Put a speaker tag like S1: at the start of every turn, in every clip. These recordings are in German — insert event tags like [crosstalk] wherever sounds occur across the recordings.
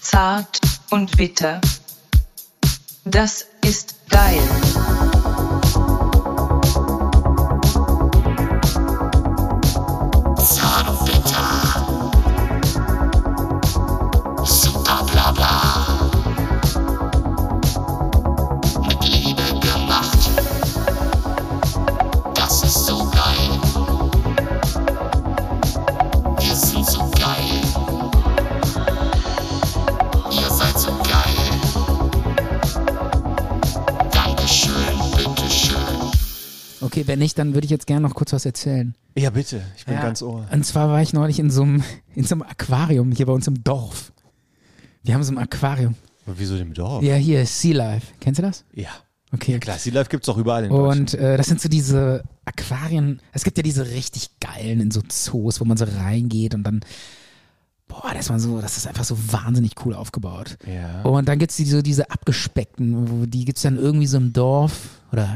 S1: zart und bitter. Das ist geil.
S2: Okay, wenn nicht, dann würde ich jetzt gerne noch kurz was erzählen.
S3: Ja, bitte. Ich bin ganz ohr.
S2: Und zwar war ich neulich in so einem, [laughs] in so einem Aquarium hier bei uns im Dorf. Wir haben so ein Aquarium.
S3: Aber wieso dem Dorf?
S2: Ja, hier, Sea Life. Kennst du das?
S3: Ja.
S2: Okay.
S3: Klar, Sea Life gibt's doch überall in Deutschland.
S2: Und äh, das sind so diese Aquarien. Es gibt ja diese richtig geilen in so Zoos, wo man so reingeht und dann. Boah, das, man so, das ist einfach so wahnsinnig cool aufgebaut.
S3: Ja.
S2: Und dann gibt es die, so diese abgespeckten, wo- die gibt es dann irgendwie so im Dorf oder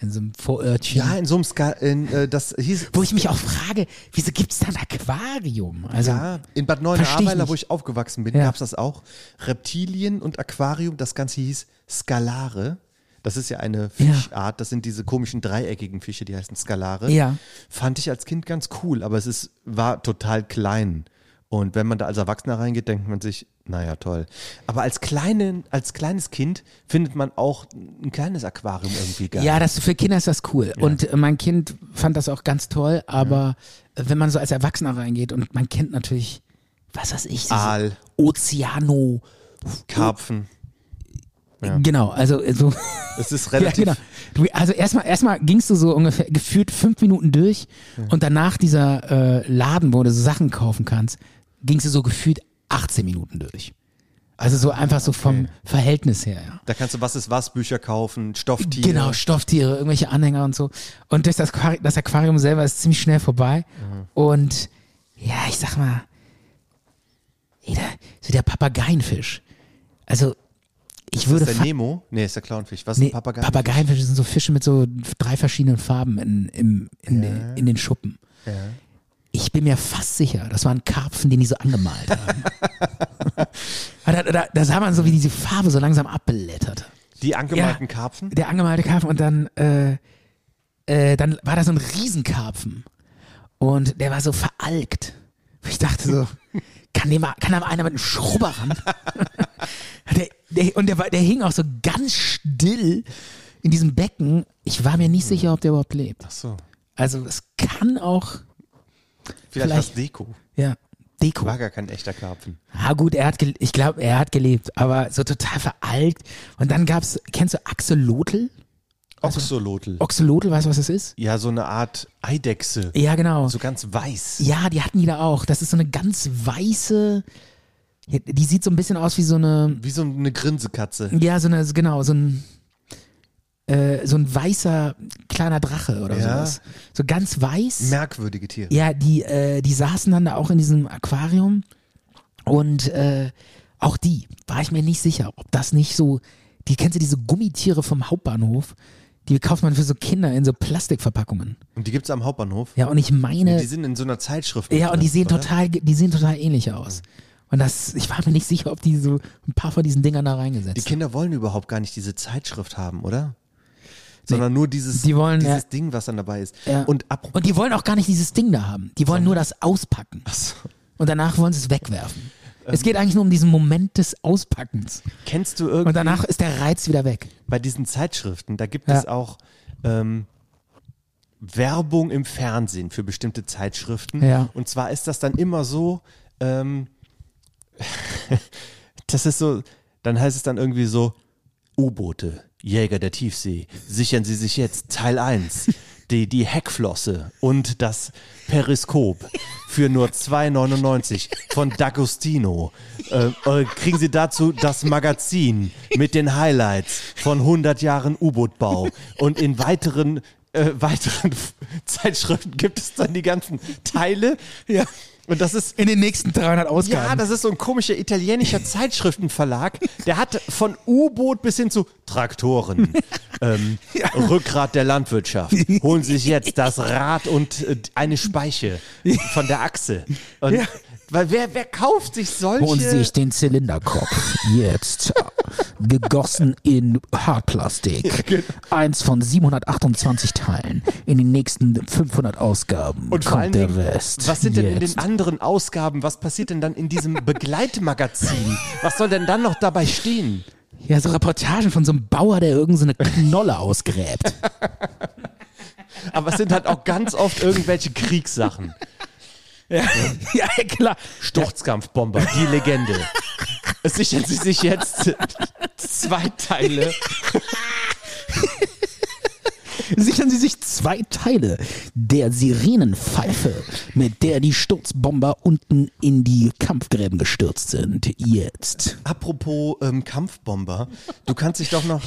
S2: in so einem äh, Vorörtchen.
S3: Ja, in so einem Ska, in, äh, das hieß,
S2: wo ich mich auch frage, wieso gibt es da ein Aquarium? Also,
S3: ja, in Bad
S2: Versteh ich
S3: Neuenahr-Ahrweiler,
S2: nicht.
S3: wo ich aufgewachsen bin,
S2: Ja.
S3: gab's das auch. Reptilien und Aquarium, das Ganze hieß Skalare. Das ist ja eine Fischart, das sind diese komischen dreieckigen Fische, die heißen Skalare.
S2: Ja.
S3: Fand ich als Kind ganz cool, aber es ist, war total klein. Und wenn man da als Erwachsener reingeht, denkt man sich, naja, toll. Aber als, kleinen, als kleines Kind findet man auch ein kleines Aquarium irgendwie geil.
S2: Ja, das, für Kinder ist das cool. Und äh, mein Kind fand das auch ganz toll, aber äh, wenn man so als Erwachsener reingeht und man kennt natürlich, was weiß ich, diese
S3: Aal.
S2: Ozeano.
S3: Karpfen.
S2: Genau, also äh, so. [laughs]
S3: Es ist
S2: Ja,
S3: relativ.
S2: genau. Du, also erstmal erstmal gingst du so ungefähr gefühlt fünf Minuten durch und danach dieser äh, Laden, wo du so Sachen kaufen kannst, gingst du so gefühlt 18 Minuten durch. Also so einfach so vom Verhältnis her, ja.
S3: Da kannst du Was ist was Bücher kaufen, Stofftiere.
S2: Genau, Stofftiere, irgendwelche Anhänger und so. Und durch das, Aquari das Aquarium selber ist ziemlich schnell vorbei.
S3: Mhm.
S2: Und ja, ich sag mal, ey, da, so der Papageienfisch. Also, ich würde.
S3: Ist der
S2: fa-
S3: Nemo? Nee, ist der Clownfisch. Was
S2: nee,
S3: ist ein Papagei?
S2: Papageienfische sind so Fische mit so drei verschiedenen Farben in, im, in, den, in den Schuppen. Ich bin mir fast sicher, das waren Karpfen, den die so angemalt haben.
S3: [laughs]
S2: da, da, da sah man so, wie diese Farbe so langsam abblätterte
S3: Die angemalten Karpfen?
S2: der angemalte Karpfen und dann, äh, äh, dann war da so ein Riesenkarpfen. Und der war so veralkt. Ich dachte so, kann, dem mal, kann da mal einer mit einem Schrubber ran? der, der, und der, war- der hing auch so ganz still in diesem Becken. Ich war mir nicht sicher, ob der überhaupt lebt.
S3: Ach so.
S2: Also es kann auch,
S3: Vielleicht,
S2: Vielleicht-
S3: war's Deko.
S2: ja, Deko.
S3: War gar kein echter Karpfen.
S2: Ah gut, er hat, gel- ich glaube, er hat gelebt, aber so total veralkt. Und dann gab's, kennst du Axolotl?
S3: Oxolotl.
S2: Oxolotl, weißt du, was das ist?
S3: ja, so eine Art Eidechse.
S2: Ja, genau.
S3: So ganz weiß.
S2: Ja, die hatten die da auch. Das ist so eine ganz weiße. ja, Die sieht so ein bisschen aus wie so eine.
S3: Wie so eine Grinsekatze.
S2: Ja, so eine, genau, so ein. Äh, so ein weißer kleiner Drache oder
S3: Ja.
S2: sowas. So ganz weiß.
S3: Merkwürdige Tiere.
S2: ja, die, äh, die saßen dann da auch in diesem Aquarium. Und äh, auch die war ich mir nicht sicher, ob das nicht so. Die kennst du diese Gummitiere vom Hauptbahnhof? Die kauft man für so Kinder in so Plastikverpackungen.
S3: Und die gibt's am Hauptbahnhof.
S2: Ja, und ich meine.
S3: Die sind in so einer Zeitschrift.
S2: Ja, und
S3: drin,
S2: die sehen
S3: oder?
S2: total, die sehen total ähnlich aus. Und das, ich war mir nicht sicher, ob die so ein paar von diesen Dingern da
S3: Die
S2: reingesetzt haben.
S3: Kinder wollen überhaupt gar nicht diese Zeitschrift haben, oder? Sondern nur dieses,
S2: Die wollen,
S3: dieses
S2: ja.
S3: Ding, was dann dabei ist.
S2: Ja.
S3: Und apropos.
S2: Und die wollen auch gar nicht dieses Ding da haben. Die wollen nur das auspacken. Und danach wollen sie es wegwerfen. Es geht eigentlich nur um diesen Moment des Auspackens.
S3: Kennst du irgendwie.
S2: Und danach ist der Reiz wieder weg.
S3: bei diesen Zeitschriften, da gibt
S2: Ja.
S3: es auch ähm, Werbung im Fernsehen für bestimmte Zeitschriften.
S2: Ja.
S3: Und zwar ist das dann immer so, ähm, [laughs] das ist so, dann heißt es dann irgendwie so, U-Boote, Jäger der Tiefsee, sichern Sie sich jetzt Teil 1. Die, die Heckflosse und das Periskop für nur 2,99 von D'Agostino. Äh, äh, kriegen Sie dazu das Magazin mit den Highlights von 100 Jahren U-Boot-Bau. Und in weiteren, äh, weiteren Zeitschriften gibt es dann die ganzen Teile. Ja. Und das ist
S2: In den nächsten 300 Ausgaben.
S3: ja, das ist so ein komischer italienischer Zeitschriftenverlag. Der hat von U-Boot bis hin zu Traktoren, ähm, Rückgrat der Landwirtschaft. Holen Sie sich jetzt das Rad und äh, eine Speiche von der Achse. Und Weil wer, wer kauft sich solche?
S2: Und sich den Zylinderkopf jetzt gegossen in Hartplastik.
S3: genau.
S2: Eins von 728 Teilen. In den nächsten 500 Ausgaben
S3: Und vor allen
S2: kommt der
S3: Dingen,
S2: Rest.
S3: was sind denn in
S2: jetzt.
S3: den anderen Ausgaben? Was passiert denn dann in diesem Begleitmagazin? Was soll denn dann noch dabei stehen?
S2: Ja, so Reportagen von so einem Bauer, der irgendeine so eine Knolle
S3: [laughs]
S2: ausgräbt.
S3: Aber es sind halt auch ganz oft irgendwelche Kriegssachen.
S2: ja, klar.
S3: Sturzkampfbomber, die [laughs] Legende. Es sichern sie sich jetzt zwei Teile.
S2: Sichern Sie sich zwei Teile der Sirenenpfeife, mit der die Sturzbomber unten in die Kampfgräben gestürzt sind. Jetzt.
S3: Apropos ähm, Kampfbomber, du kannst dich doch noch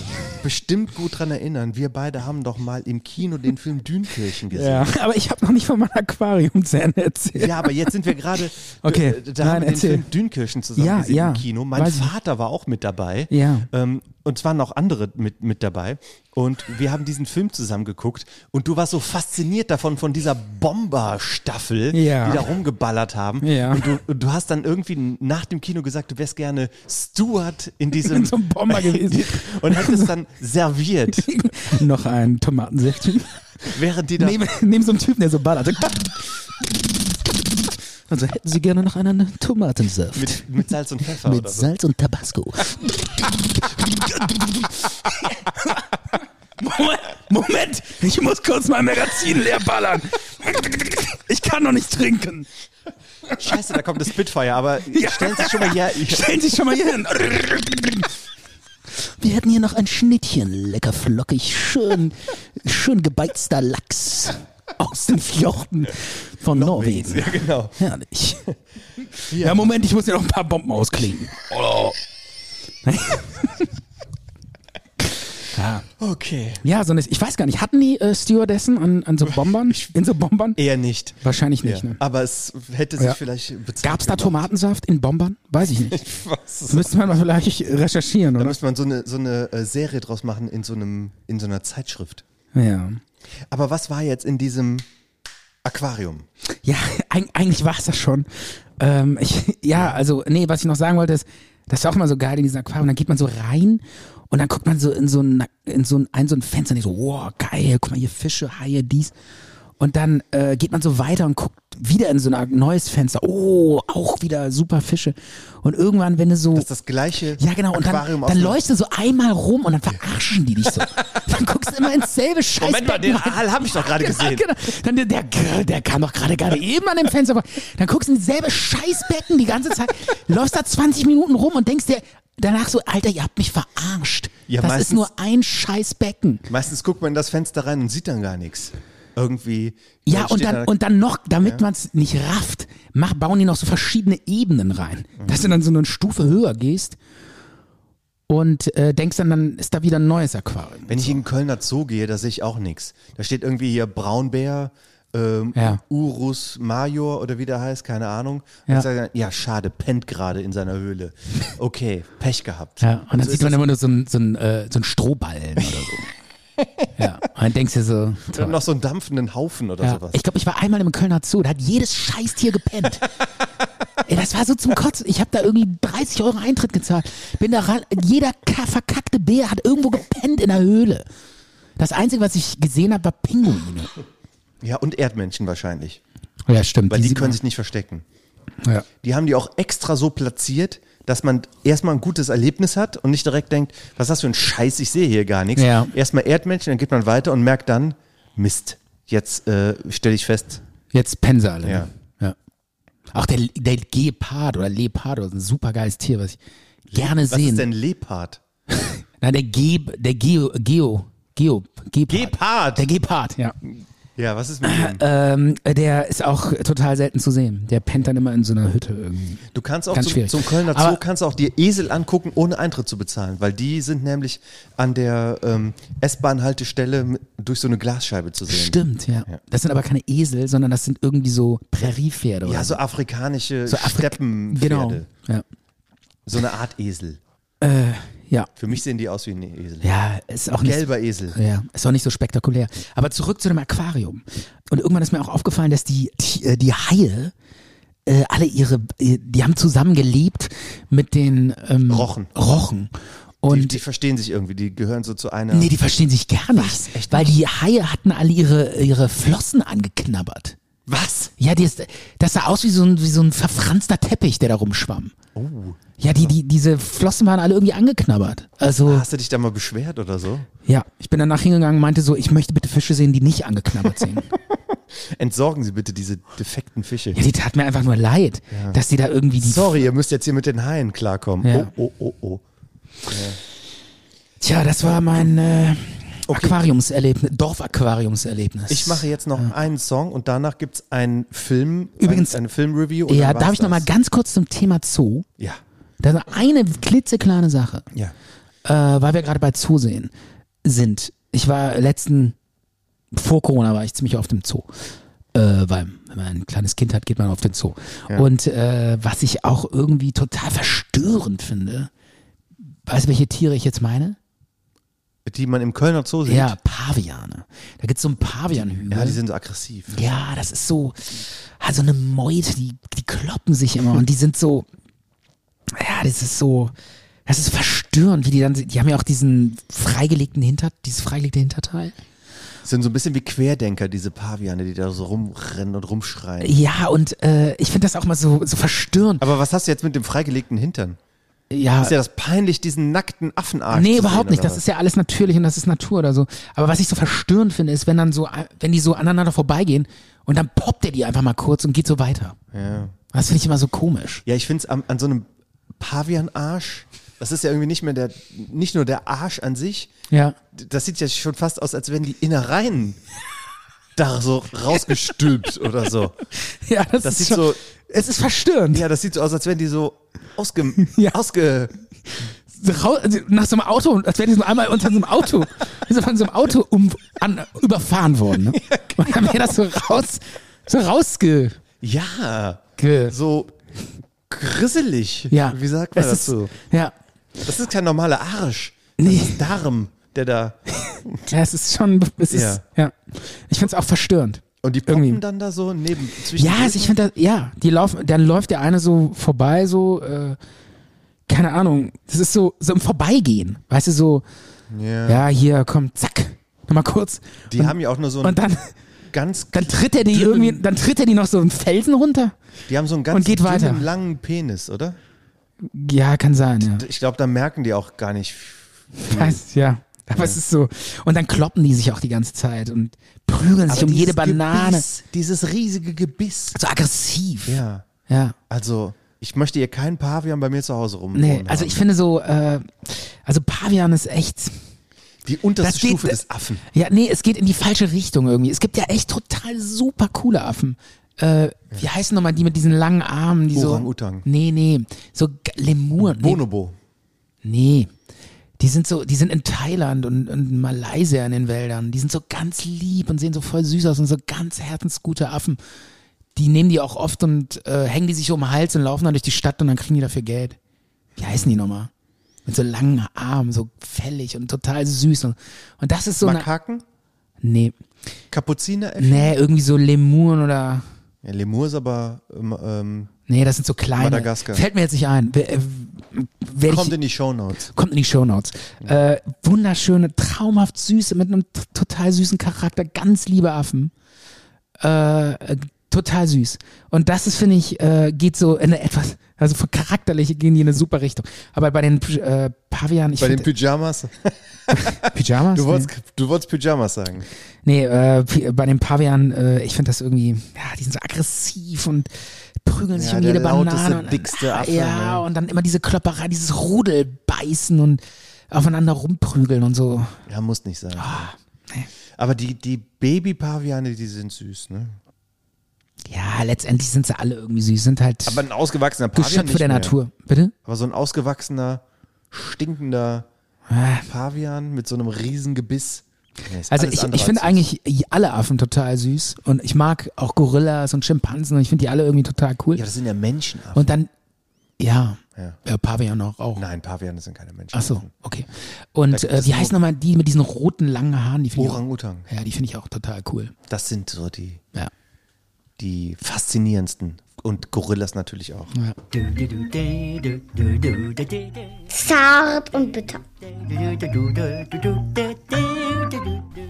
S3: bestimmt gut dran erinnern. Wir beide haben doch mal im Kino den Film Dünkirchen gesehen.
S2: Ja, aber ich habe noch nicht von meinem Aquarium zu Ende erzählt.
S3: Ja, aber jetzt sind
S2: [laughs]
S3: wir gerade.
S2: Okay,
S3: äh, Da
S2: nein,
S3: haben wir den
S2: erzähl.
S3: Film Dünkirchen zusammen
S2: Ja,
S3: gesehen
S2: ja,
S3: im Kino. Mein
S2: weiß ich.
S3: Vater war auch mit dabei.
S2: Ja.
S3: Ähm, und es waren auch andere mit, mit dabei. Und wir haben diesen Film zusammen geguckt. Und du warst so fasziniert davon, von dieser Bomberstaffel,
S2: Ja.
S3: die da rumgeballert haben.
S2: Ja.
S3: Und du, und du hast dann irgendwie nach dem Kino gesagt, du wärst gerne Stuart
S2: [laughs]
S3: in diesem.
S2: In so einem Bomber [laughs] gewesen.
S3: und hättest dann
S2: [laughs]
S3: serviert,
S2: noch ein [laughs] Tomatensäftchen.
S3: während die da.
S2: Neben, neben so einem Typen, der so ballert. Also hätten Sie gerne noch einen Tomatensaft.
S3: mit, mit Salz und Pfeffer
S2: Mit
S3: oder so.
S2: Salz und Tabasco. [laughs] Moment, Moment, ich muss kurz mein Magazin leerballern. Ich kann noch nicht trinken.
S3: Scheiße, da kommt das Spitfire, aber
S2: [laughs] Ja.
S3: stellen Sie sich schon mal her.
S2: Stellen Sie sich schon mal hier hin. Wir hätten hier noch ein Schnittchen, lecker flockig, schön, schön gebeizter Lachs aus den Fjorden von Norwegen.
S3: [laughs] Ja, genau.
S2: Herrlich. Ja, Moment, ich muss ja noch ein paar Bomben ausklingen. Oh. ja.
S3: Okay.
S2: ja, so eine, ich weiß gar nicht, hatten die äh, Stewardessen an, an so Bombern? In so Bombern?
S3: Eher nicht.
S2: Wahrscheinlich nicht,
S3: Ja.
S2: ne?
S3: Aber es hätte sich
S2: Ja.
S3: vielleicht bezahlt.
S2: Gab es da Tomatensaft in Bombern? Weiß ich [laughs] nicht.
S3: [laughs]
S2: Müsste man mal vielleicht recherchieren,
S3: Da
S2: oder?
S3: müsste man so eine, so eine äh, Serie draus machen in so, einem, in so einer Zeitschrift.
S2: Ja.
S3: Aber was war jetzt in diesem Aquarium?
S2: Ja, eig eigentlich war es das schon. Ähm, ich, ja, also, nee, was ich noch sagen wollte, ist, das ist auch immer so geil in diesem Aquarium. Dann geht man so rein und dann guckt man so in so ein, in so ein, ein, so ein Fenster und denkt so, wow, geil, guck mal hier Fische, Haie, dies. Und dann äh, geht man so weiter und guckt wieder in so ein neues Fenster. Oh, auch wieder super Fische. Und irgendwann, wenn du so.
S3: Das ist das gleiche
S2: Ja, genau. Und dann,
S3: Aquarium aus
S2: dann
S3: dem-
S2: läufst du so einmal rum und dann verarschen die
S3: [laughs]
S2: dich so. dann guckst du immer ins selbe Scheiß.
S3: Moment mal, den Aal habe ich doch gerade
S2: Genau,
S3: gesehen.
S2: genau. Dann der, der, der kam doch gerade gerade eben an dem Fenster vorbei. Dann guckst du in dieselbe Scheißbecken die ganze
S3: [laughs]
S2: Zeit, läufst da 20 Minuten rum und denkst dir danach so, Alter, ihr habt mich verarscht.
S3: Ja,
S2: das
S3: meistens-
S2: ist nur ein Scheißbecken.
S3: Meistens guckt man in das Fenster rein und sieht dann gar nichts. Irgendwie.
S2: Ja, und
S3: steht
S2: dann,
S3: da-
S2: und dann noch, damit man's man es nicht rafft, mach, bauen die noch so verschiedene Ebenen rein.
S3: Mhm.
S2: Dass du dann so eine Stufe höher gehst und äh, denkst dann, dann ist da wieder ein neues Aquarium.
S3: Wenn ich in den Kölner Zoo gehe, da sehe ich auch nichts. Da steht irgendwie hier Braunbär, ähm,
S2: Ja.
S3: Urus Major oder wie der heißt, keine Ahnung. Und
S2: Ja.
S3: ich sage dann, ja, schade, pennt gerade in seiner Höhle. Okay, Pech gehabt.
S2: Ja, und dann
S3: So ist
S2: sieht man
S3: das.
S2: immer nur so einen so einen, äh, so einen Strohballen oder so.
S3: [laughs]
S2: ja, und dann denkst du dir so,
S3: Dann noch so einen dampfenden Haufen oder
S2: ja.
S3: sowas.
S2: ich glaube, ich war einmal im Kölner Zoo, da hat jedes Scheißtier
S3: [laughs]
S2: gepennt. Ey, das war so zum Kotzen. Ich habe da irgendwie 30 Euro Eintritt gezahlt. Bin da ran, jeder ka- verkackte Bär hat irgendwo gepennt in der Höhle. Das Einzige, was ich gesehen habe, war Pinguine.
S3: Ja, und Erdmännchen wahrscheinlich.
S2: Ja, stimmt.
S3: Weil die, können sich nicht verstecken.
S2: ja.
S3: Die haben die auch extra so platziert, dass man erstmal ein gutes Erlebnis hat und nicht direkt denkt, was ist das für ein Scheiß, ich sehe hier gar nichts.
S2: Ja.
S3: Erstmal Erdmännchen, dann geht man weiter und merkt dann, Mist, jetzt äh, stelle ich fest,
S2: Jetzt pennen sie alle. ne?
S3: Ja.
S2: ja. Auch der, der Gepard oder Leopard oder so ein supergeiles Tier, was ich gerne
S3: was
S2: sehen
S3: ist denn Leopard?
S2: Nein, der Ge der Geo, Geo, Geo, Gepard.
S3: Gepard.
S2: Der Gepard, ja.
S3: Ja, was ist mit dem?
S2: Ähm, der ist auch total selten zu sehen. Der pennt dann immer in so einer Hütte irgendwie.
S3: Du kannst auch
S2: ganz
S3: zum,
S2: schwierig.
S3: zum Kölner Zoo
S2: Aber-
S3: kannst auch dir Esel angucken, ohne Eintritt zu bezahlen, weil die sind nämlich an der ähm, S-Bahn-Haltestelle mit- durch so eine Glasscheibe zu sehen.
S2: Stimmt, ja.
S3: Ja.
S2: Das sind aber keine Esel, sondern das sind irgendwie so Präriepferde oder
S3: Ja, so afrikanische
S2: so Afrik-
S3: Steppenpferde.
S2: Genau. Ja.
S3: So eine Art Esel.
S2: ja.
S3: Für mich sehen die aus wie ein Esel.
S2: Ja, ist auch nicht
S3: Gelber Esel.
S2: Ja, ist auch nicht so spektakulär. Aber zurück zu dem Aquarium. Und irgendwann ist mir auch aufgefallen, dass die, die, äh, die Haie äh, alle ihre, äh, die haben zusammen gelebt mit den ähm,
S3: Rochen.
S2: Rochen.
S3: Die,
S2: Und
S3: die verstehen sich irgendwie, die gehören so zu einer.
S2: nee, die verstehen sich gar nicht, weil die Haie hatten alle ihre, ihre Flossen angeknabbert.
S3: Was?
S2: Ja, die ist, das sah aus wie so ein, wie so ein verfranster Teppich, der da rumschwamm.
S3: Oh.
S2: Ja, die, die, diese Flossen waren alle irgendwie angeknabbert. Also,
S3: Hast du dich da mal beschwert oder so?
S2: ja, ich bin danach hingegangen und meinte so, ich möchte bitte Fische sehen, die nicht angeknabbert
S3: [laughs]
S2: sind.
S3: Entsorgen Sie bitte diese defekten Fische.
S2: ja, die tat mir einfach nur leid, dass die da irgendwie die.
S3: Sorry, ihr müsst jetzt hier mit den Haien klarkommen.
S2: Ja.
S3: Oh, oh, oh, oh.
S2: Tja, das war mein äh, Aquariumserlebnis, Dorfaquariumserlebnis.
S3: Ich mache jetzt noch einen Song und danach gibt's einen Film,
S2: Übrigens-
S3: ein, eine Filmreview. und
S2: Ja,
S3: dann war's
S2: darf ich noch mal
S3: das.
S2: ganz kurz zum Thema Zoo?
S3: Ja,
S2: Da ist eine klitzekleine Sache.
S3: ja.
S2: äh, weil wir gerade bei Zoosehen sind. Ich war letzten, vor Corona war ich ziemlich auf dem Zoo. Äh, weil, wenn man ein kleines Kind hat, geht man auf den Zoo. Und äh, was ich auch irgendwie total verstörend finde, weißt du, welche Tiere ich jetzt meine?
S3: Die man im Kölner Zoo sieht.
S2: Ja, Paviane. Da gibt es so einen Pavianhügel.
S3: Ja, die sind so aggressiv.
S2: Ja, das ist so, also eine Meute, die, die kloppen sich immer und die sind so, ja, das ist so, das ist verstörend, wie die dann, die haben ja auch diesen freigelegten Hinter, dieses freigelegte Hinterteil.
S3: Sind so ein bisschen wie Querdenker, diese Paviane, die da so rumrennen und rumschreien.
S2: Ja, und äh, ich finde das auch mal so, so verstörend.
S3: Aber was hast du jetzt mit dem freigelegten Hintern?
S2: Ja,
S3: Ist ja das peinlich, diesen nackten Affenarsch
S2: nee,
S3: zu
S2: überhaupt
S3: sehen,
S2: nicht, das
S3: oder
S2: ist ja alles natürlich und das ist Natur oder so. Aber was ich so verstörend finde, ist, wenn dann so, wenn die so aneinander vorbeigehen und dann poppt er die einfach mal kurz und geht so weiter.
S3: was? Ja.
S2: Das finde ich immer so komisch.
S3: Ja, ich find's an, an so einem Pavian-Arsch, das ist ja irgendwie nicht mehr der, nicht nur der Arsch an sich,
S2: Ja.
S3: das sieht ja schon fast aus, als wären die Innereien da so rausgestülpt oder so.
S2: Ja, das,
S3: Das
S2: ist
S3: sieht
S2: schon,
S3: so,
S2: es ist verstörend.
S3: ja, das sieht so aus, als wären die so ausge,
S2: [laughs] Ja.
S3: ausge,
S2: Rau- also nach so einem Auto, als wären die so einmal unter so einem
S3: [laughs]
S2: Auto, also von so einem Auto um, an, überfahren worden. Ne? Und dann wäre das so raus, so rausge.
S3: ja,
S2: Ge,
S3: so grisselig.
S2: ja.
S3: Wie sagt man
S2: Es
S3: das
S2: ist-
S3: so?
S2: Ja.
S3: Das ist kein normaler Arsch.
S2: Nee.
S3: Das ist Darm, der da,
S2: ja, es ist schon, es ist,
S3: Ja.
S2: ja. Ich finde es auch verstörend.
S3: und die poppen
S2: Irgendwie.
S3: dann da so neben, zwischen
S2: Ja, also ich finde das, ja, die laufen, dann läuft der eine so vorbei, so, äh, keine Ahnung, das ist so, so im Vorbeigehen, weißt du, so,
S3: ja.
S2: ja, hier, komm, zack, nochmal kurz.
S3: Die haben ja auch nur so einen
S2: Und dann,
S3: ganz
S2: dann tritt er die irgendwie, dann tritt er die noch so einen Felsen runter.
S3: Die haben so einen ganz
S2: Und geht
S3: dünnen,
S2: weiter.
S3: langen Penis, oder?
S2: Ja, kann sein, ja.
S3: Ich glaube, da merken die auch gar nicht.
S2: Weiß, ja. Aber es ist so. Und dann kloppen die sich auch die ganze Zeit und prügeln sich um jede Banane.
S3: Gebiss, dieses riesige Gebiss.
S2: So aggressiv.
S3: Ja,
S2: ja.
S3: also ich möchte ihr keinen Pavian bei mir zu Hause rum.
S2: Nee, also ich finde so, äh, also Pavian ist echt.
S3: die unterste
S2: das geht-
S3: Stufe des Affen.
S2: Ja, nee, es geht in die falsche Richtung irgendwie. Es gibt ja echt total super coole Affen. Äh, wie heißen nochmal die mit diesen langen Armen, die
S3: Orang-Utang.
S2: so. Nee, nee. So G- Lemuren. Nee,
S3: Bonobo.
S2: Nee. Die sind so, die sind in Thailand und, und Malaysia in den Wäldern. Die sind so ganz lieb und sehen so voll süß aus und so ganz herzensgute Affen. Die nehmen die auch oft und äh, hängen die sich um den Hals und laufen dann durch die Stadt und dann kriegen die dafür Geld. Wie heißen die nochmal? Mit so langen Armen, so fällig und total süß. Und, und das ist so eine.
S3: Makaken?
S2: Nee.
S3: Kapuziner?
S2: Nee, irgendwie so Lemuren oder.
S3: Ja, Lemur ist aber. Ähm, ähm,
S2: Nee, das sind so kleine.
S3: Madagaskar.
S2: Fällt mir jetzt nicht ein. Wer- äh, werd ich-
S3: kommt in die Shownotes.
S2: Kommt in die Shownotes. Äh, wunderschöne, traumhaft süße, mit einem t- total süßen Charakter, ganz liebe Affen. Äh, äh, total süß. Und das ist, finde ich, äh, geht so in eine etwas, also von charakterliche gehen die in eine super Richtung. Aber bei den P- äh, Pavian, ich
S3: Bei den
S2: find, äh,
S3: Pyjamas?
S2: Pyjamas?
S3: Du wolltest, du wolltest Pyjamas sagen.
S2: Nee, äh, P- bei den Pavian, äh, ich finde das irgendwie, ja, die sind so aggressiv und prügeln sich
S3: Ja,
S2: um
S3: der
S2: jede
S3: lauteste,
S2: Banane. Und, ah,
S3: dickste Affe,
S2: ja,
S3: ne?
S2: und dann immer diese Klopperei, dieses Rudelbeißen und aufeinander rumprügeln und so.
S3: Ja, muss nicht sein. Ah, Aber die, die Baby-Paviane, die sind süß, ne?
S2: Ja, letztendlich sind sie alle irgendwie süß, sind halt
S3: Aber ein ausgewachsener Pavian.
S2: Geschöpfe
S3: nicht
S2: der
S3: mehr.
S2: Natur. Bitte?
S3: Aber so ein ausgewachsener, stinkender
S2: Ah.
S3: Pavian mit so einem riesen Gebiss. Nee, ist
S2: Also
S3: alles
S2: ich,
S3: andere
S2: ich finde
S3: als süß.
S2: eigentlich alle Affen total süß und ich mag auch Gorillas und Schimpansen und ich finde die alle irgendwie total cool.
S3: Ja, das sind ja Menschenaffen.
S2: und dann, ja,
S3: Ja.
S2: ja. Pavian auch. auch.
S3: Nein, Paviane sind keine Menschen.
S2: Ach so, okay. Und
S3: gibt
S2: äh,
S3: es
S2: wie
S3: nur-
S2: heißen nochmal die mit diesen roten langen Haaren? Die finde ich auch,
S3: Orang-Utang.
S2: ja, die finde ich auch total cool.
S3: Das sind so die,
S2: Ja.
S3: die faszinierendsten. und Gorillas natürlich auch.
S4: Zart und bitter.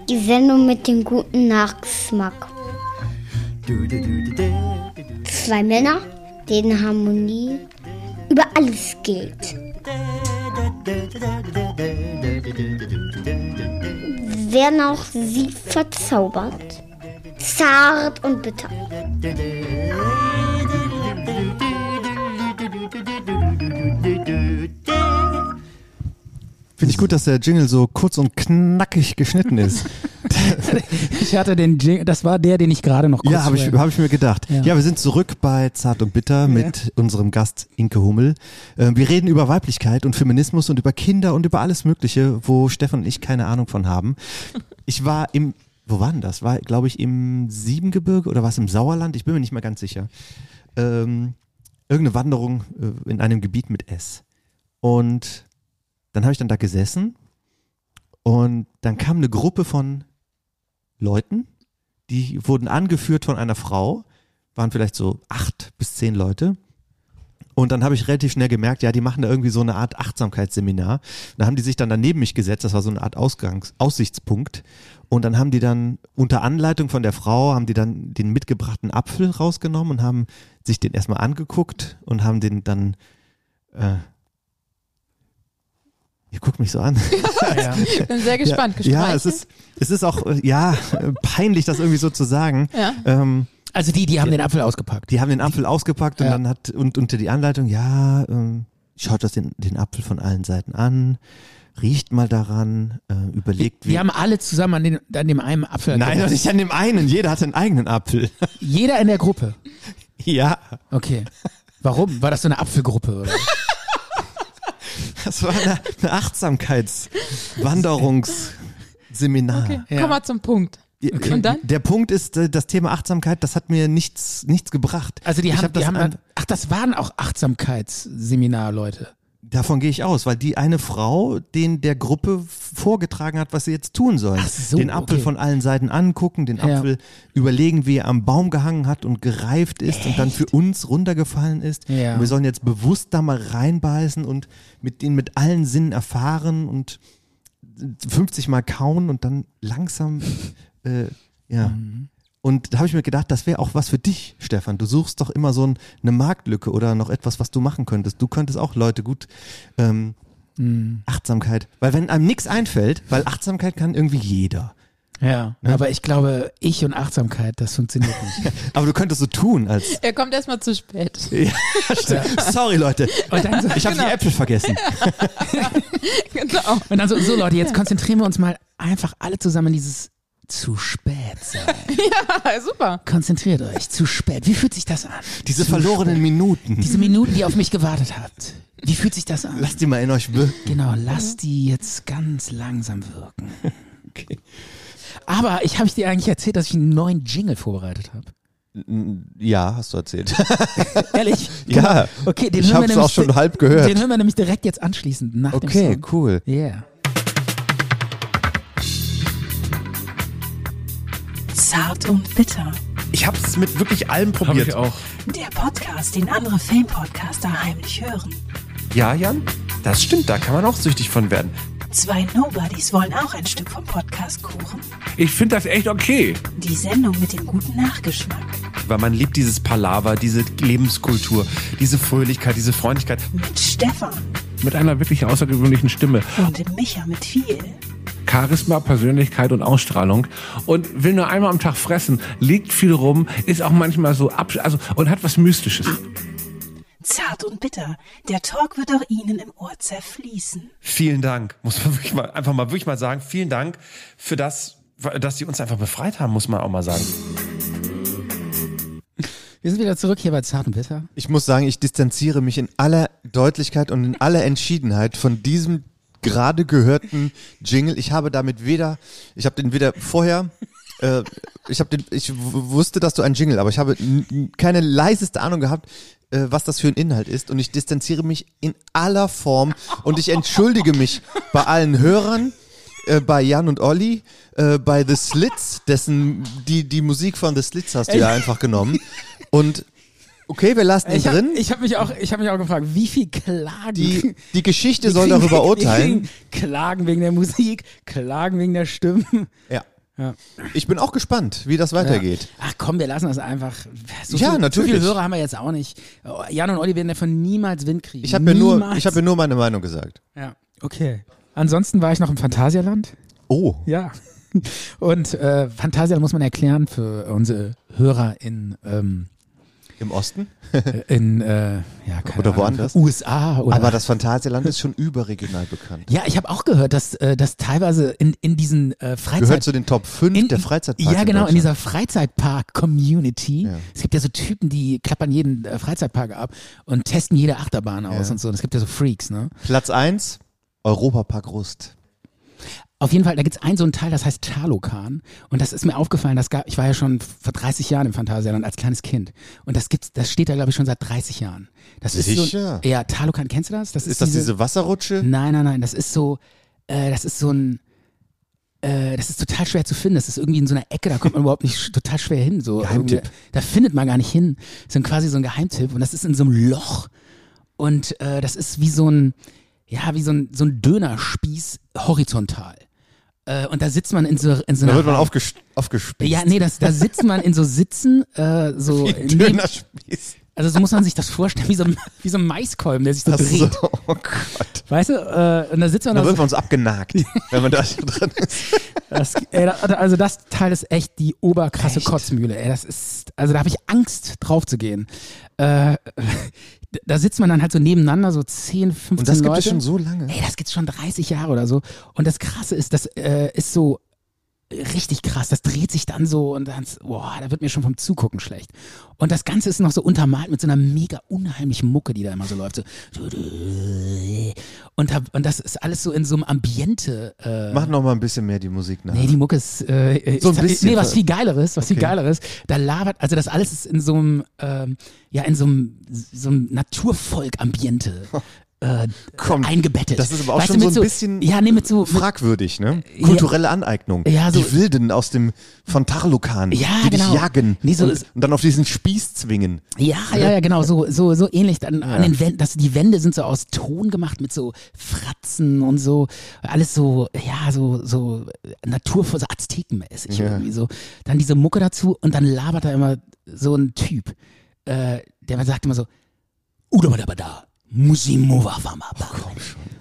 S4: Die Sendung mit dem guten Nachgeschmack. Zwei Männer, denen Harmonie über alles gilt. Werden auch sie verzaubert. Zart und bitter.
S3: Finde ich gut, dass der Jingle so kurz und knackig geschnitten ist.
S2: Ich hatte den Jing das war der, den ich gerade noch kurz
S3: ja, habe ich,
S2: vorher-
S3: hab ich mir gedacht. Ja.
S2: Ja.
S3: wir sind zurück bei Zart und Bitter mit unserem Gast Inke Hummel. Ähm, wir reden über Weiblichkeit und Feminismus und über Kinder und über alles Mögliche, wo Stefan und ich keine Ahnung von haben. Ich war im, wo war denn das? War, glaube ich, im Siebengebirge oder war es im Sauerland? Ich bin mir nicht mehr ganz sicher. Ähm, irgendeine Wanderung äh, in einem Gebiet mit S. Und dann habe ich dann da gesessen und dann kam eine Gruppe von Leuten, die wurden angeführt von einer Frau, waren vielleicht so acht bis zehn Leute. Und dann habe ich relativ schnell gemerkt, ja, die machen da irgendwie so eine Art Achtsamkeitsseminar. Da haben die sich dann daneben mich gesetzt, das war so eine Art Ausgangs Aussichtspunkt. Und dann haben die dann unter Anleitung von der Frau, haben die dann den mitgebrachten Apfel rausgenommen und haben sich den erstmal angeguckt und haben den dann... Äh, ihr guckt mich so an.
S5: Ich bin sehr gespannt.
S3: Ja, ja es, ist, es ist auch äh, ja, [laughs] äh, peinlich, das irgendwie so zu sagen.
S5: Ja.
S3: Ähm,
S2: Also die, die haben den Apfel ausgepackt.
S3: die haben den Apfel ausgepackt und
S2: Ja.
S3: dann hat und unter die Anleitung, ja, ähm, schaut das den, den Apfel von allen Seiten an, riecht mal daran, äh, überlegt
S2: Wir haben alle zusammen an, den, an dem einen Apfel.
S3: Nein, doch nicht an dem einen. Jeder hat einen eigenen Apfel. [laughs]
S2: Jeder in der Gruppe.
S3: ja,
S2: Okay. Warum? War das so eine Apfelgruppe? Oder?
S3: das war eine, eine Achtsamkeitswanderungsseminar.
S5: Okay,
S2: Ja.
S5: komm mal zum Punkt. Und dann?
S3: Der Punkt ist, äh, das Thema Achtsamkeit, das hat mir nichts, nichts gebracht.
S2: Also die
S3: Ich
S2: haben,
S3: hab
S2: die
S3: das
S2: haben
S3: an-
S2: ach, das waren auch Achtsamkeitsseminarleute.
S3: Davon gehe ich aus, weil die eine Frau den der Gruppe vorgetragen hat, was sie jetzt tun sollen.
S2: Ach so,
S3: den Apfel
S2: okay.
S3: von allen Seiten angucken, den
S2: Ja.
S3: Apfel überlegen, wie er am Baum gehangen hat und gereift ist und dann für uns runtergefallen ist.
S2: Ja.
S3: Und wir sollen jetzt bewusst da mal reinbeißen und mit den mit allen Sinnen erfahren und 50 Mal kauen und dann
S2: [laughs]
S3: langsam, äh, ja.
S2: Mhm.
S3: Und da habe ich mir gedacht, das wäre auch was für dich, Stefan. Du suchst doch immer so ein, eine Marktlücke oder noch etwas, was du machen könntest. Du könntest auch Leute gut ähm,
S2: Mhm.
S3: Achtsamkeit. Weil wenn einem nichts einfällt, weil Achtsamkeit kann irgendwie jeder.
S2: Ja.
S3: ne?
S2: Aber ich glaube, ich und Achtsamkeit, das funktioniert
S3: [laughs]
S2: nicht.
S3: Aber du könntest so tun
S2: [laughs]
S3: als
S5: Er kommt erstmal zu spät.
S3: [laughs] Sorry Leute,
S2: Und dann so,
S3: ich habe die Äpfel vergessen.
S2: [laughs]
S5: genau.
S2: und dann so, so Leute, jetzt konzentrieren wir uns mal einfach alle zusammen in dieses zu spät sein.
S5: Ah, Super.
S2: Konzentriert euch, zu spät. Wie fühlt sich das an?
S3: Diese
S2: Zu
S3: verlorenen
S2: spät.
S3: Minuten.
S2: Diese Minuten, die ihr auf mich gewartet habt. Wie fühlt sich das an?
S3: Lasst die mal in euch wirken.
S2: Genau, lass die jetzt ganz langsam
S3: [laughs]
S2: wirken. Aber ich habe ich dir eigentlich erzählt, dass ich einen neuen Jingle vorbereitet habe.
S3: Ja, hast
S2: [laughs]
S3: du erzählt.
S2: Ehrlich?
S3: Ja.
S2: Okay, den
S3: Ich
S2: hören wir
S3: hab's
S2: nämlich
S3: auch schon
S2: di-
S3: halb gehört.
S2: Den hören wir nämlich direkt jetzt anschließend nach dem
S3: Okay,
S2: Song.
S3: cool.
S2: Yeah.
S6: Zart und bitter.
S7: Ich habe es mit wirklich allem probiert.
S6: Der Podcast, den andere Filmpodcaster heimlich hören.
S7: Ja, Jan? Das stimmt, da kann man auch süchtig von werden.
S6: Zwei Nobodies wollen auch ein Stück vom Podcast kuchen.
S8: Ich finde das echt okay.
S6: Die Sendung mit dem guten Nachgeschmack.
S7: Weil man liebt dieses Palaver, diese Lebenskultur, diese Fröhlichkeit, diese Freundlichkeit.
S6: Mit Stefan
S8: Mit einer wirklich außergewöhnlichen Stimme.
S6: und Micha mit viel.
S8: Charisma, Persönlichkeit und Ausstrahlung. Und will nur einmal am Tag fressen, liegt viel rum, ist auch manchmal so ab, also, und hat was Mystisches.
S6: Zart und bitter. Der Talk wird auch Ihnen im Ohr zerfließen.
S7: Vielen Dank, muss man wirklich mal, einfach mal wirklich mal sagen. Vielen Dank für das, dass sie uns einfach befreit haben, muss man auch mal sagen.
S2: Wir sind wieder zurück hier bei Zart und Bitter.
S3: Ich muss sagen, ich distanziere mich in aller Deutlichkeit und in aller Entschiedenheit von diesem gerade gehörten Jingle. Ich habe damit weder, ich habe den weder vorher, äh, ich habe den, ich w- wusste, dass du ein Jingle, aber ich habe n- n- keine leiseste Ahnung gehabt, äh, was das für ein Inhalt ist. Und ich distanziere mich in aller Form und ich entschuldige mich bei allen Hörern äh, bei Jan und Olli, äh, bei The Slits, dessen die, die Musik von The Slits hast du ja einfach genommen. Und Okay, wir lassen ihn
S2: Ich habe
S3: Äh, drin.
S2: hab mich, auch- ich hab mich auch gefragt, wie viel Klagen. [laughs]
S3: Die, die Geschichte
S2: Wir
S3: soll
S2: [laughs] kriegen-
S3: darüber
S2: wir
S3: urteilen.
S2: kriegen Klagen wegen der Musik, Klagen wegen der Stimmen.
S3: Ja.
S2: Ja.
S3: Ich bin auch gespannt, wie das weitergeht.
S2: Ach komm, wir lassen das einfach. So
S3: Ja,
S2: viel,
S3: natürlich.
S2: So viele Hörer haben wir jetzt auch nicht. Oh, Jan und Olli werden davon niemals Wind kriegen.
S3: Ich habe mir, nur-
S2: Niemals.
S3: ich hab mir nur meine Meinung gesagt.
S2: ja. Okay. Ansonsten war ich noch im Phantasialand.
S3: Oh.
S2: Ja. Und äh, Phantasialand muss man erklären für unsere Hörer in, ähm,
S3: Im Osten?
S2: in äh, ja, keine
S3: Oder
S2: Ahnung,
S3: woanders?
S2: USA oder
S3: Aber das Phantasialand ist schon überregional bekannt.
S2: Ja, ich habe auch gehört, dass, äh, dass teilweise in, in diesen äh,
S3: Gehört
S2: Freizeit...
S3: zu den Top 5
S2: in,
S3: der Freizeitparks.
S2: Ja, genau, in
S3: Deutschland.
S2: dieser Freizeitpark-Community.
S3: Ja.
S2: Es gibt ja so Typen, die klappern jeden äh, Freizeitpark ab und testen jede Achterbahn aus
S3: Ja.
S2: und so. Und es gibt ja so Freaks, ne?
S3: Platz 1, Europapark Rust.
S2: Auf jeden Fall, da gibt's einen so einen Teil, das heißt Talokan. Und das ist mir aufgefallen, das gab, ich war ja schon vor 30 Jahren im Phantasialand als kleines Kind. Und das gibt's, das steht da, glaube ich, schon seit 30 Jahren. Das ist
S3: Sicher?
S2: So, ja, Talokan, kennst du das? Das ist,
S3: Ist das diese Wasserrutsche?
S2: Nein, nein, nein. Das ist so, äh, das ist so ein, äh, das ist total schwer zu finden. Das ist irgendwie in so einer Ecke, da kommt man überhaupt nicht sch- total schwer hin. So.
S3: Geheimtipp.
S2: Irgendwie, Da findet man gar nicht hin. So ein, quasi so ein Geheimtipp. Und das ist in so einem Loch. Und äh, das ist wie so ein, ja, wie so ein, so ein Dönerspieß horizontal. Äh, und da sitzt man in so, in so
S3: Da
S2: einer.
S3: wird man
S2: Reihe.
S3: aufges aufgespießt.
S2: ja, nee, das, da sitzt man in so Sitzen, äh, so neben,
S3: Dönerspieß.
S2: also so muss man sich das vorstellen, wie so ein, wie so ein Maiskolben, der sich so
S3: Ach
S2: dreht.
S3: so, oh Gott.
S2: Weißt du, äh, und da sitzt man
S3: Da
S2: da so
S3: wird man
S2: [laughs]
S3: uns abgenagt, wenn man da drin ist.
S2: Das, ey, da- also das Teil ist echt die oberkrasse Kotzmühle. Ey, das ist, also da habe ich Angst drauf zu gehen. Äh, [laughs] da sitzt man dann halt so nebeneinander, so 10, 15
S3: Und das gibt
S2: Leute.
S3: es schon so lange.
S2: Ey, das gibt's schon 30 Jahre oder so. Und das Krasse ist, das äh, ist so richtig krass. Das dreht sich dann so und dann, boah, da wird mir schon vom Zugucken schlecht. Und das Ganze ist noch so untermalt mit so einer mega unheimlichen Mucke, die da immer so läuft. So. Und, hab, und das ist alles so in so einem Ambiente. Äh,
S3: Mach noch mal ein bisschen mehr die Musik nach.
S2: Nee, die Mucke ist äh,
S3: So ein
S2: ich-
S3: bisschen.
S2: Nee, was viel geileres, was viel
S3: Okay.
S2: geileres. Da labert, also das alles ist in so einem, ähm, ja, in so einem, so einem Naturvolk-Ambiente
S3: [laughs]
S2: äh,
S3: Komm,
S2: eingebettet.
S3: das ist aber auch
S2: weißt
S3: schon
S2: du,
S3: so
S2: mit
S3: ein bisschen
S2: ja, nee, mit so, mit,
S3: Fragwürdig, ne? Kulturelle Aneignung.
S2: Ja, so-
S3: die Wilden aus dem von Tarlukan,
S2: Ja,
S3: die
S2: genau.
S3: dich jagen
S2: Nee, so
S3: und,
S2: ist-
S3: und dann auf diesen Spieß zwingen.
S2: ja,
S3: Ne?
S2: ja, ja, genau, so, so, so ähnlich an, an den Wänden, dass die Wände sind so aus Ton gemacht mit so Fratzen und so, alles so, ja, so, so naturvoll, so Aztekenmäßig irgendwie so. Dann diese Mucke dazu und dann labert da immer so ein Typ, äh, der sagt immer so, Udabadabada, Musimova Famaba.
S3: Oh,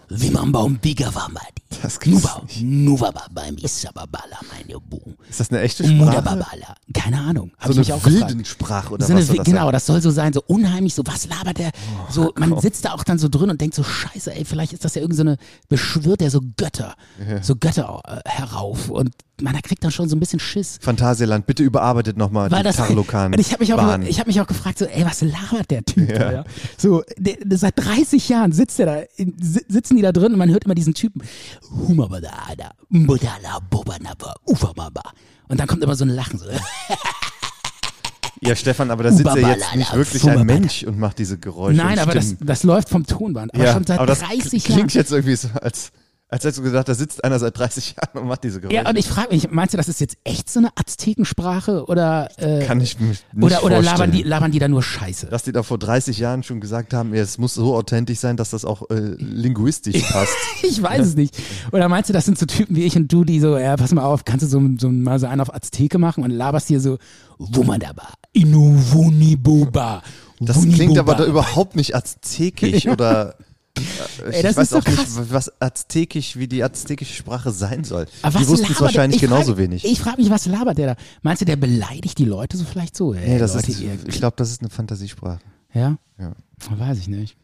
S2: Wie man baum Biga Famadi.
S3: Das gibt's
S2: Nuba,
S3: nicht.
S2: Nuba Baba, Misababala, meine Bu.
S3: Ist das eine echte Sprache?
S2: Mudababala. Keine Ahnung. Hab
S3: So
S2: ich mich
S3: eine
S2: auch gefragt.
S3: Wildensprache oder
S2: So
S3: was
S2: eine,
S3: soll
S2: Wi-
S3: das
S2: genau,
S3: sein? Oh,
S2: das soll so sein, so unheimlich, so was labert der, so man sitzt da auch dann so drin und denkt so Scheiße, ey, vielleicht ist das ja irgendeine so eine- beschwört der so Götter, so Götter äh, herauf und man da kriegt dann schon so ein bisschen Schiss.
S3: Phantasialand, bitte überarbeitet nochmal
S2: Weil
S3: die
S2: das,
S3: Tarlukan.
S2: und [laughs] ich habe mich, auch-
S3: Bahn.
S2: ich hab mich auch gefragt, so, ey, was labert der Typ? da, Ja. So, der, der, seit 30 Jahren sitzt der da, in, si- sitzen die da drin und man hört immer diesen Typen. Humabadada, mbudala, bobanaba, ufamaba. Und dann kommt immer so ein Lachen. So.
S3: ja, Stefan, aber da sitzt ja jetzt
S2: Ubabalala,
S3: nicht wirklich ein
S2: Fumabada.
S3: Mensch und macht diese Geräusche.
S2: Nein,
S3: und
S2: aber das,
S3: Stimmen.
S2: das läuft vom Tonband. Aber
S3: ja,
S2: schon seit
S3: aber das
S2: 30
S3: kl- klingt
S2: Jahren.
S3: jetzt irgendwie so, als, als hättest du gesagt, da sitzt einer seit 30 Jahren und macht diese Geräusche.
S2: Ja, und ich frage mich, meinst du, das ist jetzt echt so eine Aztekensprache oder, äh,
S3: Kann ich mir nicht
S2: oder, oder
S3: vorstellen.
S2: labern, die, labern die da nur Scheiße? [laughs]
S3: dass die da vor 30 Jahren schon gesagt haben, ja, es muss so authentisch sein, dass das auch äh, linguistisch
S2: [laughs]
S3: passt.
S2: Ich weiß es nicht. Oder meinst du, das sind so Typen wie ich und du, die so, ja, pass mal auf, kannst du so, so mal so einen auf Azteke machen und laberst hier so, wunderbar, inu wuniboba.
S3: Das klingt aber da überhaupt nicht
S2: [laughs]
S3: aztekisch oder äh, ich
S2: Ey, das ist
S3: weiß
S2: doch
S3: auch nicht,
S2: krass.
S3: was aztekisch, wie die aztekische Sprache sein soll.
S2: Aber
S3: die
S2: was
S3: wussten es
S2: labert-
S3: wahrscheinlich
S2: ich frag-
S3: genauso wenig.
S2: Ich frage mich, was labert der da? Meinst du, der beleidigt die Leute so vielleicht so? Ey,
S3: nee, das
S2: Leute,
S3: ist,
S2: ihr-
S3: ich glaube, das ist eine Fantasiesprache.
S2: Ja?
S3: Ja.
S2: Weiß ich nicht.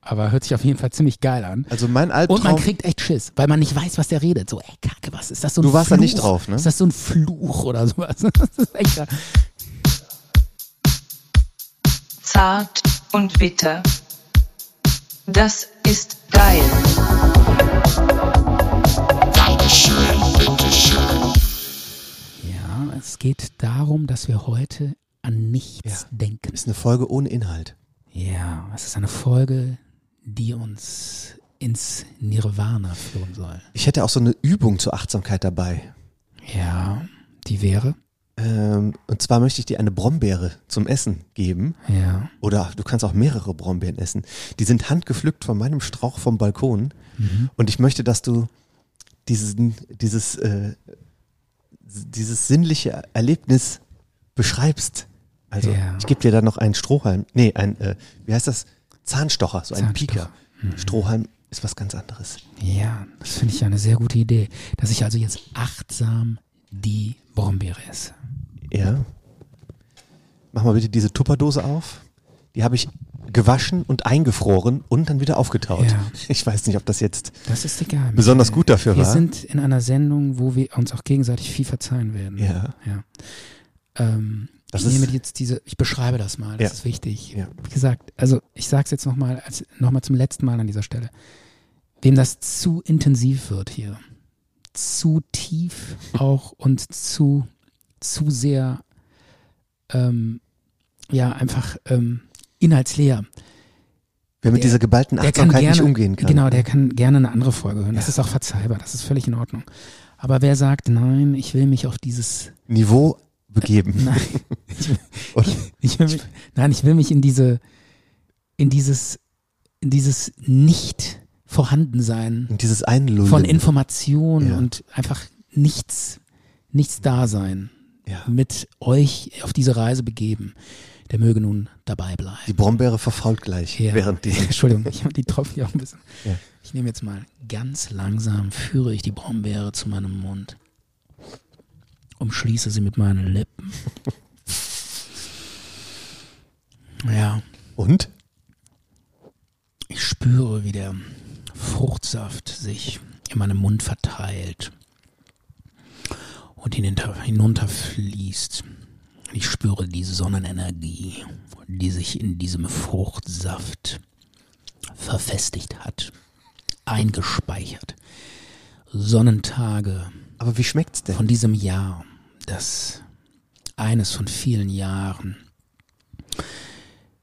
S2: Aber hört sich auf jeden Fall ziemlich geil an.
S3: Also mein
S2: Und man
S3: Albtraum,
S2: kriegt echt Schiss, weil man nicht weiß, was der redet. So, ey, Kacke, was ist das so ein
S3: Du warst da
S2: Fluch?
S3: nicht drauf, ne?
S2: Ist das so ein Fluch oder sowas? [laughs] Das ist echt.
S1: Zart und bitter. Das ist geil.
S2: Ja, es geht darum, dass wir heute an nichts denken.
S3: ist eine Folge ohne Inhalt.
S2: Ja, es ist eine Folge, die uns ins Nirvana führen soll.
S3: Ich hätte auch so eine Übung zur Achtsamkeit dabei.
S2: Ja, die wäre.
S3: Ähm, und zwar möchte ich dir eine Brombeere zum Essen geben.
S2: Ja.
S3: Oder du kannst auch mehrere Brombeeren essen. Die sind handgepflückt von meinem Strauch vom Balkon.
S2: Mhm.
S3: Und ich möchte, dass du diesen, dieses, äh, dieses sinnliche Erlebnis beschreibst. Also
S2: Ja.
S3: ich gebe dir dann noch einen Strohhalm. Nee, ein, äh, wie heißt das? Zahnstocher, so ein
S2: Zahnstocher. Mhm.
S3: Pieker. Strohhalm ist was ganz anderes.
S2: Ja, das finde ich ja eine sehr gute Idee, dass ich also jetzt achtsam die Brombeere esse.
S3: Ja. Mach mal bitte diese Tupperdose auf. Die habe ich gewaschen und eingefroren und dann wieder aufgetaut.
S2: Ja.
S3: Ich weiß nicht, ob das jetzt.
S2: Das ist egal.
S3: Besonders
S2: Michael.
S3: gut dafür,
S2: Wir
S3: wa?
S2: sind in einer Sendung, wo wir uns auch gegenseitig viel verzeihen werden.
S3: Ja.
S2: ja. Ähm,
S3: Das
S2: ich nehme
S3: ist-
S2: jetzt diese, ich beschreibe das mal, das
S3: Ja.
S2: ist wichtig.
S3: Ja.
S2: Wie gesagt, also ich sage es jetzt nochmal, nochmal zum letzten Mal an dieser Stelle. Wem das zu intensiv wird hier, zu tief auch und zu, zu sehr, ähm, ja, einfach ähm, inhaltsleer.
S3: Wer mit
S2: Der-
S3: dieser geballten
S2: Der kann
S3: Achtsamkeit
S2: gerne,
S3: nicht umgehen ne? kann.
S2: Genau, der kann gerne eine andere Folge hören. Das ist auch verzeihbar, das ist völlig in Ordnung. Aber wer sagt, nein, ich will mich auf dieses, [laughs]
S3: Niveau begeben.
S2: nein,
S3: [laughs] Oder?
S2: ich will mich, nein, ich will mich in diese, in dieses, in dieses nicht vorhanden sein
S3: Und dieses Einlullen.
S2: von Informationen
S3: Ja.
S2: und einfach nichts, nichts da sein,
S3: ja.
S2: mit euch auf diese Reise begeben. Der möge nun dabei
S3: Die
S2: bleiben.
S3: Brombeere verfault gleich
S2: Ja.
S3: während [laughs] dieses.
S2: [laughs] Entschuldigung, ich habe die Tropfen hier auch ein bisschen.
S3: Ja.
S2: Ich nehme jetzt mal ganz langsam, führe ich die Brombeere zu meinem Mund, umschließe sie mit meinen
S3: [laughs]
S2: Lippen. Ja,
S3: Und?
S2: ich spüre, wie der Fruchtsaft sich in meinem Mund verteilt und hinunter, hinunterfließt. Ich spüre die Sonnenenergie, die sich in diesem Fruchtsaft verfestigt hat, eingespeichert. Sonnentage
S3: Aber wie schmeckt's denn?
S2: von diesem Jahr, das eines von vielen Jahren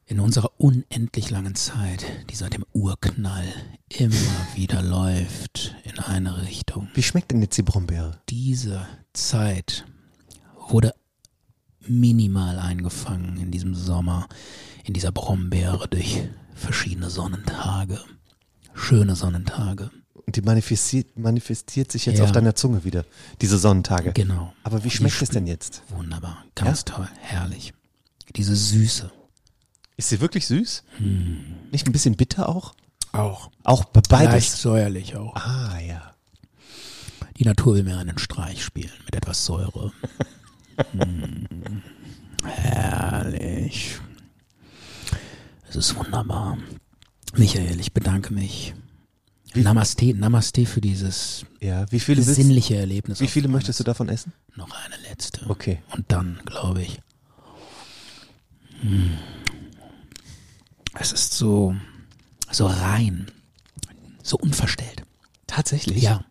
S2: in unserer unendlich langen Zeit, die seit dem Urknall immer wieder läuft in eine Richtung.
S3: Wie schmeckt denn jetzt die Brombeere?
S2: Diese Zeit wurde minimal eingefangen in diesem Sommer, in dieser Brombeere durch verschiedene Sonnentage. Schöne Sonnentage.
S3: Und die manifestiert, manifestiert sich jetzt
S2: Ja.
S3: auf deiner Zunge wieder, diese Sonnentage.
S2: Genau.
S3: Aber wie
S2: Die
S3: schmeckt es
S2: spü-
S3: denn jetzt?
S2: Wunderbar, ganz toll, herrlich. Diese Süße.
S3: Ist sie wirklich süß?
S2: Hm.
S3: Nicht ein bisschen bitter auch?
S2: Auch.
S3: Auch be-
S2: Leicht
S3: beides.
S2: säuerlich auch.
S3: Ah, ja.
S2: Die Natur will mir einen Streich spielen mit etwas
S3: [laughs]
S2: Säure. Hm. Herrlich. Es ist wunderbar. Michael, ich bedanke mich. Namaste, Namaste für dieses
S3: Ja, wie viele, willst,
S2: sinnliche Erlebnis.
S3: wie viele möchtest du davon essen?
S2: Noch eine letzte.
S3: Okay.
S2: Und dann, glaube ich. Hm. Es ist so, so rein, so unverstellt.
S3: Tatsächlich?
S2: Ja.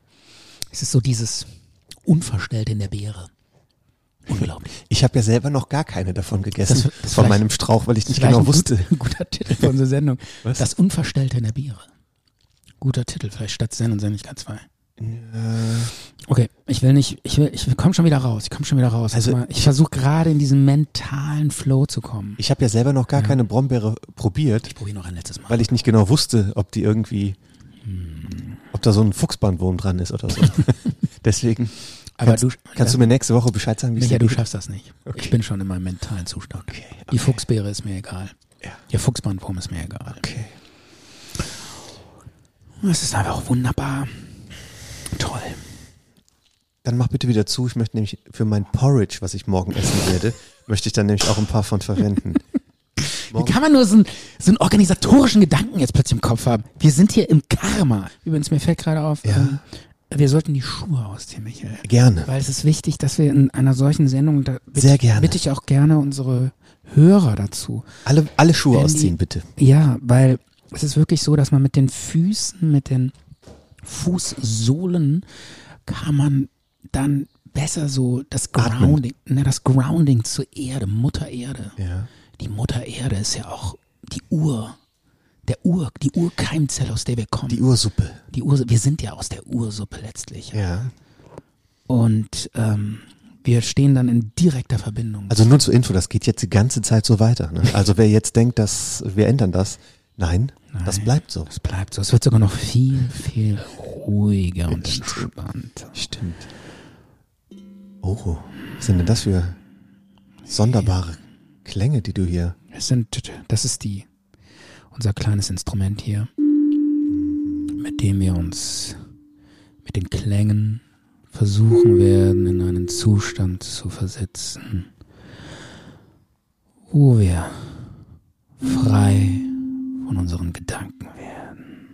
S2: Es ist so dieses Unverstellte in der Beere. Unglaublich.
S3: Ich habe ja selber noch gar keine davon
S2: Das-
S3: gegessen,
S2: das
S3: von
S2: vielleicht-
S3: meinem Strauch, weil ich nicht
S2: Vielleicht
S3: genau
S2: ein gut-
S3: wusste.
S2: Ein guter Titel für unsere [laughs] Sendung. Das Unverstellte in der Beere. Guter Titel, vielleicht statt Zen und Sendlichkeit 2. Okay, ich will nicht, ich will, ich komme schon wieder raus, ich komme schon wieder raus.
S3: Also,
S2: Also, mal, ich versuche gerade in diesen mentalen Flow zu kommen.
S3: Ich habe ja selber noch gar keine Brombeere probiert,
S2: Ich probiere noch ein letztes Mal.
S3: weil ich nicht genau wusste, ob die irgendwie,
S2: Hm.
S3: ob da so ein Fuchsbandwurm dran
S2: [laughs]
S3: ist oder so. Deswegen
S2: Aber
S3: kannst,
S2: du-
S3: kannst du mir nächste Woche Bescheid sagen, wie es
S2: Micha,
S3: dir
S2: du
S3: geht?
S2: schaffst das nicht. Ich bin schon in meinem mentalen Zustand. Die Fuchsbeere ist mir egal.
S3: Ja.
S2: Der Fuchsbandwurm ist mir egal.
S3: Okay.
S2: Es ist einfach wunderbar. Toll.
S3: Dann mach bitte wieder zu. Ich möchte nämlich für mein Porridge, was ich morgen essen werde, möchte ich dann nämlich auch ein paar
S2: [laughs]
S3: von verwenden.
S2: Wie kann man nur so einen, so einen organisatorischen Gedanken jetzt plötzlich im Kopf haben? Wir sind hier im Karma. Übrigens, mir fällt gerade auf, ähm, wir sollten die Schuhe ausziehen, Michael.
S3: Gerne.
S2: Weil es ist wichtig, dass wir in einer solchen Sendung, da bitte,
S3: Sehr gerne.
S2: bitte ich auch gerne unsere Hörer dazu.
S3: Alle, alle Schuhe
S2: Wenn die-
S3: ausziehen, bitte.
S2: Ja, weil es ist wirklich so, dass man mit den Füßen, mit den Fußsohlen kann man dann besser so das
S3: Atmen.
S2: Grounding, ne, das Grounding zur Erde, Mutter Erde.
S3: Ja.
S2: Die Mutter Erde ist ja auch die Ur, der Ur, die Urkeimzelle, aus der wir kommen.
S3: Die Ursuppe.
S2: Die Ur, wir sind ja aus der Ursuppe letztlich.
S3: Ja.
S2: Und ähm, Wir stehen dann in direkter Verbindung.
S3: Also nur zur Info, das geht jetzt die ganze Zeit so weiter. Ne? Also wer jetzt denkt, dass wir ändern das, nein, das
S2: Nein.
S3: bleibt so.
S2: es bleibt so. Es wird sogar noch viel, viel ruhiger und entspannter.
S3: Stimmt. Oh, was sind denn das für sonderbare Klänge, die du hier.
S2: Es sind, das ist die, unser kleines Instrument hier, mit dem wir uns mit den Klängen versuchen werden, in einen Zustand zu versetzen, wo wir frei von unseren Gedanken werden.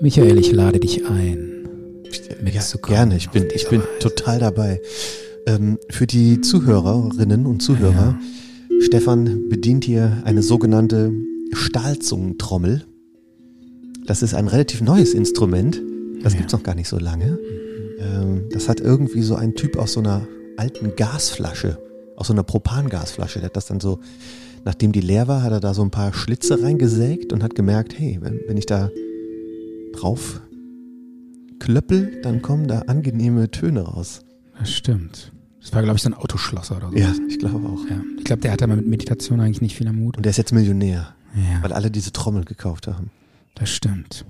S2: Michael, ich lade dich ein, mitzukommen.
S3: gerne, ich bin,
S2: auf
S3: ich
S2: dieser
S3: bin
S2: Reise.
S3: total dabei. Ähm, für die Zuhörerinnen und Zuhörer, Stefan bedient hier eine sogenannte Stahlzungentrommel. Das ist ein relativ neues Instrument. Das
S2: Ja.
S3: gibt's noch gar nicht so lange. Ähm, das hat irgendwie so ein Typ aus so einer alten Gasflasche, aus so einer Propangasflasche. Der hat das dann so, nachdem die leer war, hat er da so ein paar Schlitze reingesägt und hat gemerkt, hey, wenn, wenn ich da drauf klöppel, dann kommen da angenehme Töne raus.
S2: Das stimmt. Das war, glaube ich, so ein Autoschlosser oder so.
S3: Ja, ich glaube auch.
S2: Ja, ich glaube, der hatte mal mit Meditation eigentlich nicht viel am Mut.
S3: Und der ist jetzt Millionär,
S2: Ja,
S3: weil alle diese Trommel gekauft haben.
S2: das stimmt.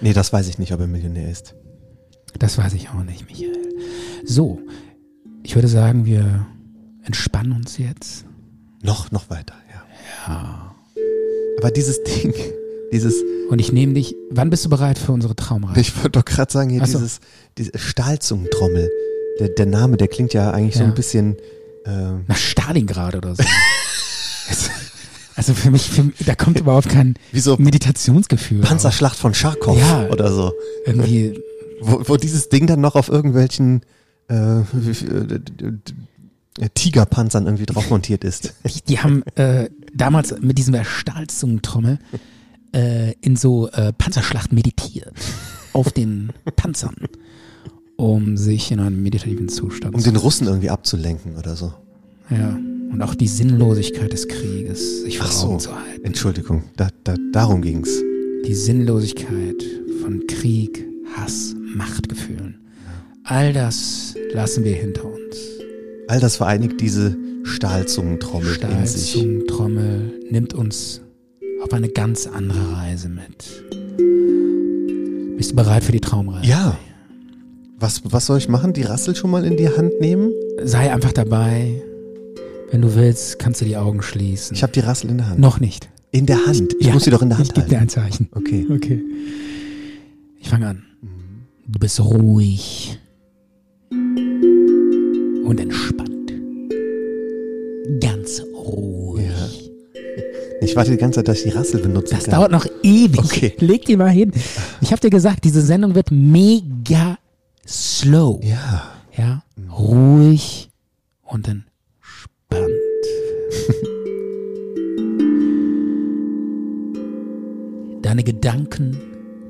S3: Nee, das weiß ich nicht, ob er Millionär ist.
S2: Das weiß ich auch nicht, Michael. So, ich würde sagen, wir entspannen uns jetzt.
S3: Noch, noch weiter, ja. Aber dieses Ding, dieses,
S2: Und ich nehme dich. Wann bist du bereit für unsere Traumreise?
S3: ich wollte doch gerade sagen, hier
S2: Ach so.
S3: dieses, diese Stahlzungentrommel, der, der Name, der klingt ja eigentlich so
S2: Ja.
S3: ein bisschen, ähm,
S2: Nach Stalingrad oder so. [laughs] Es- also für mich, für, mich- da kommt überhaupt kein
S3: wie so
S2: Meditationsgefühl.
S3: Panzerschlacht von Scharkow
S2: Ja.
S3: oder so.
S2: auf. Irgendwie,
S3: Wo, wo dieses Ding dann noch auf irgendwelchen äh, [laughs] wie viel- äh, d- d- d- Tigerpanzern irgendwie drauf montiert ist.
S2: die, die haben äh, damals mit diesem Stahlzungentrommel äh, in so äh, Panzerschlachten meditiert. Auf den Panzern. Um sich in einem meditativen Zustand
S3: Um
S2: zu
S3: den Russen irgendwie abzulenken oder so.
S2: Ja. Und auch die Sinnlosigkeit des Krieges sich vor
S3: Ach so.
S2: Augen zu halten.
S3: Entschuldigung, da, da, darum ging's.
S2: Die Sinnlosigkeit von Krieg, Hass, Machtgefühlen. All das lassen wir hinter uns.
S3: All das vereinigt diese Stahlzungentrommel in sich.
S2: Stahlzungentrommel nimmt uns auf eine ganz andere Reise mit. Bist du bereit für die Traumreise?
S3: Ja. Was, was soll ich machen? Die Rassel schon mal in die Hand nehmen?
S2: Sei einfach dabei. Wenn du willst, kannst du die Augen schließen.
S3: Ich habe die Rassel in der Hand.
S2: Noch nicht.
S3: In der Hand. Ich
S2: Ja.
S3: muss sie doch in der Hand
S2: Ich gebe dir
S3: halten.
S2: ein Zeichen.
S3: Okay.
S2: Okay. Ich fange an.
S3: Mhm.
S2: Du bist ruhig und entspannt. Ganz ruhig.
S3: Ich warte die ganze Zeit, dass ich die Rassel benutzen
S2: Das
S3: kann.
S2: dauert noch ewig.
S3: Okay.
S2: Leg dir mal hin. Ich habe dir gesagt, diese Sendung wird mega slow.
S3: Ja.
S2: Ja, ruhig und
S3: [laughs]
S2: entspannt. Deine Gedanken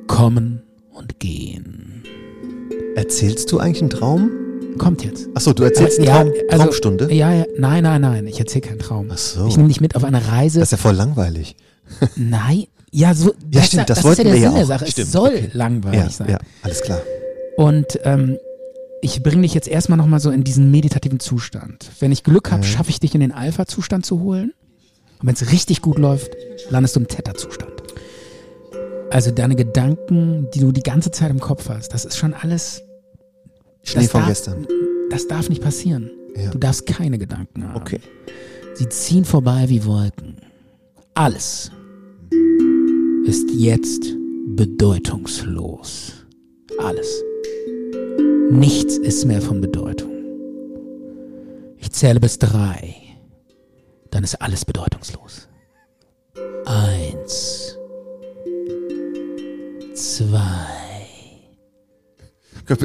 S2: kommen und gehen.
S3: Erzählst du eigentlich einen Traum?
S2: Kommt jetzt.
S3: Achso, du erzählst
S2: Aber-
S3: einen Traum,
S2: also-
S3: Traumstunde?
S2: Ja, ja, nein, nein, nein. Ich erzähle keinen Traum.
S3: Ach so.
S2: Ich nehme dich mit auf eine Reise.
S3: Das ist ja voll langweilig.
S2: nein. Ja, so,
S3: Ja, stimmt, das
S2: ist ja
S3: wollten
S2: der
S3: wir ja
S2: Sinn der
S3: auch.
S2: Sache.
S3: Stimmt,
S2: Es soll
S3: okay.
S2: langweilig
S3: Ja,
S2: sein.
S3: ja, alles klar.
S2: Und ähm, ich bringe dich jetzt erstmal nochmal so in diesen meditativen Zustand. Wenn ich Glück
S3: Mhm.
S2: habe, schaffe ich dich in den Alpha-Zustand zu holen. Und wenn es richtig gut läuft, landest du im Theta-Zustand. Also deine Gedanken, die du die ganze Zeit im Kopf hast, das ist schon alles,
S3: Schnee
S2: Das
S3: von
S2: darf-
S3: gestern.
S2: das darf nicht passieren.
S3: Ja.
S2: Du darfst keine Gedanken haben.
S3: Okay.
S2: Sie ziehen vorbei wie Wolken. Alles ist jetzt bedeutungslos. Alles. Nichts ist mehr von Bedeutung. Ich zähle bis drei. Dann ist alles bedeutungslos. Eins. Zwei.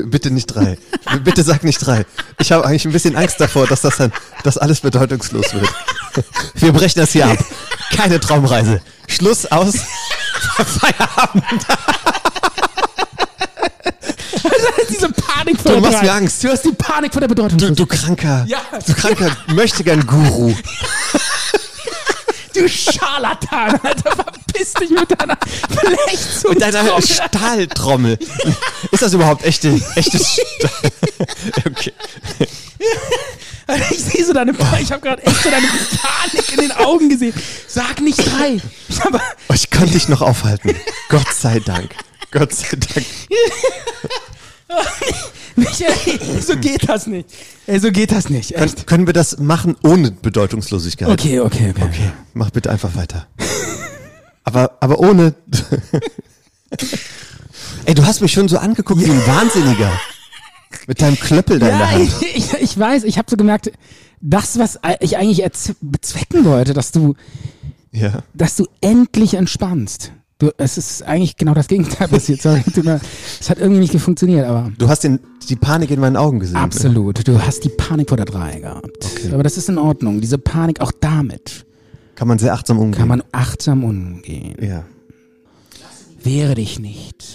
S3: Bitte nicht drei. Bitte sag nicht drei. Ich habe eigentlich ein bisschen Angst davor, dass das dann, dass alles bedeutungslos wird. [laughs] Wir brechen das hier ab. Keine Traumreise. Schluss aus. Feierabend.
S2: Diese Panik vor
S3: Du
S2: der
S3: machst
S2: drei.
S3: mir Angst.
S2: Du hast die Panik vor der Bedeutung.
S3: Du, du kranker,
S2: Ja.
S3: du kranker, möchte gern Guru.
S2: Du Scharlatan, Alter, verpiss Verpiss dich mit deiner Blechzutat.
S3: Mit deiner Stahltrommel. Ist das überhaupt echte, echtes Stahl? Okay.
S2: Ich sehe so deine, ich habe gerade echt so deine Panik in den Augen gesehen. Sag nicht drei. Ich hab,
S3: Oh, Ich konnte dich noch aufhalten. Gott sei Dank. Gott sei Dank.
S2: Michael, so geht das nicht. Ey, so geht das nicht. Echt.
S3: Können, können wir das machen ohne Bedeutungslosigkeit?
S2: Okay, okay, okay.
S3: Okay, mach bitte einfach weiter. [laughs] Aber,
S2: [laughs]
S3: aber ohne. Ey, du hast mich schon so angeguckt wie ein Wahnsinniger. Mit deinem Klöppel da in der
S2: Ja,
S3: Hand.
S2: ich, ich, ich weiß, ich habe so gemerkt, das, was ich eigentlich erz- bezwecken wollte, dass du,
S3: Ja.
S2: dass du endlich entspannst. Du, es ist eigentlich genau das Gegenteil passiert. Sorry, tut mir- es hat irgendwie nicht funktioniert, aber
S3: Du hast den, die Panik in meinen Augen gesehen.
S2: absolut. Du hast die Panik vor der Drei gehabt. Aber das ist in Ordnung. Diese Panik, auch damit
S3: Kann man sehr achtsam umgehen.
S2: kann man achtsam umgehen.
S3: Ja.
S2: Wehre dich nicht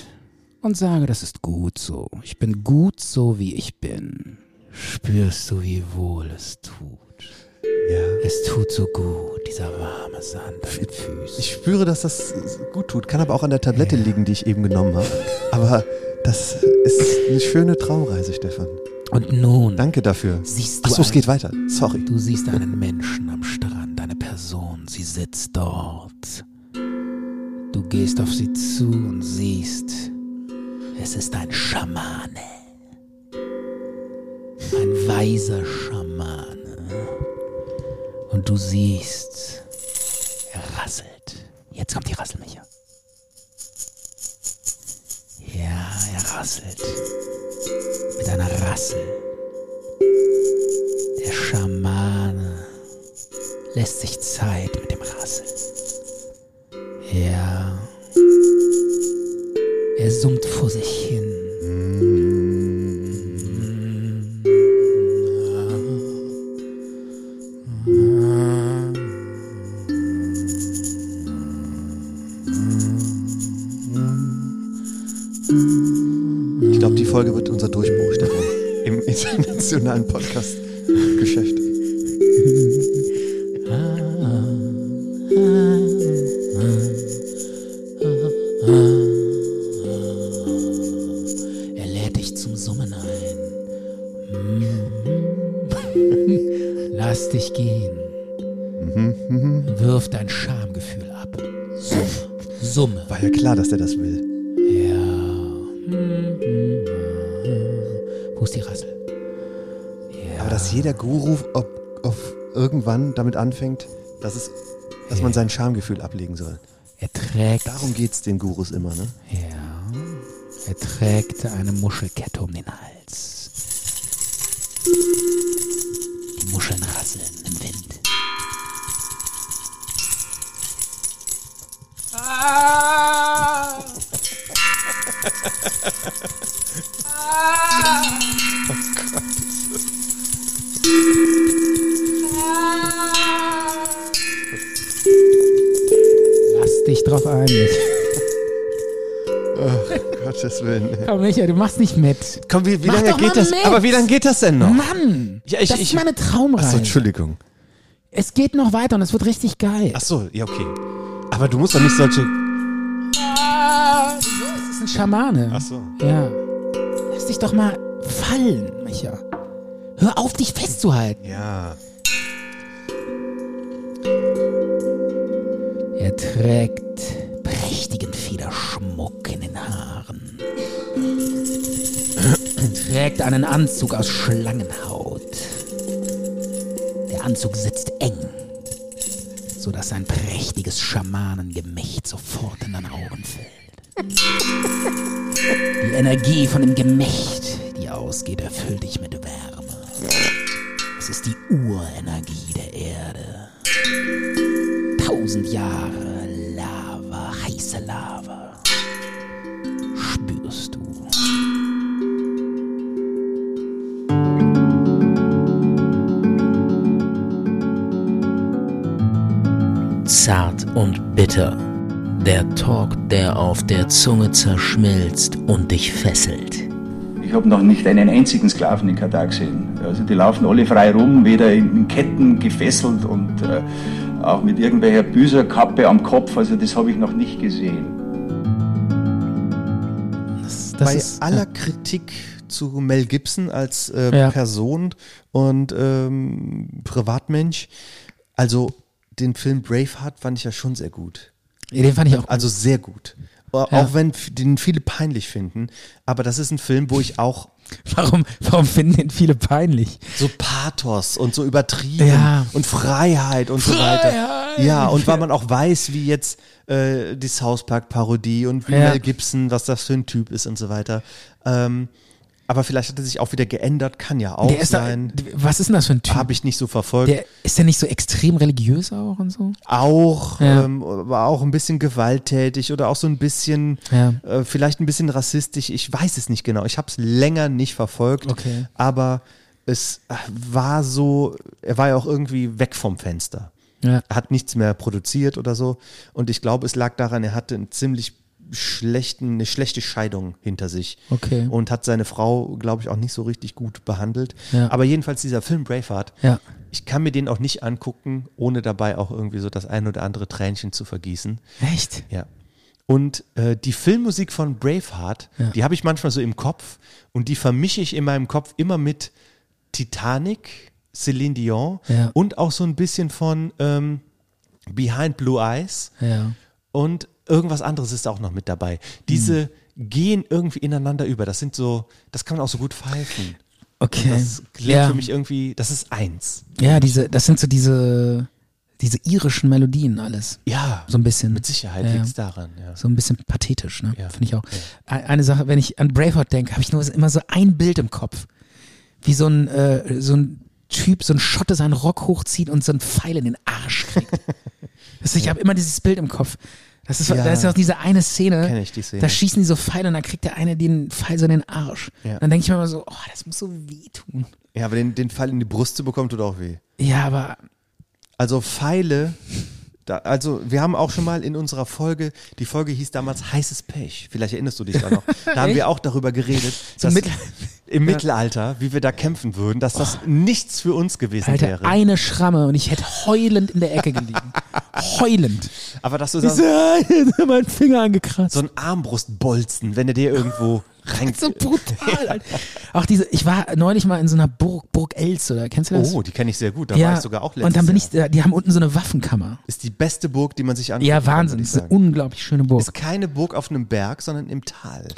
S2: und sage, das ist gut so. Ich bin gut so, wie ich bin. Spürst du, wie wohl es tut?
S3: ja.
S2: Es tut so gut, dieser warme Sand an den Füßen.
S3: Ich spüre, dass das gut tut. Kann aber auch an der Tablette liegen, die ich eben genommen habe. Aber das ist eine schöne Traumreise, Stefan.
S2: Und nun
S3: Danke dafür.
S2: siehst du,
S3: Achso, es
S2: ein-
S3: geht weiter. Sorry.
S2: du siehst einen Menschen am Strand, eine Person, sie sitzt dort. Du gehst auf sie zu und siehst, es ist ein Schamane. Ein weiser Schamane. Und du siehst, er rasselt. Jetzt kommt die Rasselmecher. Ja, er rasselt. Mit einer Rassel. Der Schamane lässt sich Zeit mit dem Rassel. Ja. Er summt vor sich hin.
S3: Ich glaube, die Folge wird unser Durchbruch, Stefan. Im [laughs] internationalen Podcast-Geschäft.
S2: Er lädt dich zum Summen ein. [laughs] Mm. Lass dich gehen. Wirf dein Schamgefühl ab. Summe. Summe.
S3: War ja klar, dass der das will.
S2: Wo ist die Rassel?
S3: Aber dass jeder Guru ob, auf irgendwann damit anfängt, dass, es, dass man sein Schamgefühl ablegen soll.
S2: Er trägt.
S3: Darum geht's den Gurus immer, ne?
S2: Ja. Er trägt eine Muschelkette um den Hals. Die Muscheln rasseln im Wind. Ah. Oh Lass dich drauf ein.
S3: Gottes Willen.
S2: Komm, Michael, du machst nicht mit.
S3: Komm, wie, wie
S2: Mach
S3: lange
S2: doch
S3: geht
S2: mal
S3: das?
S2: mit.
S3: Aber wie lange geht das denn noch?
S2: Mann!
S3: Ja, ich-
S2: das
S3: ich-
S2: ist meine
S3: Achso,
S2: Traumreise.
S3: Hm. Entschuldigung.
S2: es geht noch weiter und es wird richtig geil.
S3: Achso, ja, okay. Aber du musst doch nicht solche.
S2: Das ist ein Schamane.
S3: Achso.
S2: Ja. Lass dich doch mal fallen, Micha. Hör auf, dich festzuhalten.
S3: Ja.
S2: Er trägt prächtigen Federschmuck in den Haaren. trägt einen Anzug aus Schlangenhaut. Der Anzug sitzt eng, sodass sein prächtiges Schamanengemächt sofort in deine Augen fällt. Die Energie von dem Gemächt, die ausgeht, erfüllt dich mit Wärme. Es ist die Urenergie der Erde. Tausend Jahre Lava, heiße Lava. Spürst du. Zart und bitter. Der Talk, der auf der Zunge zerschmilzt und dich fesselt.
S8: Ich habe noch nicht einen einzigen Sklaven in Katar gesehen. Also die laufen alle frei rum, weder in in Ketten gefesselt und äh, Auch mit irgendwelcher Büserkappe am Kopf, also das habe ich noch nicht gesehen.
S3: Bei
S2: ist-
S3: aller Kritik zu Mel Gibson als äh,
S2: Ja.
S3: Person und ähm, Privatmensch, also den Film Braveheart fand ich ja schon sehr gut.
S2: Ja, den fand ich auch
S3: Also sehr gut. Äh, Auch wenn f- den viele peinlich finden, aber das ist ein Film, wo ich auch
S2: Warum, warum finden den viele peinlich?
S3: so Pathos und so übertrieben
S2: Ja.
S3: und Freiheit und so weiter. Ja, und weil man auch weiß, wie jetzt äh, die South Park Parodie und wie
S2: Ja.
S3: Mel Gibson, was das für ein Typ ist und so weiter. Ähm, aber vielleicht hat er sich auch wieder geändert, kann ja auch
S2: Der ist da-
S3: sein.
S2: was ist denn das für ein Typ?
S3: Habe ich nicht so verfolgt.
S2: Der ist ja nicht so extrem religiös auch und so.
S3: auch,
S2: Ja.
S3: ähm, war auch ein bisschen gewalttätig oder auch so ein bisschen,
S2: Ja.
S3: äh, vielleicht ein bisschen rassistisch. Ich weiß es nicht genau. Ich habe es länger nicht verfolgt,
S2: Okay.
S3: aber es äh, war so, er war ja auch irgendwie weg vom Fenster.
S2: Ja.
S3: Er hat nichts mehr produziert oder so. Und ich glaube, es lag daran, er hatte einen ziemlich schlechten, eine schlechte Scheidung hinter sich.
S2: Okay.
S3: Und hat seine Frau, glaube ich, auch nicht so richtig gut behandelt.
S2: Ja.
S3: Aber jedenfalls dieser Film Braveheart,
S2: Ja.
S3: ich kann mir den auch nicht angucken, ohne dabei auch irgendwie so das ein oder andere Tränchen zu vergießen.
S2: Echt?
S3: Ja. Und äh, die Filmmusik von Braveheart, die habe ich manchmal so im Kopf und die vermische ich in meinem Kopf immer mit Titanic, Celine Dion
S2: Ja.
S3: und auch so ein bisschen von ähm, Behind Blue Eyes
S2: Ja.
S3: und irgendwas anderes ist auch noch mit dabei. Diese
S2: Hm.
S3: gehen irgendwie ineinander über. Das sind so, das kann man auch so gut pfeifen.
S2: Okay.
S3: Das klingt
S2: ja.
S3: für mich irgendwie, das ist eins.
S2: ja, diese, das sind so diese, diese irischen Melodien alles.
S3: Ja,
S2: So ein bisschen.
S3: mit Sicherheit
S2: Ja, ja.
S3: liegt es daran. Ja.
S2: So ein bisschen pathetisch, ne?
S3: Ja.
S2: Finde ich auch. E- Eine Sache, wenn ich an Braveheart denke, habe ich nur immer so ein Bild im Kopf. Wie so ein, äh, so ein Typ, so ein Schotte seinen Rock hochzieht und so einen Pfeil in den Arsch
S3: [laughs]
S2: kriegt. das, ich habe immer dieses Bild im Kopf. Das ist,
S3: Ja.
S2: da ist ja auch diese eine Szene,
S3: Kenn ich die Szene.
S2: da schießen die so Pfeile und dann kriegt der eine den Pfeil so in den Arsch.
S3: Ja.
S2: Dann denke ich mir immer so, oh, das muss so wehtun.
S3: ja, aber den, den Fall in die Brust zu bekommen, tut auch weh.
S2: Ja, aber
S3: Also Pfeile, da, also wir haben auch schon mal in unserer Folge, die Folge hieß damals Heißes Pech, vielleicht erinnerst du dich da noch, da haben wir auch darüber geredet, dass
S2: Mittel-
S3: im Mittelalter, wie wir da kämpfen würden, dass das nichts für uns gewesen
S2: Alter,
S3: wäre.
S2: eine Schramme und ich hätte heulend in der Ecke
S3: [laughs]
S2: gelegen. heulend.
S3: Aber dass du
S2: Ich so,
S3: sagst,
S2: ah, jetzt hat [laughs] mein Finger angekratzt.
S3: so ein Armbrustbolzen, wenn er dir irgendwo rein...
S2: [laughs] so brutal. Alter. Auch diese, ich war neulich mal in so einer Burg, Burg Elz, oder kennst du das?
S3: Oh, die kenne ich sehr gut, da
S2: ja,
S3: war ich sogar auch letztes
S2: Und dann bin ich,
S3: Jahr.
S2: da- die haben unten so eine Waffenkammer.
S3: Ist die beste Burg, die man sich angucken
S2: Ja,
S3: kann,
S2: Wahnsinn.
S3: würde ich
S2: Das ist eine
S3: sagen.
S2: unglaublich schöne Burg.
S3: Ist keine Burg auf einem Berg, sondern im Tal.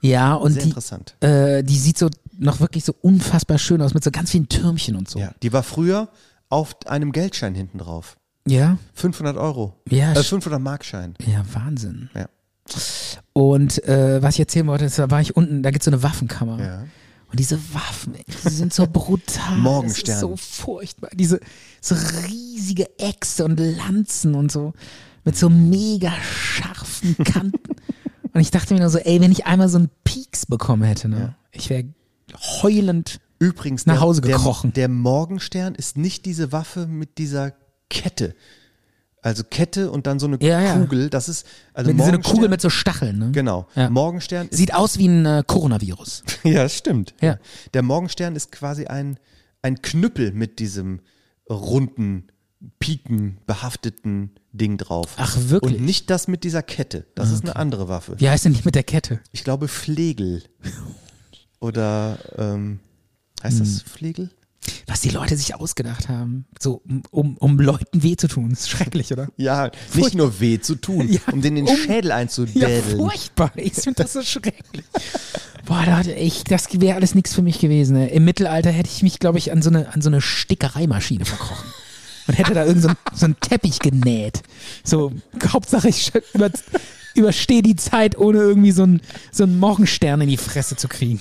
S2: ja, und
S3: Sehr
S2: die,
S3: interessant.
S2: Äh, die sieht so noch wirklich so unfassbar schön aus, mit so ganz vielen Türmchen und so.
S3: Ja. Die war früher auf einem Geldschein hinten drauf.
S2: Ja,
S3: 500 Euro.
S2: Ja,
S3: äh,
S2: sch-
S3: 500 Markschein.
S2: ja Wahnsinn.
S3: Ja.
S2: Und äh, was ich erzählen wollte, ist, da war ich unten, da gibt's so eine Waffenkammer.
S3: Ja.
S2: Und diese Waffen, ey, die sind so brutal. Das
S3: Morgenstern.
S2: ist so furchtbar. Diese so riesige Äxte und Lanzen und so mit so mega scharfen Kanten. und ich dachte mir nur so, ey, wenn ich einmal so einen Peaks bekommen hätte, ne? Ich wäre heulend.
S3: Übrigens,
S2: Nach
S3: der-
S2: Hause
S3: der,
S2: gekrochen.
S3: Der Morgenstern ist nicht diese Waffe mit dieser Kette. Also Kette und dann so eine
S2: Ja, ja.
S3: Kugel. Das ist also
S2: Mit so eine
S3: Morgenstern-
S2: Kugel mit so Stacheln, ne?
S3: Genau.
S2: Ja.
S3: Morgenstern ist, [laughs]
S2: Sieht aus wie ein äh, Coronavirus.
S3: ja, stimmt.
S2: Ja.
S3: Der Morgenstern ist quasi ein, ein Knüppel mit diesem runden, piken, behafteten Ding drauf.
S2: Ach, wirklich? Ah,
S3: Und nicht das mit dieser Kette. Das ist eine andere Waffe.
S2: Wie heißt denn die mit der Kette?
S3: Ich glaube Flegel. Oder ähm, heißt das
S2: Hm.
S3: Flegel?
S2: Was die Leute sich ausgedacht haben, so um- um, um Leuten weh zu tun. ist schrecklich, oder?
S3: Ja, nicht nur weh zu tun,
S2: Ja,
S3: um den in den
S2: um-
S3: Schädel einzudädeln.
S2: Ja, furchtbar. Ich finde das so schrecklich. Boah, da hatte ich, das wäre alles nichts für mich gewesen. Ne? Im Mittelalter hätte ich mich, glaube ich, an so eine, an so eine Stickereimaschine verkrochen. Und hätte da irgendeinen so, einen- so einen Teppich genäht. So, Hauptsache ich sch- über, überstehe die Zeit, ohne irgendwie so einen, so einen Morgenstern in die Fresse zu kriegen.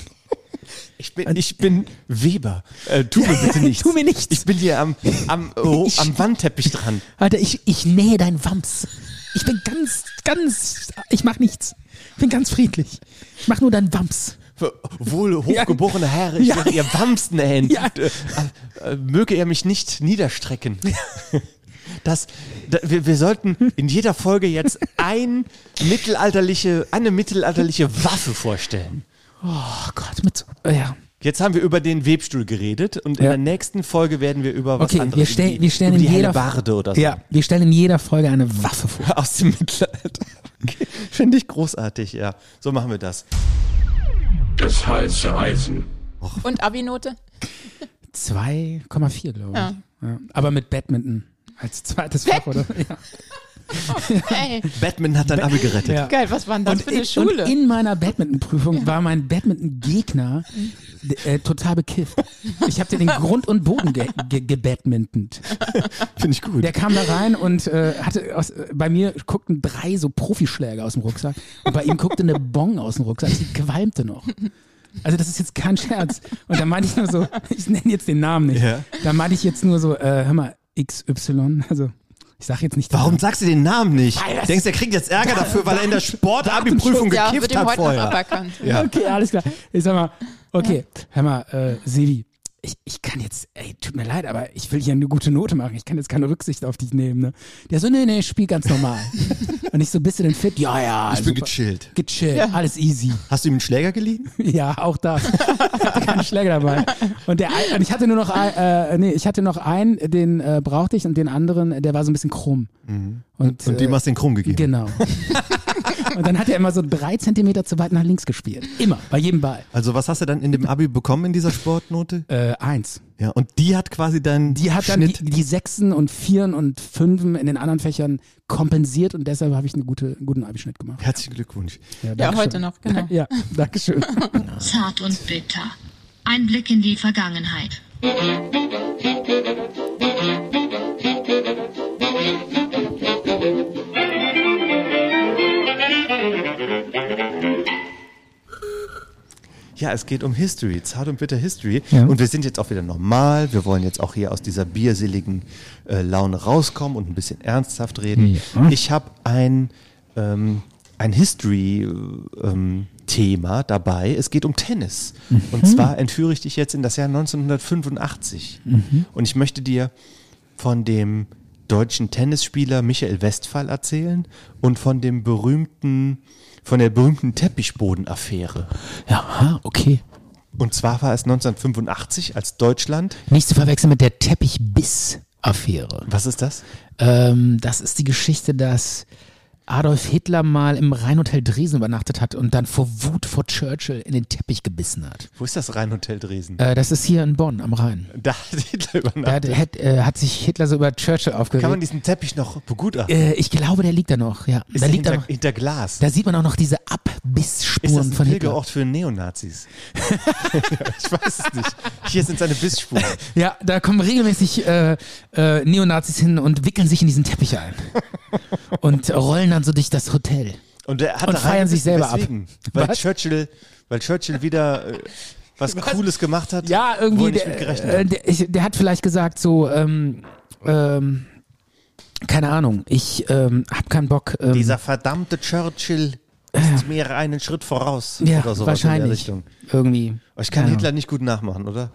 S3: ich, bin, ich bin Weber. Äh, tu mir bitte nichts.
S2: [laughs] Tu mir nichts.
S3: Ich bin hier am,
S2: [laughs]
S3: am, oh, am Wandteppich dran.
S2: Alter, ich, ich nähe deinen Wams. Ich bin ganz, ganz, ich mach nichts. Ich bin ganz friedlich. Ich mach nur deinen Wams.
S3: Wohl hochgeborener Herr, ich
S2: [laughs] Ja.
S3: werde ihr Wamsten nähen.
S2: Ja.
S3: Äh, äh, möge er mich nicht niederstrecken. [laughs] Das, da, wir, wir sollten in jeder Folge jetzt ein mittelalterliche, eine mittelalterliche Waffe vorstellen.
S2: Oh Gott, mit so, ja.
S3: Jetzt haben wir über den Webstuhl geredet und in
S2: Ja.
S3: der nächsten Folge werden wir über was
S2: okay,
S3: anderes
S2: wir, stell,
S3: über
S2: wir stellen
S3: über
S2: in
S3: die
S2: jeder
S3: Hellebarde oder so.
S2: Ja, wir stellen in jeder Folge eine Waffe vor.
S3: Aus dem Mittelalter. Okay. Finde ich großartig, ja. So machen wir das.
S7: Das heiße Eisen.
S3: [laughs]
S5: Und Abi-Note?
S2: 2,4, glaube ich.
S5: Ja.
S2: Ja. Aber mit Badminton als zweites Fach,
S5: [laughs]
S2: oder? Ja.
S5: Ey,
S3: Batman hat dein Abi gerettet.
S2: Ja.
S5: geil, was war denn das für eine
S2: in,
S5: Schule?
S2: und in meiner Badminton-Prüfung war mein Badminton-Gegner
S5: Mhm.
S2: d- äh, total bekifft. Ich habe dir den Grund und Boden ge ge gebadmintent.
S3: Finde ich gut.
S2: Der kam da rein und äh, hatte aus, äh, bei mir guckten drei so Profischläge aus dem Rucksack und bei ihm guckte eine Bong aus dem Rucksack. Die qualmte noch. Also das ist jetzt kein Scherz. Und da meinte ich nur so, ich nenne jetzt den Namen nicht.
S3: Ja.
S2: Da meinte ich jetzt nur so, äh, hör mal, XY, also ich sag jetzt nicht den
S3: Warum
S2: Namen.
S3: sagst du den Namen nicht?
S2: Weil das-
S3: Denkst, er kriegt jetzt Ärger dafür, weil er in der Sport-Abi-Prüfung
S5: ja, wird
S3: gekifft
S5: ihm
S3: hat
S5: heute noch
S3: vorher.
S5: aberkannt.
S3: Ja.
S2: [laughs] Okay, alles klar. Ich sag mal, okay, hör mal, äh, Sevi, ich, ich kann jetzt, ey, tut mir leid, aber ich will hier eine gute Note machen. Ich kann jetzt keine Rücksicht auf dich nehmen, ne? Der so, nee, nee, spiel ganz normal. Und ich so, bist du denn fit? Ja, ja.
S9: Ich bin
S2: super.
S9: gechillt.
S2: Gechillt, alles easy.
S9: Hast du ihm einen Schläger [laughs] geliehen?
S2: [laughs] Ja, auch [laughs] das. Ich hatte keinen Schläger dabei. Und, der, ein- und ich hatte nur noch ein, äh, nee, ich hatte noch einen, den äh, brauchte ich und den anderen, der war so ein bisschen krumm. Und,
S9: Und dem
S2: äh,
S9: hast du den krumm gegeben.
S2: Genau. und dann hat er immer so drei Zentimeter zu weit nach links gespielt. Immer, bei jedem Ball.
S9: Also was hast du dann in dem Abi bekommen in dieser Sportnote?
S2: Äh, eins.
S9: Ja, und die hat quasi deinen
S2: Die hat dann die,
S9: Schnitt.
S2: die Sechsen und Vieren und Fünfen in den anderen Fächern kompensiert und deshalb habe ich einen gute, guten Abischnitt gemacht.
S9: Herzlichen Glückwunsch.
S5: Ja,
S2: Dankeschön.
S5: heute noch, genau.
S2: Ja, [laughs] Dankeschön.
S8: Zart und bitter. Ein Blick in die Vergangenheit.
S3: Ja, es geht um History, zart und bitter History.
S2: Ja.
S3: Und wir sind jetzt auch wieder normal. Wir wollen jetzt auch hier aus dieser bierseligen äh, Laune rauskommen und ein bisschen ernsthaft reden.
S2: Ja.
S3: Ich habe ein, ähm, ein History-Thema dabei. Es geht um Tennis.
S2: Mhm.
S3: Und zwar entführe ich dich jetzt in das Jahr 1985.
S2: Mhm.
S3: Und ich möchte dir von dem deutschen Tennisspieler Michael Westphal erzählen und von dem berühmten, von der berühmten Teppichbodenaffäre.
S2: Ja, aha, okay.
S3: Und zwar war es 1985, als Deutschland.
S2: Nicht zu verwechseln mit der Teppichbiss-Affäre.
S3: Was ist das?
S2: Ähm, das ist die Geschichte, dass Adolf Hitler mal im Rheinhotel Dresden übernachtet hat und dann vor Wut vor Churchill in den Teppich gebissen hat.
S3: Wo ist das Rheinhotel Dresden?
S2: Äh, das ist hier in Bonn am Rhein.
S3: Da [laughs] hat Hitler
S2: Da
S3: übernachtet.
S2: hat, hat, äh, hat sich Hitler so über Churchill aufgeregt.
S3: Kann man diesen Teppich noch begutachten?
S2: äh, ich glaube, der liegt da noch, ja.
S3: ist
S2: da,
S3: er
S2: liegt da,
S3: hinter,
S2: noch,
S3: hinter Glas?
S2: da sieht man auch noch diese
S3: ist das
S2: Abbissspuren
S3: ein
S2: von Hitler.
S3: Pilgerort für
S2: [laughs]
S3: Neonazis? ich weiß es nicht. Hier sind seine Bissspuren.
S2: Ja, da kommen regelmäßig äh, äh, Neonazis hin und wickeln sich in diesen Teppich
S3: [laughs]
S2: ein. und rollen dann so durch das Hotel.
S3: Und er hat
S2: Und
S3: da
S2: feiern sich
S3: reingebissen,
S2: selber ab.
S3: weswegen? Weil
S2: Was?
S3: Churchill, weil Churchill wieder äh, was, Cooles gemacht hat.
S2: Ja,
S3: wo er
S2: irgendwie.
S3: nicht
S2: Der,
S3: mit gerechnet
S2: äh,
S3: hat.
S2: der, ich, der hat vielleicht gesagt, so, ähm, ähm, keine Ahnung, ich ähm, hab keinen Bock. Ähm,
S3: Dieser verdammte Churchill ist mir einen Schritt voraus
S2: ja,
S3: oder sowas in der
S2: wahrscheinlich.
S3: Richtung.
S2: Irgendwie.
S3: Aber ich kann
S2: Ja.
S3: Hitler nicht gut nachmachen, oder?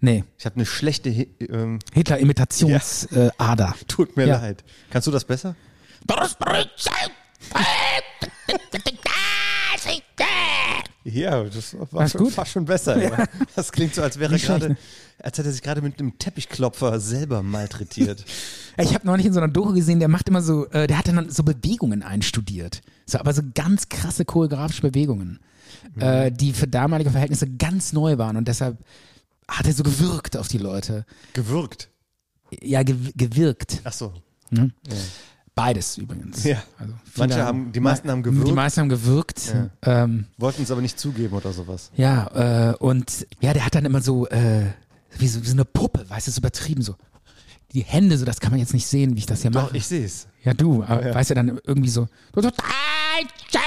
S2: Nee,
S3: Ich habe eine schlechte. Hi- Ähm,
S2: Hitler-Imitationsader. Äh, Ader.
S3: [laughs] tut mir
S2: Ja.
S3: leid. Kannst du das besser?
S2: [laughs]
S3: Ja, das war,
S2: War's
S3: schon,
S2: gut?
S3: war schon besser. Ja. [laughs] ne? Das klingt so, als wäre
S2: Nicht schlecht,
S3: gerade, als hätte er sich gerade mit einem Teppichklopfer selber [laughs] malträtiert.
S2: Ich habe neulich in so einer Doku gesehen, der macht immer so, äh, der hat dann so Bewegungen einstudiert. So, aber so ganz krasse choreografische Bewegungen, äh, die für damalige Verhältnisse ganz neu waren und deshalb hat er so gewirkt auf die Leute.
S3: Gewürgt.
S2: Ja, gew gewirkt.
S3: Ach so.
S2: Ne? Beides übrigens.
S3: Ja.
S2: Also viele
S3: Manche haben, die meisten haben
S2: Die
S3: gewürgt,
S2: meisten haben gewirkt. Ähm,
S3: wollten es aber nicht zugeben oder sowas.
S2: ja, äh, und ja, der hat dann immer so, äh, wie so, wie so eine Puppe, weißt du, so übertrieben so. Die Hände, so das kann man jetzt nicht sehen, wie ich das hier
S3: Doch,
S2: mache.
S3: ich sehe es.
S2: Ja, du, aber
S3: Ja.
S2: weißt du, dann irgendwie so, so, so "Nein, Chef!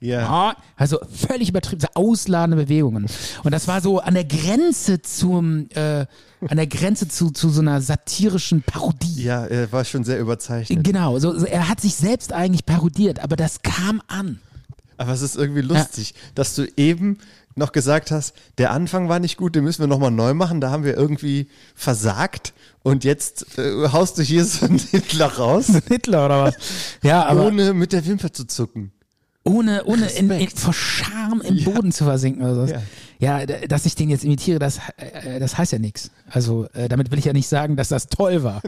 S3: Ja.
S2: Ah, Also völlig übertrieben, so ausladende Bewegungen. Und das war so an der Grenze zum, äh, an der Grenze zu, zu so einer satirischen Parodie.
S3: Ja, er war schon sehr überzeichnet.
S2: Genau, so, so, er hat sich selbst eigentlich parodiert, aber das kam an.
S3: Aber es ist irgendwie lustig, dass du eben noch gesagt hast, der Anfang war nicht gut, den müssen wir nochmal neu machen, da haben wir irgendwie versagt und jetzt äh, haust du hier so einen Hitler raus,
S2: [laughs] Hitler oder was? Ja, aber ohne,
S3: ohne mit der Wimper zu zucken.
S2: ohne, ohne in, in, vor Scham im Boden zu versinken oder so.
S3: Ja.
S2: Ja.
S10: Ja, d- dass ich den jetzt imitiere, das, äh, das heißt ja nichts. Also äh, damit will ich ja nicht sagen, dass das toll
S3: [laughs]
S10: war.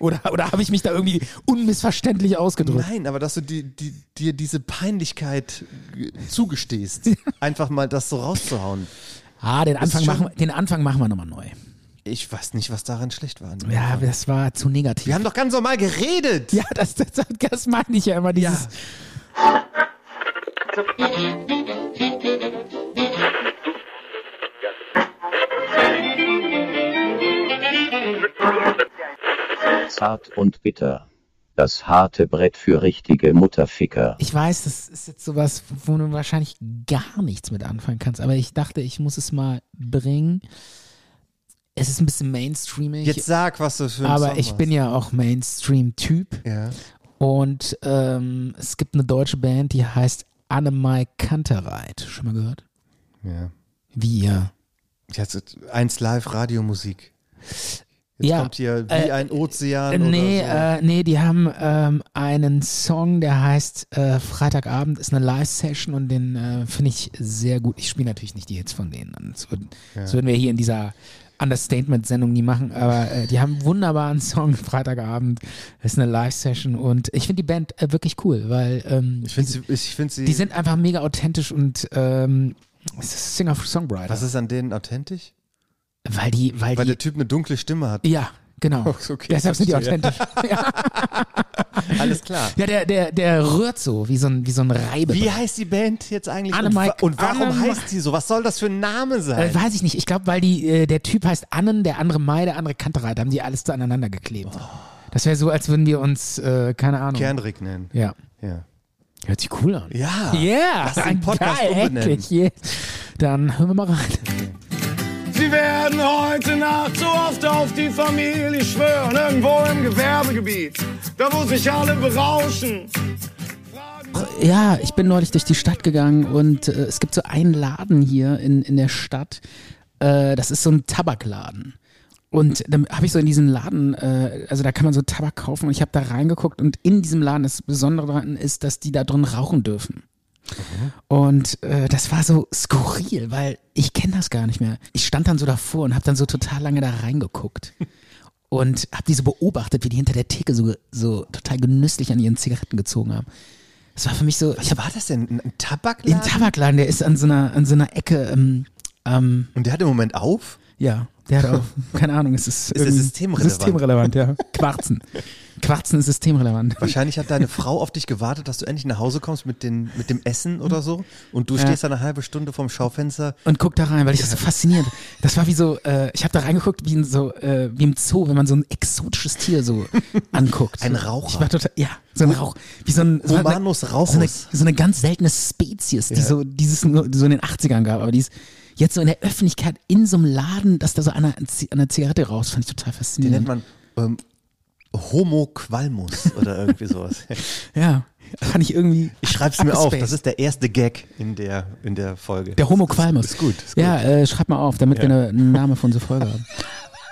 S10: Oder, oder habe ich mich da irgendwie unmissverständlich ausgedrückt?
S3: Nein, aber dass du die, die, dir diese Peinlichkeit g-
S10: [laughs]
S3: zugestehst, einfach mal das so rauszuhauen.
S10: Ah, den
S3: Ist
S10: Anfang,
S3: schon-
S10: machen, wir- den Anfang machen wir nochmal neu.
S3: Ich weiß nicht, was daran schlecht war.
S10: Ja, das war zu negativ. Wir
S3: haben doch ganz normal
S10: [laughs]
S3: geredet.
S10: Ja, das, das, das meine ich ja immer, dieses...
S11: Zart und bitter. Das harte Brett für richtige Mutterficker.
S10: Ich weiß, das ist jetzt sowas, wo du wahrscheinlich gar nichts mit anfangen kannst, aber ich dachte, ich muss es mal bringen. Es ist ein bisschen mainstreamig.
S3: Jetzt sag, was du für einen
S10: Aber
S3: Song
S10: ich
S3: hast.
S10: bin ja auch Mainstream-Typ.
S3: Ja.
S10: Und ähm, es gibt eine deutsche Band, die heißt Annemai Kantereit. Schon mal gehört?
S3: Ja.
S10: Wie ihr?
S3: Jetzt eins live Radiomusik. Jetzt
S10: Ja,
S3: kommt hier wie
S10: äh,
S3: ein Ozean.
S10: Äh, nee,
S3: oder
S10: äh, nee, die haben ähm, einen Song, der heißt äh, Freitagabend ist eine Live-Session und den äh, finde ich sehr gut. Ich spiele natürlich nicht die Hits von denen. an. Das würden,
S3: Ja.
S10: das würden wir hier in dieser Understatement-Sendung nie machen, aber äh, die haben einen wunderbaren Song Freitagabend ist eine Live-Session und ich finde die Band äh, wirklich cool, weil ähm, ich
S3: finde sie, ich finde sie,
S10: die sind einfach mega authentisch und ähm, es ist
S3: so.
S10: Singer-Songwriter.
S3: Was ist an denen authentisch?
S10: Weil die, weil,
S3: der Typ eine dunkle Stimme hat.
S10: Ja, genau.
S3: Okay,
S10: Deshalb sind die
S3: verstehe. [laughs]
S10: authentisch.
S3: Alles klar.
S10: Ja, der, der, der rührt so, wie so ein, wie so ein Reibe. Äh,
S3: Wie heißt die Band jetzt eigentlich?
S10: Anne
S3: und, wa-
S10: Mike-
S3: und warum
S10: Anne
S3: heißt die so? Was soll das für ein Name sein?
S10: äh, weiß ich nicht. Ich glaube, weil die, äh, der Typ heißt Annen, der andere Mai, der andere Kantereit. Da haben die alles so aneinander geklebt.
S3: Oh.
S10: Das wäre so, als würden wir uns, äh, keine Ahnung.
S3: Kernrick nennen.
S10: Ja.
S3: ja.
S10: Hört sich cool an.
S3: Ja.
S10: Yeah.
S3: Lass
S2: [laughs]
S3: den Podcast
S10: Geil,
S3: umbenennen.
S10: endlich. Yeah. Dann hören wir mal rein.
S8: Sie werden heute Nacht so oft auf die Familie schwören, irgendwo im Gewerbegebiet, da wo sich alle berauschen.
S2: Also, Ja, ich bin neulich durch die Stadt gegangen und äh, es gibt so einen Laden hier in, in der Stadt. Äh, das ist so ein Tabakladen. Und dann habe ich so in diesem Laden, äh, also da kann man so Tabak kaufen und ich habe da reingeguckt und in diesem Laden, das Besondere daran ist, dass die da drin rauchen dürfen. Und äh, das war so skurril, weil ich kenne das gar nicht mehr. Ich stand dann so davor und habe dann so total lange da reingeguckt und habe die so beobachtet, wie die hinter der Theke so, so total genüsslich an ihren Zigaretten gezogen haben. Das war für mich so. Was
S3: war das denn? Ein
S2: Tabakladen? Ein Tabakladen, der ist an so einer, an so einer Ecke. Ähm, ähm,
S3: Und der hat im Moment auf?
S2: Ja, der hat auf.
S3: [laughs]
S2: Keine Ahnung, es ist.
S3: Ist es
S2: irgendwie-
S3: systemrelevant?
S2: Systemrelevant,
S3: [laughs]
S2: ja. Quarzen. Quarzen ist systemrelevant.
S3: Wahrscheinlich hat deine Frau auf dich gewartet, dass du endlich nach Hause kommst mit, den, mit dem Essen oder so. Und du
S2: Ja.
S3: stehst da eine halbe Stunde vorm Schaufenster.
S2: Und guck da rein, weil ich das so faszinierend. Das war wie so, äh, ich habe da reingeguckt wie in so äh, wie im Zoo, wenn man so ein exotisches Tier
S3: [laughs]
S2: so anguckt.
S3: Ein
S2: So.
S3: Raucher.
S2: Ich war total, ja, so ein Rauch, wie so ein so eine-
S3: Humanus
S2: So eine,
S3: rauchus.
S2: so eine ganz seltene Spezies, die
S3: Ja.
S2: so dieses nur so in den 80ern gab, aber die ist jetzt so in der Öffentlichkeit in so einem Laden, dass da so einer an Zi- an der Zigarette raus, fand ich total
S3: Den
S2: faszinierend.
S3: nennt man ähm, Homo Qualmus oder irgendwie sowas.
S2: ja, fand ich irgendwie
S3: Ich schreib's mir auf,
S2: abgespaced.
S3: das ist der erste Gag in der, in der Folge.
S2: Der Homo Qualmus. Ist
S3: gut,
S2: Ja, äh, schreib mal auf, damit
S3: Ja.
S2: wir eine- einen Namen von unserer Folge haben.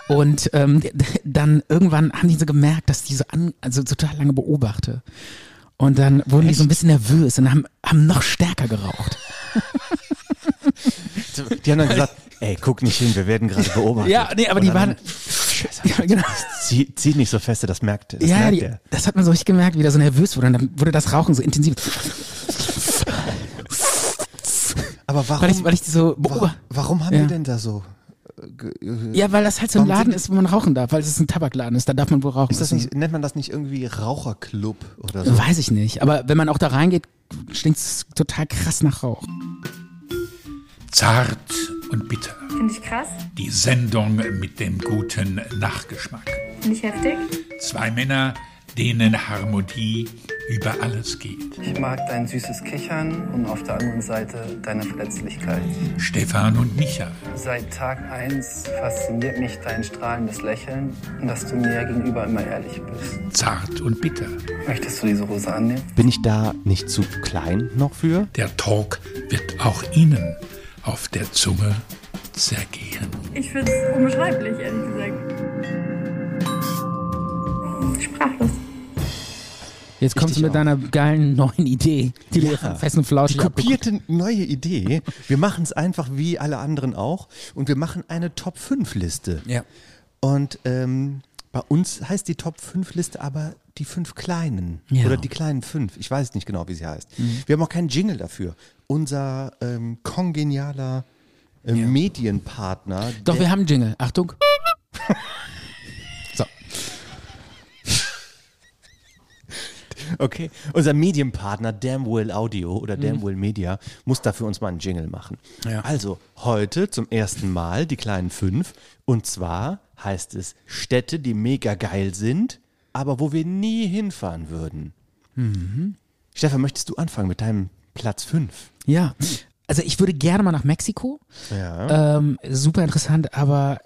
S2: Und ähm, d- d- dann irgendwann haben die so gemerkt, dass die so an, also total lange beobachte. Und dann wurden die so ein bisschen nervös und haben, haben noch stärker geraucht.
S3: [laughs] Die haben dann gesagt, ey, guck nicht hin, wir werden gerade beobachtet.
S2: Ja, nee, aber
S3: Und
S2: die
S3: dann-
S2: waren. Ja, genau.
S3: Zieh, zieh nicht so feste, das merkt das
S2: ja,
S3: merkt
S2: die,
S3: er.
S2: das hat man so richtig gemerkt, wie der so nervös wurde. Und dann wurde das Rauchen so intensiv.
S3: Äh, Aber warum,
S2: Weil ich, weil ich die so
S3: wa-
S2: beobachte.
S3: warum haben
S2: ja.
S3: die denn da so? äh, ge- äh,
S2: Ja, weil das halt so ein
S3: warum
S2: Laden
S3: sind-
S2: ist, wo man rauchen darf, weil es ein Tabakladen ist, da darf man wohl rauchen.
S3: Ist das
S2: Das
S3: nicht, nennt man das nicht irgendwie Raucherclub oder so?
S2: Weiß ich nicht, aber wenn man auch da reingeht, stinkt es total krass nach Rauch.
S7: Zart und bitter.
S12: Finde ich krass.
S7: Die Sendung mit dem guten Nachgeschmack.
S12: Finde ich heftig.
S7: Zwei Männer, denen Harmonie über alles geht.
S13: Ich mag dein süßes Kichern und auf der anderen Seite deine Verletzlichkeit.
S7: Stefan und Micha.
S13: Seit Tag 1 fasziniert mich dein strahlendes Lächeln und dass du mir gegenüber immer ehrlich bist.
S7: Zart und bitter.
S13: Möchtest du diese Rose annehmen?
S3: Bin ich da nicht zu klein noch für?
S7: Der Talk wird auch Ihnen auf der Zunge zergehen.
S12: Ich finde es unbeschreiblich, ehrlich gesagt. Sprachlos.
S2: Jetzt kommst
S3: Richtig
S2: du mit deiner geilen neuen Idee, die wir
S3: Ja.
S2: von fest und flauschig
S3: Die kopierte neue Idee. Wir machen es einfach wie alle anderen auch und wir machen eine Top 5 Liste.
S2: Ja.
S3: Und ähm, bei uns heißt die Top 5 Liste aber die fünf kleinen
S2: Ja.
S3: oder die kleinen fünf. Ich weiß nicht genau, wie sie heißt.
S2: Mhm.
S3: Wir haben auch keinen Jingle dafür. Unser ähm, kongenialer äh, Medienpartner.
S2: Doch,
S3: der-
S2: wir haben einen Jingle. Achtung. so.
S3: Okay. Unser Medienpartner Damwell Audio oder Damwell Media muss dafür uns mal einen Jingle machen.
S2: Mhm. Ja.
S3: Also heute zum ersten Mal die kleinen fünf. Und zwar heißt es Städte, die mega geil sind, aber wo wir nie hinfahren würden.
S2: Mhm.
S3: Stefan, möchtest du anfangen mit deinem Platz fünf?
S2: Ja. Also ich würde gerne mal nach Mexiko.
S3: Ja.
S2: Ähm, super interessant, aber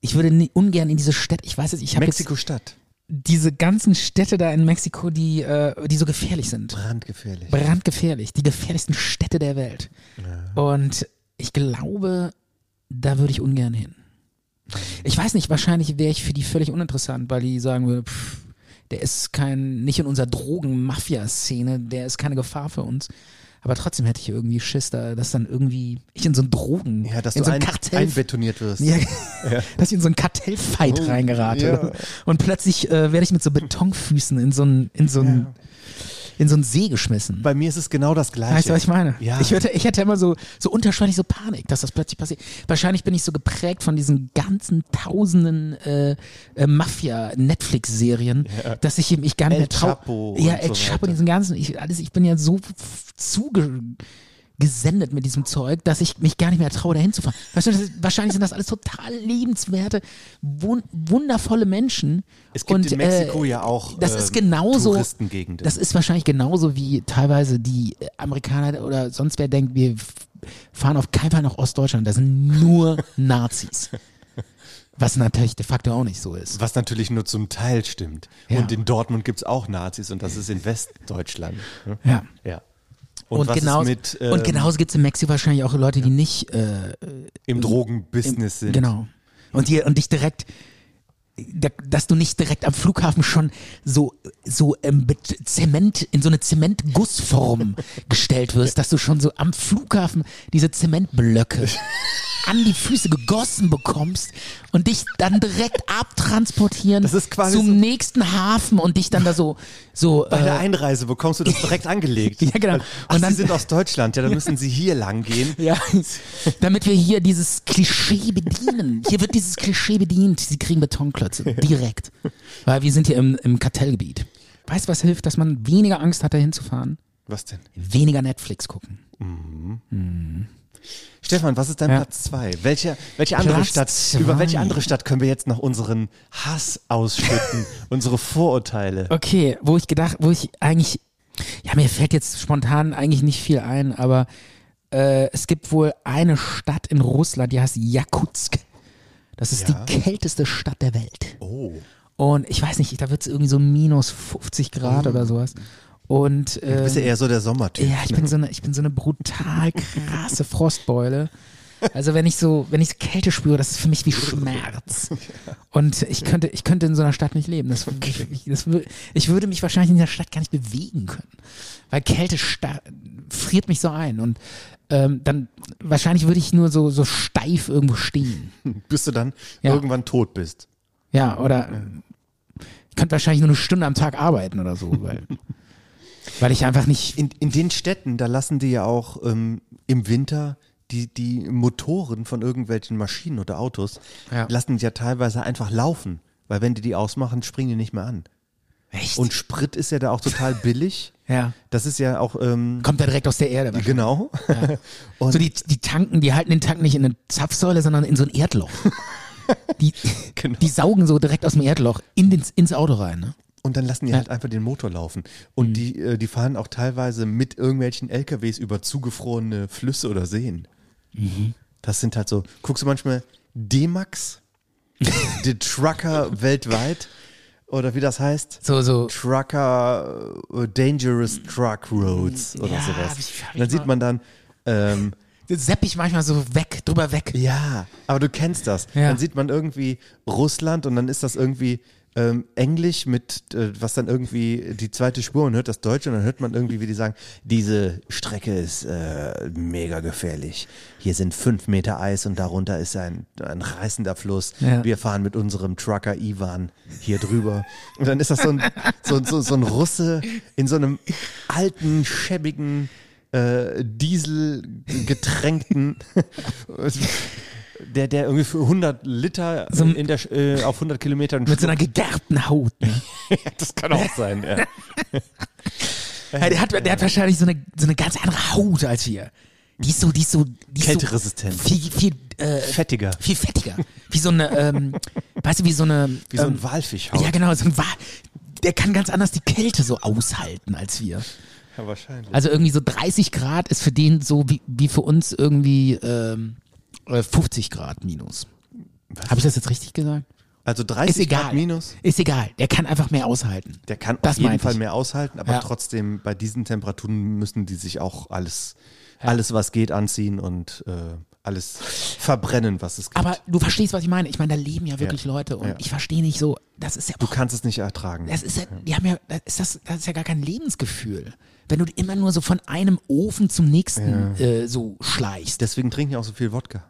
S2: ich würde nie, ungern in diese Städte. Ich weiß jetzt, ich habe
S3: Mexiko-Stadt.
S2: Diese ganzen Städte da in Mexiko, die, äh, die so gefährlich sind.
S3: Brandgefährlich.
S2: Brandgefährlich. Die gefährlichsten Städte der Welt. Und ich glaube, da würde ich ungern hin. Ich weiß nicht, wahrscheinlich wäre ich für die völlig uninteressant, weil die sagen würde, pff, der ist kein, nicht in unserer Drogen-Mafia-Szene, der ist keine Gefahr für uns. Aber trotzdem hätte ich irgendwie Schiss, da, dass dann irgendwie ich in so ein Drogen,
S3: Ja, dass
S2: in
S3: du
S2: so ein
S3: ein,
S2: Kartell,
S3: einbetoniert wirst.
S2: Ja.
S3: Ja.
S2: [laughs] dass ich in so ein Kartellfight
S3: Oh,
S2: reingerate.
S3: ja.
S2: Und plötzlich äh, werde ich mit so Betonfüßen in so ein, in so ein, in so ein See geschmissen.
S3: Bei mir ist es genau das Gleiche.
S2: Weißt du, was ich meine?
S3: Ja.
S2: Ich, hätte, ich hätte immer so, so unterschwellig so Panik, dass das plötzlich passiert. Wahrscheinlich bin ich so geprägt von diesen ganzen tausenden äh, äh, Mafia-Netflix-Serien,
S3: Ja.
S2: dass ich mich gar nicht
S3: El
S2: mehr traue.
S3: Chapo und
S2: Ja, El
S3: so
S2: Chapo,
S3: weiter.
S2: diesen ganzen, ich, alles, ich bin ja so f- zuge gesendet mit diesem Zeug, dass ich mich gar nicht mehr traue, dahin zu fahren. Weißt du, das ist, wahrscheinlich sind das alles total lebenswerte, wun wundervolle Menschen.
S3: Es gibt
S2: und,
S3: in Mexiko
S2: äh,
S3: ja auch
S2: das
S3: äh,
S2: ist genauso,
S3: Touristengegenden.
S2: Das ist wahrscheinlich genauso, wie teilweise die äh, Amerikaner oder sonst wer denkt, wir f- fahren auf keinen Fall nach Ostdeutschland. Da sind
S3: [laughs]
S2: nur Nazis. Was natürlich de facto auch nicht so ist.
S3: Was natürlich nur zum Teil stimmt.
S2: Ja.
S3: Und in Dortmund gibt es auch Nazis und das ist in Westdeutschland. ne?
S2: Ja.
S3: ja. Und, was
S2: genauso,
S3: ist mit ähm,
S2: und genau genauso gibt es in Mexiko wahrscheinlich auch Leute, die nicht äh,
S3: ähm, im Drogenbusiness sind?
S2: Genau. Und dir und dich direkt, da- dass du nicht direkt am Flughafen schon so so ähm, mit Zement in so eine
S3: [laughs]
S2: Zementgussform gestellt wirst, dass du schon so am Flughafen diese
S3: [laughs]
S2: Zementblöcke an die Füße gegossen bekommst und dich dann direkt abtransportieren zum nächsten Hafen und dich dann da so so
S3: Bei der
S2: äh,
S3: Einreise bekommst du das direkt
S2: [laughs]
S3: angelegt.
S2: Ja, genau.
S3: Ach,
S2: Und
S3: Sie
S2: dann-
S3: sind aus Deutschland, ja, dann müssen Sie hier lang gehen.
S2: Ja, [laughs] damit wir hier dieses Klischee bedienen. Hier wird dieses Klischee bedient. Sie kriegen Betonklötze direkt. Weil wir sind hier im, im Kartellgebiet. Weißt du, was hilft, dass man weniger Angst hat, da hinzufahren?
S3: Was denn?
S2: Weniger Netflix gucken.
S3: Stefan, was ist dein
S2: Ja.
S3: Platz 2? Welche, welche andere
S2: Platz
S3: Stadt,
S2: zwei.
S3: über welche andere Stadt können wir jetzt noch unseren Hass
S2: [laughs]
S3: ausschütten, unsere Vorurteile?
S2: Okay, wo ich gedacht, wo ich eigentlich, ja, mir fällt jetzt spontan eigentlich nicht viel ein, aber äh, es gibt wohl eine Stadt in Russland, die heißt Jakutsk. Das ist
S3: Ja.
S2: die kälteste Stadt der Welt.
S3: Oh.
S2: Und ich weiß nicht, da wird es irgendwie so minus 50 Grad oder sowas. Und, äh,
S3: Du bist Oh. ja eher so der Sommertyp.
S2: ja, ich bin so eine, ich bin so eine brutal krasse Frostbeule. Also wenn ich so, wenn ich so Kälte spüre, das ist für mich wie
S3: [laughs]
S2: Schmerz. Und ich könnte, ich könnte in so einer Stadt nicht leben. Das, ich, das, wür- ich würde mich wahrscheinlich in der Stadt gar nicht bewegen können, weil Kälte sta- friert mich so ein und ähm, dann wahrscheinlich würde ich nur so so steif irgendwo stehen.
S3: Bis du dann
S2: Ja.
S3: irgendwann tot bist.
S2: Ja, oder äh, ich könnte wahrscheinlich nur eine Stunde am Tag arbeiten oder so, [laughs] weil weil ich einfach nicht
S3: In, in den Städten, da lassen die ja auch ähm, im Winter die, die Motoren von irgendwelchen Maschinen oder Autos,
S2: Ja.
S3: lassen die ja teilweise einfach laufen. Weil wenn die die ausmachen, springen die nicht mehr an.
S2: Echt?
S3: Und Sprit ist ja da auch total billig.
S2: [laughs] Ja.
S3: Das ist ja auch... Ähm,
S2: Kommt ja direkt aus der Erde. wahrscheinlich.
S3: Genau. Und
S2: so die, die tanken, die halten den Tank nicht in eine Zapfsäule, sondern in so ein [laughs] Erdloch. Die, die saugen so direkt aus dem Erdloch in den, ins Auto rein. Ne?
S3: Und dann lassen die halt einfach den Motor laufen.
S2: Mhm.
S3: Und die, äh, die fahren auch teilweise mit irgendwelchen LKWs über zugefrorene Flüsse oder Seen.
S2: Mhm.
S3: Das sind halt so, guckst du manchmal
S2: [laughs]
S3: D-Max, die Trucker weltweit oder wie das heißt?
S2: So, so.
S3: Trucker, äh, Dangerous Truck Roads oder
S2: Ja,
S3: sowas.
S2: hab ich- hab
S3: Und dann
S2: ich
S3: sieht
S2: mal-
S3: man dann, ähm,
S2: Das sepp ich manchmal so weg, drüber weg.
S3: ja, aber du kennst das.
S2: Ja.
S3: Dann sieht man irgendwie Russland und dann ist das irgendwie ähm, Englisch mit, äh, was dann irgendwie die zweite Spur und hört das Deutsche und dann hört man irgendwie, wie die sagen, diese Strecke ist äh, mega gefährlich. Hier sind fünf Meter Eis und darunter ist ein, ein reißender Fluss.
S2: Ja.
S3: Wir fahren mit unserem Trucker Ivan hier drüber. Und dann ist das so ein, so, so, so ein Russe in so einem alten, schäbigen äh, Diesel getränkten [laughs] Der, der irgendwie für 100 Liter
S2: So ein-
S3: in der, Sch- äh, auf 100 Kilometern
S2: Mit so einer
S3: schluckt.
S2: gegerbten Haut. Ne?
S3: Ja, [laughs] das kann auch sein, ja.
S2: Ja, der, hat, der hat wahrscheinlich so eine, so eine ganz andere Haut als wir. Die ist so, die ist so, die ist
S3: Kälteresistent.
S2: So viel, viel äh,
S3: Fettiger.
S2: Viel [laughs] fettiger. Wie so eine, ähm, weißt du, wie so eine.
S3: Wie so ein
S2: ähm,
S3: Walfischhaut.
S2: Ja, genau, so ein Wal. Der kann ganz anders die Kälte so aushalten als wir.
S3: Ja, wahrscheinlich.
S2: Also irgendwie so 30 Grad ist für den so wie, wie für uns irgendwie ähm, äh, 50 Grad minus. Habe ich das jetzt richtig gesagt?
S3: Also 30
S2: ist egal.
S3: Grad minus?
S2: Ist egal. Der kann einfach mehr aushalten.
S3: Der kann auf
S2: Das
S3: jeden
S2: meinte
S3: Fall
S2: ich.
S3: mehr aushalten, aber
S2: Ja.
S3: trotzdem bei diesen Temperaturen müssen die sich auch alles, alles was geht, anziehen und äh, alles verbrennen, was es gibt.
S2: Aber du verstehst, was ich meine. Ich meine, da leben ja wirklich
S3: Ja.
S2: Leute und
S3: Ja.
S2: ich verstehe nicht so, das ist ja
S3: du kannst es nicht ertragen.
S2: Das ist ja, die haben ja, das ist, das, das ist ja gar kein Lebensgefühl. Wenn du immer nur so von einem Ofen zum nächsten äh, so schleichst.
S3: Deswegen trinken die auch so viel Wodka.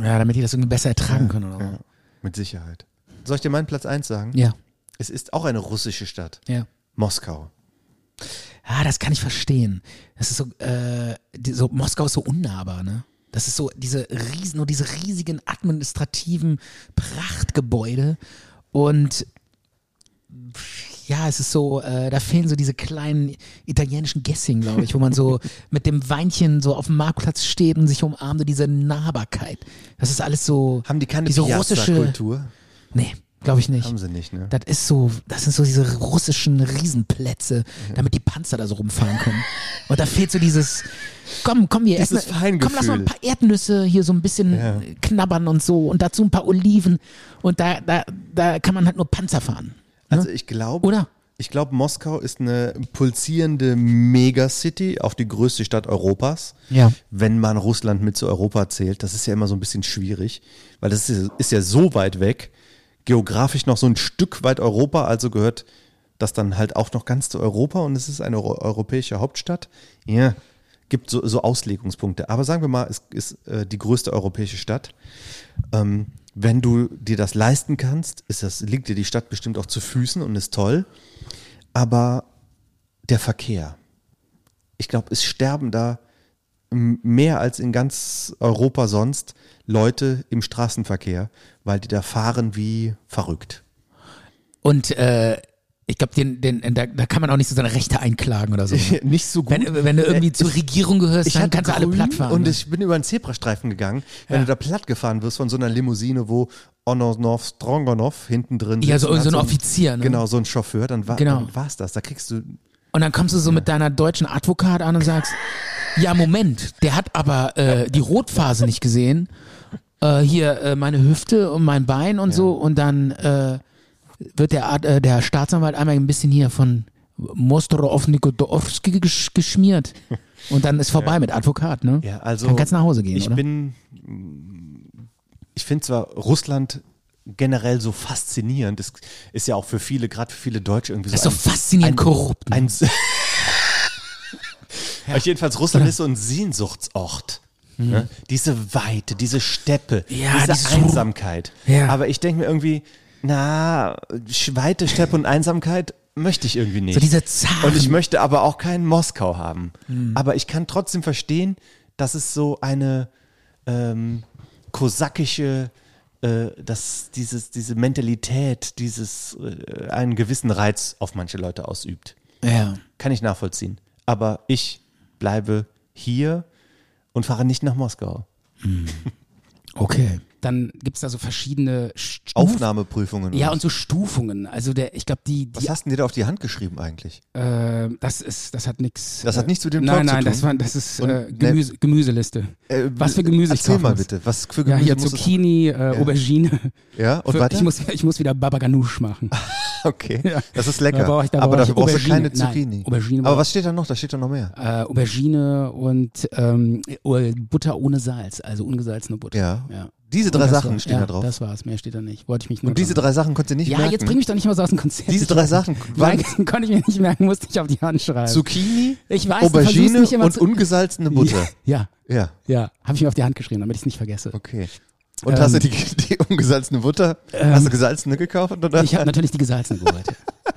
S2: Ja, damit die das irgendwie besser ertragen können oder so.
S3: Ja, mit Sicherheit. Soll ich dir meinen Platz 1 sagen?
S2: Ja.
S3: Es ist auch eine russische Stadt.
S2: Ja.
S3: Moskau.
S2: Ah, das kann ich verstehen. Das ist so, äh, die, so Moskau ist so unnahbar, ne? Das ist so diese riesen, nur diese riesigen administrativen Prachtgebäude und ja, es ist so, äh, da fehlen so diese kleinen italienischen Gessing, glaube ich, wo man
S3: [laughs]
S2: so mit dem Weinchen so auf dem Marktplatz steht und sich umarmt und diese Nahbarkeit. Das ist alles so.
S3: Haben die keine
S2: diese russische
S3: Piazza-Kultur?
S2: Nee, glaube ich nicht.
S3: Haben sie nicht, ne?
S2: Das ist so, das sind so diese russischen Riesenplätze,
S3: Mhm.
S2: damit die Panzer da so rumfahren können. Und da fehlt so dieses, komm, komm, wir
S3: Dieses
S2: essen, komm, lass mal ein
S3: Feingefühl.
S2: paar Erdnüsse hier so ein bisschen
S3: Ja.
S2: knabbern und so und dazu ein paar Oliven und da, da, da kann man halt nur Panzer fahren.
S3: Also ich glaube, ich glaube, Moskau ist eine pulsierende Megacity, auch die größte Stadt Europas.
S2: Ja.
S3: Wenn man Russland mit zu Europa zählt, das ist ja immer so ein bisschen schwierig, weil das ist, ist ja so weit weg, geografisch noch so ein Stück weit Europa, also gehört das dann halt auch noch ganz zu Europa und es ist eine euro europäische Hauptstadt. Ja, gibt so, so Auslegungspunkte. Aber sagen wir mal, es ist äh, die größte europäische Stadt. Ähm, wenn du dir das leisten kannst, ist das, liegt dir die Stadt bestimmt auch zu Füßen und ist toll. Aber der Verkehr, ich glaube, es sterben da m- mehr als in ganz Europa sonst Leute im Straßenverkehr, weil die da fahren wie verrückt.
S2: Und äh, ich glaube, den, den, äh, da, da kann man auch nicht so seine Rechte einklagen oder so. ne?
S3: [laughs] Nicht so gut.
S2: Wenn, wenn du irgendwie
S3: Äh,
S2: zur
S3: ich-
S2: Regierung gehörst, dann
S3: hatte
S2: kannst du alle
S3: grün
S2: platt fahren.
S3: Und
S2: ne?
S3: ich bin über einen Zebrastreifen gegangen. Wenn
S2: Ja.
S3: du da platt gefahren wirst von so einer Limousine, wo Onosnov Strongonov hinten drin
S2: Ja,
S3: sitzt
S2: so-
S3: und hat
S2: so ein Offizier, ne?
S3: Genau, so ein Chauffeur, dann war
S2: Genau.
S3: dann war's das. Da kriegst du
S2: Und dann kommst du so mit deiner deutschen Advokat an und sagst, ja Moment, der hat aber äh, die Rotphase nicht gesehen. Äh, hier äh, meine Hüfte und mein Bein und so. Und dann äh, wird der, Ad, äh, der Staatsanwalt einmal ein bisschen hier von Mostro auf Nikodorowski gesch
S3: [laughs]
S2: geschmiert. Und dann ist vorbei mit Advokat, ne?
S3: Ja, also
S2: Kann ganz nach Hause gehen,
S3: ich
S2: oder?
S3: bin, ich finde zwar Russland generell so faszinierend, das ist ja auch für viele, gerade für viele Deutsche irgendwie so.
S2: Das ist so faszinierend korrupt, ne?
S3: Ein, [laughs] Aber Jedenfalls Russland ist so ein Sehnsuchtsort. Ne? Diese Weite, diese Steppe,
S2: Mhm. Ja,
S3: diese
S2: dieses-
S3: Einsamkeit.
S2: Ja.
S3: Aber ich denke mir irgendwie, na, Sch- Weite, Steppe und Einsamkeit möchte ich irgendwie nicht.
S2: So dieser Zaren.
S3: Und ich möchte aber auch keinen Moskau haben. Aber ich kann trotzdem verstehen, dass es so eine ähm, kosakische, äh, dass dieses, diese Mentalität, dieses äh, einen gewissen Reiz auf manche Leute ausübt.
S2: Ja.
S3: Kann ich nachvollziehen. Aber ich bleibe hier und fahre nicht nach Moskau.
S2: Okay. Dann gibt es da so verschiedene Stuf-
S3: Aufnahmeprüfungen.
S2: Ja,
S3: oder
S2: und so Stufungen. Also der, ich glaube, die, die
S3: was hast du denn dir da auf die Hand geschrieben eigentlich?
S2: Äh, das ist, das hat nichts.
S3: Das hat nichts mit dem
S2: Nein,
S3: Talk zu
S2: nein,
S3: tun.
S2: das war, das ist
S3: Und,
S2: äh,
S3: ne-
S2: Gemüse, Gemüseliste.
S3: Äh,
S2: was für Gemüse ich
S3: erzähl
S2: kaufen
S3: mal
S2: muss.
S3: bitte, was für
S2: Ja,
S3: Gemüse
S2: hier
S3: muss es-
S2: Zucchini, äh,
S3: Ja.
S2: Aubergine.
S3: Ja, und
S2: Für-
S3: weiter?
S2: Ich muss, ich muss wieder Baba Ganoush machen.
S3: Okay,
S2: Ja.
S3: das ist lecker.
S2: Da brauche ich- da
S3: aber
S2: brauche
S3: dafür
S2: ich
S3: brauchst du
S2: Aubergine.
S3: keine
S2: Nein,
S3: Zucchini.
S2: Aubergine
S3: aber
S2: brauche
S3: was steht da noch? Da steht da noch mehr.
S2: Äh, oh, Aubergine und ähm, äh, Butter ohne Salz, also ungesalzene Butter.
S3: Ja. Diese drei
S2: Und das
S3: Sachen
S2: war-
S3: stehen
S2: ja,
S3: da drauf.
S2: Das war's, mehr steht da nicht. Wollte ich mich nur
S3: Und diese
S2: dran-
S3: drei Sachen konntest du nicht
S2: Ja,
S3: merken.
S2: jetzt bring mich doch nicht mal so aus dem Konzept.
S3: Diese
S2: Ich-
S3: drei Sachen waren
S2: Nein, [laughs] konnte ich mir nicht merken, musste ich auf die Hand schreiben.
S3: Zucchini,
S2: ich weiß, du versuchst
S3: Aubergine
S2: mich immer
S3: und
S2: zu-
S3: ungesalzene Butter.
S2: Ja,
S3: Ja.
S2: ja. Habe ich mir auf die Hand geschrieben, damit ich es nicht vergesse.
S3: Okay. Und
S2: Ähm.
S3: hast du die, die ungesalzene Butter? hast du gesalzene gekauft? Oder?
S2: Ich ne- habe natürlich die gesalzene geholt.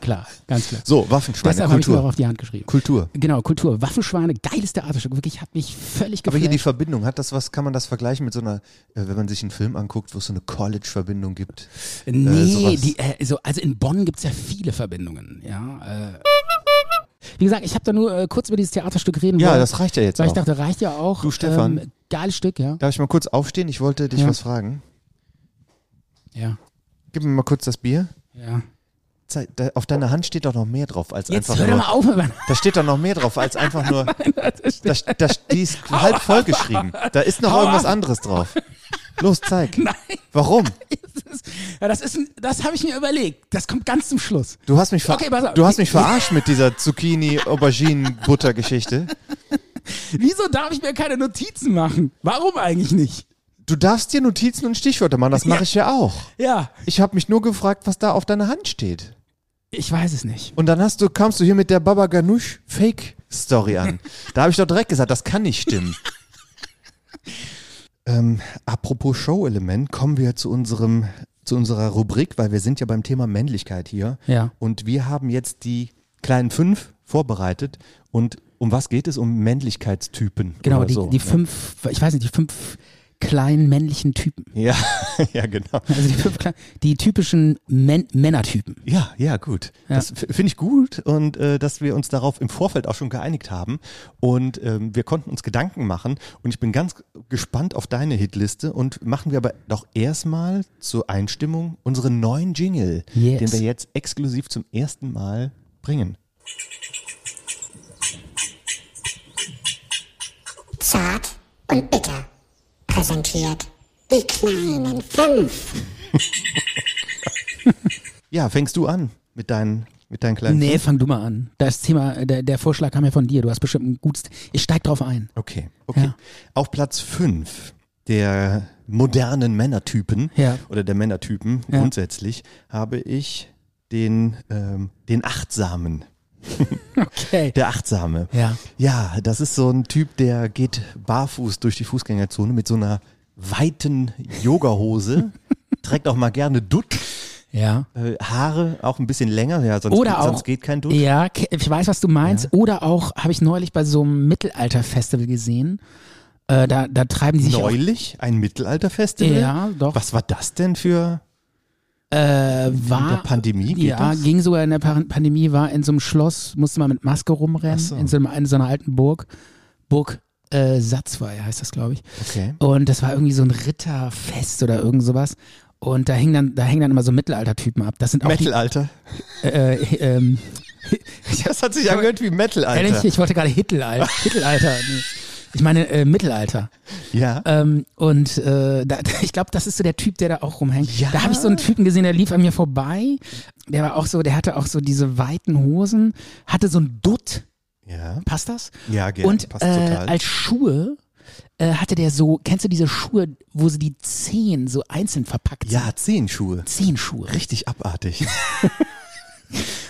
S2: klar, ganz klar.
S3: [laughs] So, Waffenschweine,
S2: Deshalb habe ich mir
S3: Kultur.
S2: auch auf die Hand geschrieben.
S3: Kultur.
S2: Genau, Kultur. Waffenschweine, geiles Theaterstück. Wirklich, hat mich völlig
S3: Aber hier die
S2: geflasht.
S3: Verbindung, hat das was, kann man das vergleichen mit so einer, äh, wenn man sich einen Film anguckt, wo es so eine College-Verbindung gibt? Äh,
S2: Nee,
S3: sowas.
S2: die, äh, so, also in Bonn gibt es ja viele Verbindungen. Ja, äh, wie gesagt, ich habe da nur äh, kurz über dieses Theaterstück reden
S3: Ja,
S2: wollen.
S3: das reicht ja jetzt
S2: Weil
S3: auch.
S2: ich dachte, reicht ja auch.
S3: Du, Stefan.
S2: Ähm, geiles Stück, ja.
S3: Darf ich mal kurz aufstehen? Ich wollte dich
S2: Ja.
S3: was fragen.
S2: Ja.
S3: Gib mir mal kurz das Bier.
S2: Ja.
S3: Zei- Da, auf deiner Hand steht doch noch mehr drauf als
S2: Jetzt
S3: einfach
S2: hör doch
S3: nur.
S2: mal auf mit meiner- [laughs]
S3: Da steht doch noch mehr drauf als einfach nur. da, da, die ist halb vollgeschrieben. Da ist noch
S2: Hau
S3: irgendwas
S2: ab.
S3: anderes drauf. Los,
S2: [laughs]
S3: zeig. Nein. Warum?
S2: ja das ist, ein- das habe ich mir überlegt. Das kommt ganz zum Schluss.
S3: Du hast mich, ver
S2: Okay, pass auf.
S3: du hast mich verarscht mit dieser Zucchini-Auberginen-Butter-Geschichte.
S2: Wieso darf ich mir keine Notizen machen? Warum eigentlich nicht?
S3: Du darfst dir Notizen und Stichwörter machen, das mache ich ja auch.
S2: Ja.
S3: Ich habe mich nur gefragt, was da auf deiner Hand steht.
S2: Ich weiß es nicht.
S3: Und dann hast du, kamst du hier mit der Baba Ganoush Fake Story an. da habe ich doch direkt gesagt, das kann nicht stimmen. [laughs] ähm, apropos Show-Element, kommen wir zu unserem, zu unserer Rubrik, weil wir sind ja beim Thema Männlichkeit hier.
S2: Ja.
S3: Und wir haben jetzt die kleinen fünf vorbereitet. Und um was geht es? Um Männlichkeitstypen.
S2: Genau,
S3: oder
S2: die,
S3: so,
S2: die
S3: ne?
S2: fünf, ich weiß nicht, die fünf kleinen männlichen Typen.
S3: Ja, [laughs] ja, genau.
S2: Also die fünf kleinen, [laughs] die typischen Män Männertypen.
S3: Ja, ja, gut.
S2: Ja.
S3: Das f- finde ich gut und äh, dass wir uns darauf im Vorfeld auch schon geeinigt haben. Und ähm, wir konnten uns Gedanken machen und ich bin ganz gespannt auf deine Hitliste und machen wir aber doch erstmal zur Einstimmung unseren neuen Jingle,
S2: Yes.
S3: den wir jetzt exklusiv zum ersten Mal bringen.
S14: Zart und bitter. Präsentiert die kleinen fünf.
S3: Ja, fängst du an mit deinen, mit deinen kleinen.
S2: Nee,
S3: Fünf?
S2: fang du mal an. Das Thema, äh, der, der Vorschlag kam ja von dir. Du hast bestimmt ein gutes. Ich steig drauf ein.
S3: Okay, okay.
S2: Ja.
S3: Auf Platz 5 der modernen Männertypen
S2: Ja.
S3: oder der Männertypen
S2: Ja.
S3: grundsätzlich habe ich den, ähm, den Achtsamen.
S2: Okay.
S3: Der Achtsame.
S2: Ja.
S3: Ja, das ist so ein Typ, der geht barfuß durch die Fußgängerzone mit so einer weiten
S2: [laughs]
S3: Yogahose, trägt auch mal gerne Dutt,
S2: Ja.
S3: äh, Haare auch ein bisschen länger, ja, sonst,
S2: Oder auch,
S3: sonst geht kein Dutt.
S2: Ja, ke- ich weiß, was du meinst. Oder auch, habe ich neulich bei so einem Mittelalterfestival gesehen. Äh, da, da treiben die sich auch
S3: Neulich ein Mittelalterfestival?
S2: Ja, doch.
S3: Was war das denn für
S2: Äh,
S3: in
S2: war,
S3: der Pandemie? Geht
S2: ja,
S3: das?
S2: ging sogar in der Pa- Pandemie, war in so einem Schloss, musste man mit Maske rumrennen,
S3: Ach so.
S2: in, so einem, in so einer alten Burg. Burg äh, Satzwey heißt das, glaube ich.
S3: Okay.
S2: Und das war irgendwie so ein Ritterfest oder irgend sowas. Und da hängen dann, da hängen dann immer so Mittelaltertypen ab. Das sind auch
S3: Mittelalter.
S2: die. Äh, äh, ähm,
S3: Das hat sich angehört wie Metal-Alter.
S2: Ehrlich, ich wollte gerade Hittelalter.
S3: [laughs]
S2: Hittelalter. Nee. Ich meine äh, Mittelalter.
S3: Ja.
S2: Ähm, und äh, da, [laughs] ich glaube, das ist so der Typ, der da auch rumhängt. Da habe ich so einen Typen gesehen, der lief an mir vorbei. Der war auch so, der hatte auch so diese weiten Hosen, hatte so einen Dutt.
S3: Ja.
S2: Passt das?
S3: Ja, gerne.
S2: Und
S3: Passt
S2: äh,
S3: total.
S2: als Schuhe äh, hatte der so, kennst du diese Schuhe, wo sie die Zehen so einzeln verpackt sind?
S3: Ja, Zehenschuhe.
S2: Zehenschuhe. [laughs]
S3: Richtig abartig.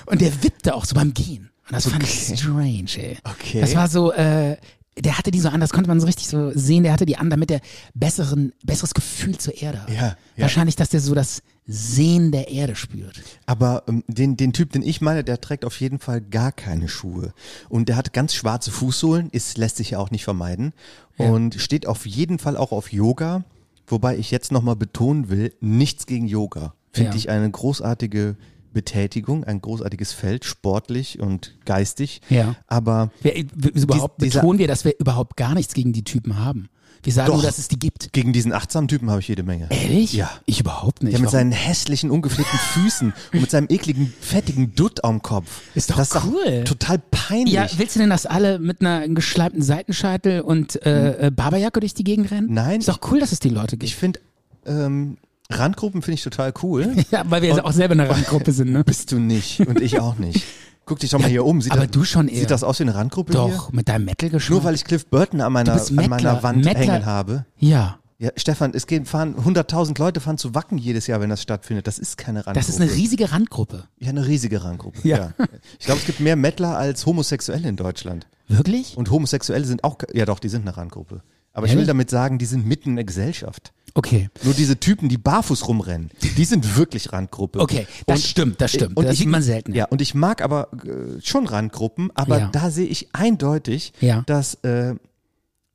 S2: Und der wippte auch so beim Gehen. Und das fand ich strange, ey.
S3: Okay.
S2: Das war so, äh, der hatte die so an, das konnte man so richtig so sehen, der hatte die an, damit der besseren, besseres Gefühl zur Erde hat.
S3: Ja, ja.
S2: Wahrscheinlich, dass der so das Sehen der Erde spürt.
S3: Aber ähm, den, den Typ, den ich meine, der trägt auf jeden Fall gar keine Schuhe. Und der hat ganz schwarze Fußsohlen, ist, lässt sich ja auch nicht vermeiden. Und steht auf jeden Fall auch auf Yoga. Wobei ich jetzt nochmal betonen will, nichts gegen Yoga. Finde
S2: Ja.
S3: ich eine großartige Betätigung, ein großartiges Feld, sportlich und geistig.
S2: Ja.
S3: Aber
S2: Wir, wir, überhaupt
S3: dieser-
S2: betonen wir, dass wir überhaupt gar nichts gegen die Typen haben. Wir sagen nur,
S3: Doch.
S2: dass es die gibt.
S3: gegen diesen achtsamen Typen habe ich jede Menge.
S2: Ehrlich?
S3: Ja.
S2: Ich überhaupt nicht.
S3: Der mit
S2: Warum?
S3: seinen hässlichen, ungepflegten Füßen und mit seinem ekligen, fettigen Dutt am Kopf.
S2: Ist doch
S3: das ist
S2: cool.
S3: Doch total peinlich.
S2: ja, willst du denn, dass alle mit einer geschleimten Seitenscheitel und äh, äh, Barberjacke durch die Gegend rennen?
S3: Hm. Nein.
S2: Ist doch cool, dass es die Leute
S3: ich
S2: gibt.
S3: finde, ähm, Randgruppen finde ich total cool.
S2: [laughs] Ja, weil wir ja auch selber eine Randgruppe sind, ne?
S3: Bist du nicht und ich auch nicht. Guck dich doch mal hier um. Sieht
S2: aber
S3: das,
S2: du schon eher.
S3: Sieht das aus wie eine Randgruppe
S2: Doch, mit deinem Metal
S3: hier? Nur weil ich Cliff Burton an meiner,
S2: Du bist
S3: an meiner
S2: Mettler.
S3: Wand
S2: Mettler-
S3: hängen habe.
S2: Ja.
S3: Ja, Stefan, es gehen, fahren 100.000 Leute fahren zu Wacken jedes Jahr, wenn das stattfindet. Das ist keine Randgruppe.
S2: Das ist eine riesige Randgruppe.
S3: Ja, eine riesige Randgruppe. Ja. Ich glaube, es gibt mehr Mettler als Homosexuelle in Deutschland.
S2: Wirklich?
S3: Und Homosexuelle sind auch, ja doch, die sind eine Randgruppe. Aber ich will
S2: Ehrlich?
S3: damit sagen, die sind mitten in der Gesellschaft.
S2: Okay.
S3: Nur diese Typen, die barfuß rumrennen, die sind wirklich Randgruppe.
S2: Okay, das stimmt, das stimmt. Das sieht man selten.
S3: Ja, und ich mag aber äh, schon Randgruppen, aber
S2: Ja.
S3: da sehe ich eindeutig,
S2: Ja.
S3: dass, äh,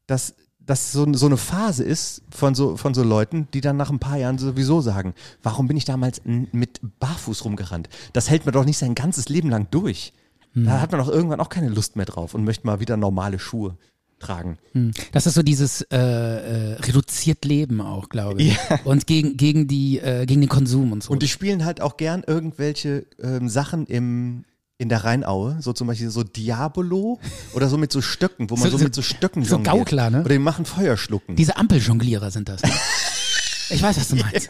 S3: dass, dass so, so eine Phase ist von so, von so Leuten, die dann nach ein paar Jahren sowieso sagen, warum bin ich damals n- mit barfuß rumgerannt? Das hält man doch nicht sein ganzes Leben lang durch.
S2: Hm.
S3: Da hat man doch irgendwann auch keine Lust mehr drauf und möchte mal wieder normale Schuhe tragen.
S2: Hm. Das ist so dieses äh, äh, reduziert Leben auch, glaube ich.
S3: Ja.
S2: Und gegen, gegen, die, äh, gegen den Konsum und so.
S3: Und die spielen halt auch gern irgendwelche ähm, Sachen im, in der Rheinaue, so zum Beispiel so Diabolo oder so mit so Stöcken, wo man so,
S2: So-
S3: mit so Stöcken
S2: so
S3: jongliert.
S2: Gaukler, ne?
S3: Oder die machen Feuerschlucken.
S2: Diese Ampeljonglierer sind das. ne? Ich weiß,
S3: [laughs]
S2: was du meinst.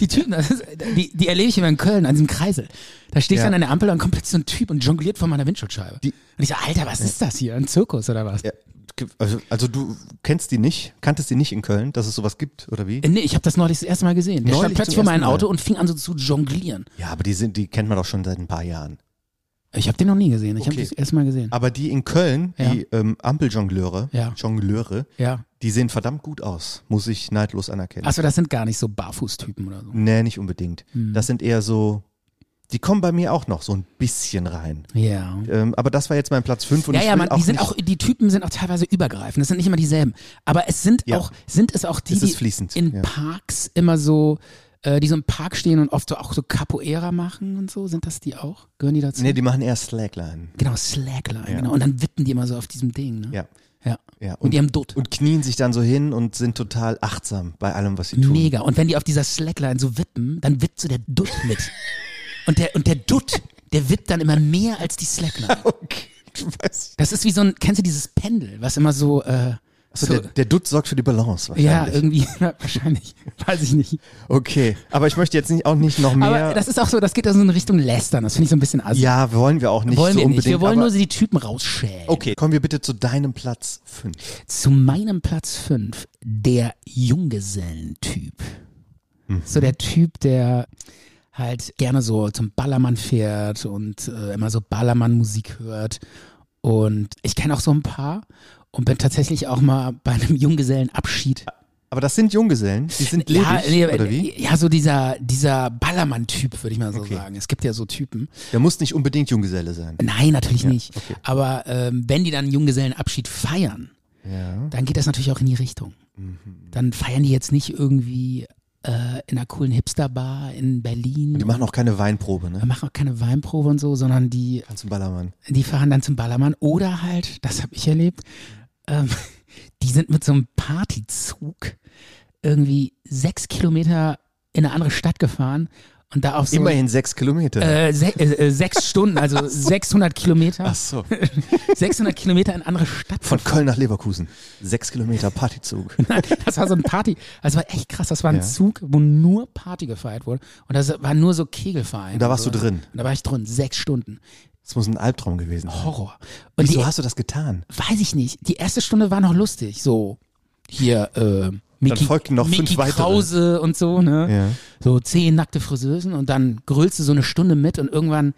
S2: Die Typen, das ist, die, die erlebe ich immer in Köln an diesem Kreisel. Da stehst du
S3: Ja.
S2: dann an der Ampel und kommt plötzlich so ein Typ und jongliert vor meiner Windschutzscheibe. und ich so, Alter, was ist das hier? Ein Zirkus oder was?
S3: also, also du kennst die nicht, kanntest die nicht in Köln, dass es sowas gibt oder wie?
S2: Äh, Nee, ich habe das neulich das erste Mal gesehen. Der
S3: Neulich
S2: stand plötzlich
S3: zum
S2: vor meinem
S3: ersten Mal.
S2: Auto und fing an so zu jonglieren.
S3: Ja, aber die sind, die kennt man doch schon seit ein paar Jahren.
S2: Ich habe den noch nie gesehen. Ich habe
S3: Okay. Ah.
S2: das erste Mal gesehen.
S3: Aber die in Köln,
S2: Ja.
S3: die ähm, Ampeljongleure,
S2: Ja.
S3: Jongleure,
S2: Ja.
S3: die sehen verdammt gut aus, muss ich neidlos anerkennen.
S2: Achso, das sind gar nicht so Barfußtypen oder so.
S3: Nee, nicht unbedingt.
S2: Hm.
S3: Das sind eher so, die kommen bei mir auch noch so ein bisschen rein.
S2: Ja.
S3: Ähm, aber das war jetzt mein Platz 5 und
S2: ja,
S3: ich
S2: ja,
S3: will
S2: man,
S3: auch
S2: die sind
S3: nicht,
S2: auch, die Typen sind auch teilweise übergreifend. Das sind nicht immer dieselben. Aber es sind
S3: Ja.
S2: auch, sind es auch die,
S3: Es ist
S2: die
S3: fließend,
S2: in
S3: ja.
S2: Parks immer so, äh, die so im Park stehen und oft so auch so Capoeira machen und so. Sind das die auch? Gehören die dazu?
S3: Nee, die machen eher Slackline.
S2: genau, Slackline,
S3: Ja.
S2: genau. Und dann wippen die immer so auf diesem Ding, ne?
S3: Ja.
S2: Ja.
S3: ja.
S2: Und die haben Dutt.
S3: Und knien sich dann so hin und sind total achtsam bei allem, was sie tun.
S2: Mega. Und wenn die auf dieser Slackline so wippen, dann wippt so der Dutt mit. und der, und der Dutt, der wippt dann immer mehr als die
S3: [laughs]
S2: Slackline.
S3: [laughs] Okay, ich weiß.
S2: Das ist wie so ein, kennst du dieses Pendel, was immer so, äh,
S3: Achso, der, der Dutt sorgt für die Balance
S2: ja,
S3: wahrscheinlich.
S2: irgendwie, [laughs] wahrscheinlich, weiß ich nicht.
S3: Okay, aber ich möchte jetzt nicht, auch nicht noch mehr.
S2: Aber das ist auch so, das geht also in Richtung Lästern. Das finde ich so ein bisschen assi.
S3: ja, wollen wir auch nicht
S2: wollen
S3: so
S2: wir
S3: unbedingt.
S2: nicht. Wir wollen
S3: aber,
S2: nur die Typen rausschälen.
S3: Okay, kommen wir bitte zu deinem Platz 5.
S2: Zu meinem Platz 5, der Junggesellentyp.
S3: Mhm.
S2: So der Typ, der halt gerne so zum Ballermann fährt und äh, immer so Ballermann-Musik hört. Und ich kenne auch so ein paar und bin tatsächlich auch mal bei einem Junggesellenabschied
S3: Aber das sind Junggesellen, die sind ledig,
S2: ja, nee,
S3: oder wie?
S2: ja, so dieser, dieser Ballermann-Typ, würde ich mal so sagen. Es gibt ja so Typen.
S3: Der muss nicht unbedingt Junggeselle sein.
S2: Nein, natürlich
S3: Ja,
S2: nicht.
S3: okay.
S2: Aber ähm, wenn die dann Junggesellenabschied feiern,
S3: Ja.
S2: dann geht das natürlich auch in die Richtung.
S3: Mhm.
S2: Dann feiern die jetzt nicht irgendwie äh, in einer coolen Hipster-Bar in Berlin.
S3: Die machen auch keine Weinprobe,
S2: Wir
S3: ne?
S2: machen auch keine Weinprobe und so, sondern die,
S3: Kannst du Ballermann.
S2: die fahren dann zum Ballermann. Oder halt, das habe ich erlebt, ähm, [laughs] die sind mit so einem Partyzug irgendwie sechs Kilometer in eine andere Stadt gefahren und da auf so
S3: Immerhin sechs Kilometer.
S2: äh, se äh, äh, sechs Stunden,
S3: [laughs]
S2: also 600 Kilometer.
S3: Ach so.
S2: 600 Kilometer in andere Stadt. [laughs]
S3: Von Köln nach Leverkusen. Sechs Kilometer Partyzug.
S2: Das war so ein Party. Das war echt krass. Das war ein
S3: Ja.
S2: Zug, wo nur Party gefeiert wurde. Und das war nur so Kegelverein.
S3: Und da warst
S2: und
S3: du
S2: sowas.
S3: drin?
S2: Und da war ich drin. Sechs Stunden.
S3: Das muss ein Albtraum gewesen sein.
S2: Horror. Und
S3: Wieso
S2: die,
S3: hast du das getan?
S2: weiß ich nicht. Die erste Stunde war noch lustig. So, hier, äh, Mickey,
S3: folgten noch
S2: Mickey
S3: fünf weitere.
S2: Krause und so, ne?
S3: Ja.
S2: So zehn nackte Friseusen und dann grüllst du so eine Stunde mit und irgendwann,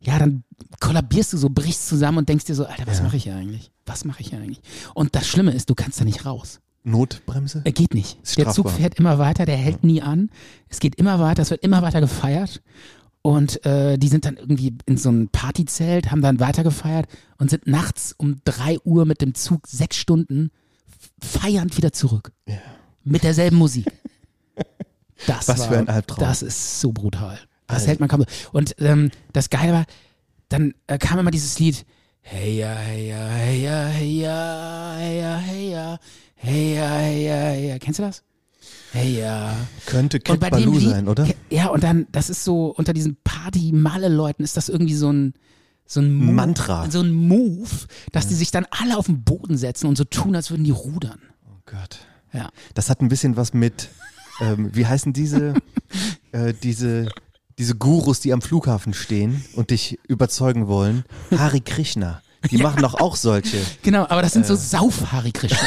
S2: ja, dann kollabierst du so, brichst zusammen und denkst dir so, Alter, was mache ich hier eigentlich? Was mache ich hier eigentlich? Und das Schlimme ist, du kannst da nicht raus.
S3: Notbremse?
S2: Äh, geht nicht.
S3: Ist
S2: Der Zug
S3: strafbar.
S2: fährt immer weiter, der hält nie an. Es geht immer weiter, es wird immer weiter gefeiert. Und äh, die sind dann irgendwie in so einem Partyzelt, haben dann weiter gefeiert und sind nachts um 3 Uhr mit dem Zug sechs Stunden f- feiernd wieder zurück. Mit derselben
S3: [laughs]
S2: Musik. Das
S3: Was
S2: war,
S3: für ein Albtraum.
S2: Das ist so brutal. Das
S3: Alter.
S2: hält man kaum. so. Und ähm, das Geile war, dann äh, kam immer dieses Lied. Hey ja, hey ja, hey ja, hey ja, hey ja, hey ja, hey ja, hey ja, hey ja. Kennst du das? Hey ja.
S3: Könnte
S2: Und
S3: Cat
S2: bei dem
S3: Baloo
S2: Lied,
S3: sein, oder?
S2: Ja, und dann, das ist so, unter diesen Party-Malle-Leuten ist das irgendwie so ein, so ein Move,
S3: Mantra.
S2: So ein Move, dass die sich dann alle auf den Boden setzen und so tun, als würden die rudern.
S3: Oh Gott.
S2: Ja.
S3: Das hat ein bisschen was mit, ähm, wie
S2: [laughs]
S3: heißen diese, äh, diese, diese Gurus, die am Flughafen stehen und dich überzeugen wollen? Hari Krishna. Die machen doch auch solche. [laughs]
S2: Genau, aber das sind so Sauf-Hari Krishna.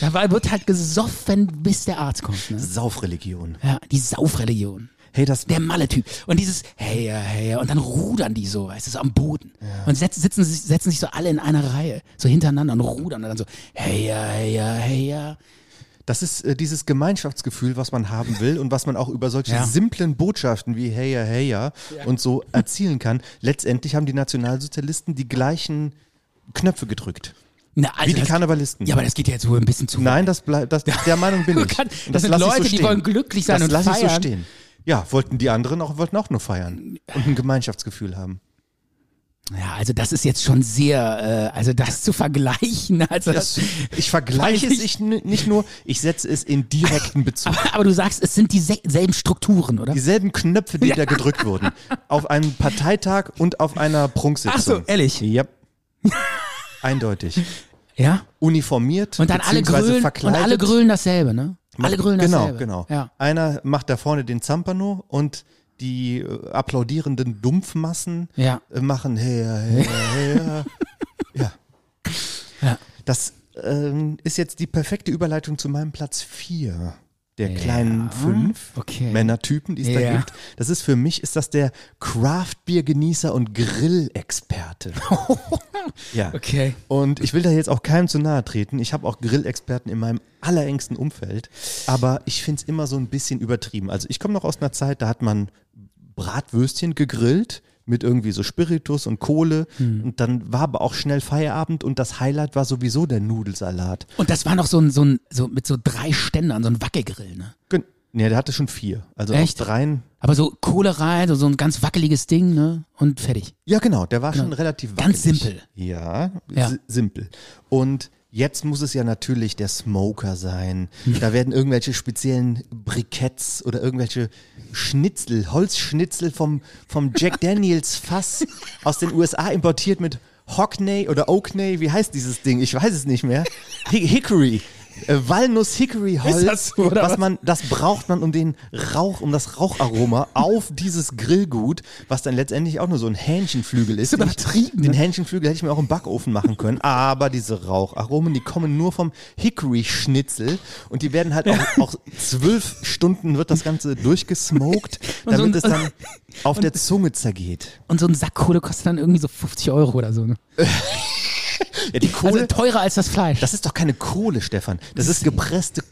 S2: Da wird halt gesoffen, bis der Arzt kommt. Ne?
S3: Saufreligion.
S2: Ja, die Saufreligion.
S3: Hey, das
S2: der Malle-Typ. Und dieses Hey, ja, hey, ja. und dann rudern die so, weißt du, so am Boden. Und setzen, sitzen, sich- setzen sich so alle in einer Reihe, so hintereinander und rudern und dann so Hey, ja, hey, ja, hey, ja.
S3: Das ist äh, dieses Gemeinschaftsgefühl, was man haben will und was man auch über solche
S2: Ja.
S3: simplen Botschaften wie Hey, ja, hey, ja und so erzielen kann. Letztendlich haben die Nationalsozialisten die gleichen Knöpfe gedrückt.
S2: Na, also
S3: wie die
S2: das-
S3: Karnevalisten.
S2: Ja, aber das geht ja jetzt wohl ein bisschen zu.
S3: Nein, das bleibt, das, der Meinung
S2: [laughs]
S3: bin
S2: Man
S3: ich.
S2: kann-
S3: Und
S2: das sind
S3: lass ich
S2: Leute, die
S3: stehen.
S2: wollen glücklich sein
S3: das
S2: und
S3: lass ich so
S2: feiern.
S3: stehen. Ja, wollten die anderen auch, wollten auch nur feiern und ein Gemeinschaftsgefühl haben.
S2: Ja, also das ist jetzt schon sehr, äh, also das zu vergleichen. [laughs] Also
S3: Das, ich vergleiche es ich n- nicht nur, ich setze es in direkten Bezug.
S2: Aber, aber du sagst, es sind dieselben Strukturen, oder?
S3: Dieselben Knöpfe, die da gedrückt wurden. Auf einem Parteitag und auf einer Prunksitzung.
S2: Ach so, ehrlich?
S3: Ja. Eindeutig.
S2: Ja?
S3: Uniformiert
S2: Und dann alle
S3: beziehungsweise
S2: grölen, und
S3: verkleidet.
S2: alle grölen dasselbe, ne? Alle grölen
S3: Genau,
S2: dasselbe.
S3: genau.
S2: Ja.
S3: Einer macht da vorne den Zampano und die äh, applaudierenden Dumpfmassen
S2: Ja.
S3: äh, machen her, her,
S2: [laughs]
S3: her. ja.
S2: Ja.
S3: Das ähm, ist jetzt die perfekte Überleitung zu meinem Platz 4 der kleinen fünf
S2: okay.
S3: Männertypen, die es
S2: Ja.
S3: da gibt. Das ist für mich, ist das der Craft-Bier-Genießer und Grillexperte. ja.
S2: Okay.
S3: Und ich will da jetzt auch keinem zu nahe treten. Ich habe auch Grillexperten in meinem allerengsten Umfeld. Aber ich finde es immer so ein bisschen übertrieben. Also ich komme noch aus einer Zeit, da hat man Bratwürstchen gegrillt mit irgendwie so Spiritus und Kohle.
S2: Hm.
S3: Und dann war aber auch schnell Feierabend und das Highlight war sowieso der Nudelsalat.
S2: Und das war noch so ein, so ein, so mit so drei Ständern, so ein Wackelgrill, ne?
S3: Gen- Nee, der hatte schon vier. Also
S2: Echt?
S3: aus dreien.
S2: Aber so Kohle rein, so, so ein ganz wackeliges Ding, ne? Und fertig.
S3: Ja, genau, der war
S2: Genau.
S3: schon relativ
S2: Ganz
S3: wackelig.
S2: simpel.
S3: Ja,
S2: Ja.
S3: si- simpel. Und jetzt muss es ja natürlich der Smoker sein. Da werden irgendwelche speziellen Briketts oder irgendwelche Schnitzel, Holzschnitzel vom, vom Jack
S2: [laughs]
S3: Daniels Fass aus den USA importiert mit Hockney oder Oakney, wie heißt dieses Ding? Ich weiß es nicht mehr. Hi- Hickory. Äh, Walnuss Hickory Holz,
S2: Ist das so, oder
S3: was
S2: was?
S3: man, das braucht man um den Rauch, um das Raucharoma auf dieses Grillgut, was dann letztendlich auch nur so ein Hähnchenflügel ist.
S2: Ist übertrieben,
S3: Den
S2: ne?
S3: Hähnchenflügel hätte ich mir auch im Backofen machen können, aber diese Raucharomen, die kommen nur vom Hickory-Schnitzel und die werden halt auch, auch zwölf Stunden wird das Ganze durchgesmoked,
S2: Und so
S3: damit
S2: ein-
S3: es
S2: [laughs]
S3: dann auf der Zunge zergeht.
S2: Und so ein Sack Kohle kostet dann irgendwie so 50 Euro oder so, ne?
S3: Ja, die Kohle,
S2: Also teurer als das Fleisch.
S3: Das ist doch keine Kohle, Stefan. Das ist gepresste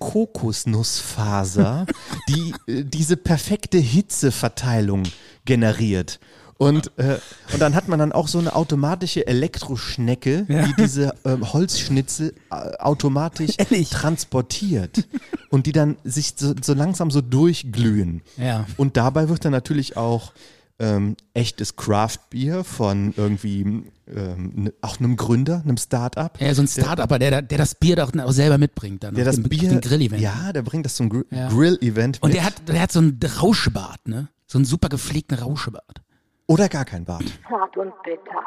S3: Kokosnussfaser, die äh, diese perfekte Hitzeverteilung generiert. Und, äh, und dann hat man dann auch so eine automatische Elektroschnecke, die diese ähm, Holzschnitzel äh, automatisch transportiert und die dann sich so, so langsam so durchglühen.
S2: Ja.
S3: Und dabei wird dann natürlich auch ähm, echtes Craft-Bier von irgendwie ähm, ne, auch einem Gründer, einem Start-up.
S2: Ja, so ein
S3: Der-
S2: Start-Upper, der, der, der das Bier doch auch selber mitbringt dann.
S3: der
S2: auf
S3: das
S2: dem,
S3: Bier.
S2: auf dem Grill-Event.
S3: Ja, der bringt das zum Gr
S2: Ja.
S3: Grill-Event
S2: Und
S3: mit.
S2: der hat, der hat so einen Rauschebart, ne? So einen super gepflegten Rauschebart.
S3: Oder gar kein Bart.
S15: Zart und bitter.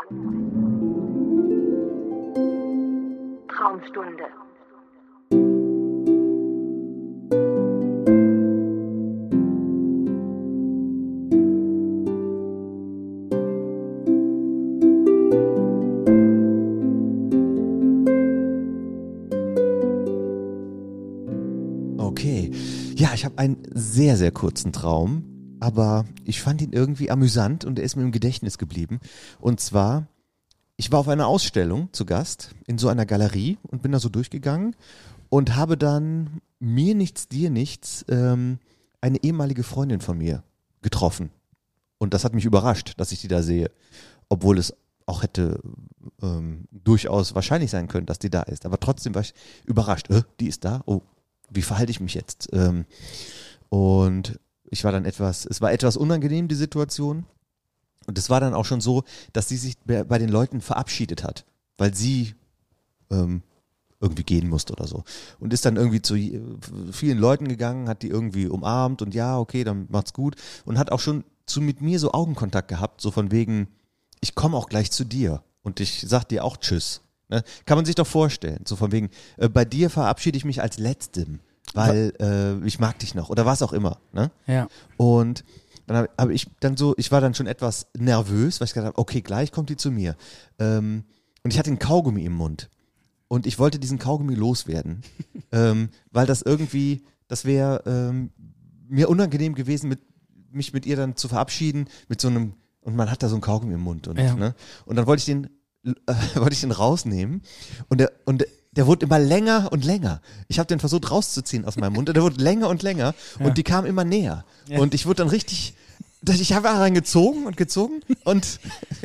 S15: Traumstunde.
S3: Okay. Ja, ich habe einen sehr, sehr kurzen Traum, aber ich fand ihn irgendwie amüsant und er ist mir im Gedächtnis geblieben. Und zwar, ich war auf einer Ausstellung zu Gast in so einer Galerie und bin da so durchgegangen und habe dann mir nichts, dir nichts, ähm, eine ehemalige Freundin von mir getroffen. Und das hat mich überrascht, dass ich die da sehe. Obwohl es auch hätte ähm, durchaus wahrscheinlich sein können, dass die da ist. Aber trotzdem war ich überrascht. Äh, die ist da? Oh, wie verhalte ich mich jetzt? Ähm, und ich war dann etwas, es war etwas unangenehm, die Situation. Und es war dann auch schon so, dass sie sich bei bei den Leuten verabschiedet hat, weil sie ähm, irgendwie gehen musste oder so. Und ist dann irgendwie zu je- vielen Leuten gegangen, hat die irgendwie umarmt und ja, okay, dann macht's gut. Und hat auch schon zu mit mir so Augenkontakt gehabt, so von wegen, ich komme auch gleich zu dir und ich sag dir auch Tschüss. Ne? Kann man sich doch vorstellen, so von wegen, äh, bei dir verabschiede ich mich als Letztem, weil äh, ich mag dich noch oder was auch immer. Ne?
S2: Ja.
S3: Und dann habe hab ich dann so, ich war dann schon etwas nervös, weil ich gedacht habe, okay, gleich kommt die zu mir. Ähm, und ich hatte einen Kaugummi im Mund. Und ich wollte diesen Kaugummi loswerden, ähm, weil das irgendwie, das wäre ähm, mir unangenehm gewesen, mit, mich mit ihr dann zu verabschieden, mit so einem, und man hat da so einen Kaugummi im Mund. Und,
S2: Ja.
S3: ne? und dann wollte ich den, äh, wollte ich den rausnehmen und der, und der- der wurde immer länger und länger. Ich habe den versucht rauszuziehen aus meinem Mund und der wurde länger und länger
S2: Ja.
S3: und die kam immer näher.
S2: Ja.
S3: Und ich wurde dann richtig, ich habe daran gezogen und gezogen und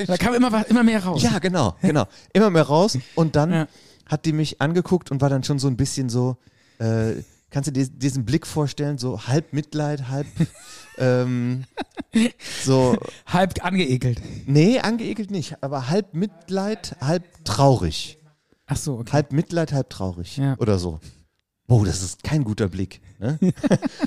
S2: Da kam immer, was- immer mehr raus.
S3: ja, genau, genau. Immer mehr raus und dann hat die mich angeguckt und war dann schon so ein bisschen so, äh, kannst du dir diesen Blick vorstellen, so halb
S2: [laughs]
S3: Mitleid, halb ähm, so.
S2: Halb angeekelt.
S3: Nee, angeekelt nicht, aber halb Mitleid, halb traurig.
S2: Ach so, okay.
S3: Halb Mitleid, halb traurig oder so. Oh, das ist kein guter Blick.
S2: [laughs]
S3: Ne?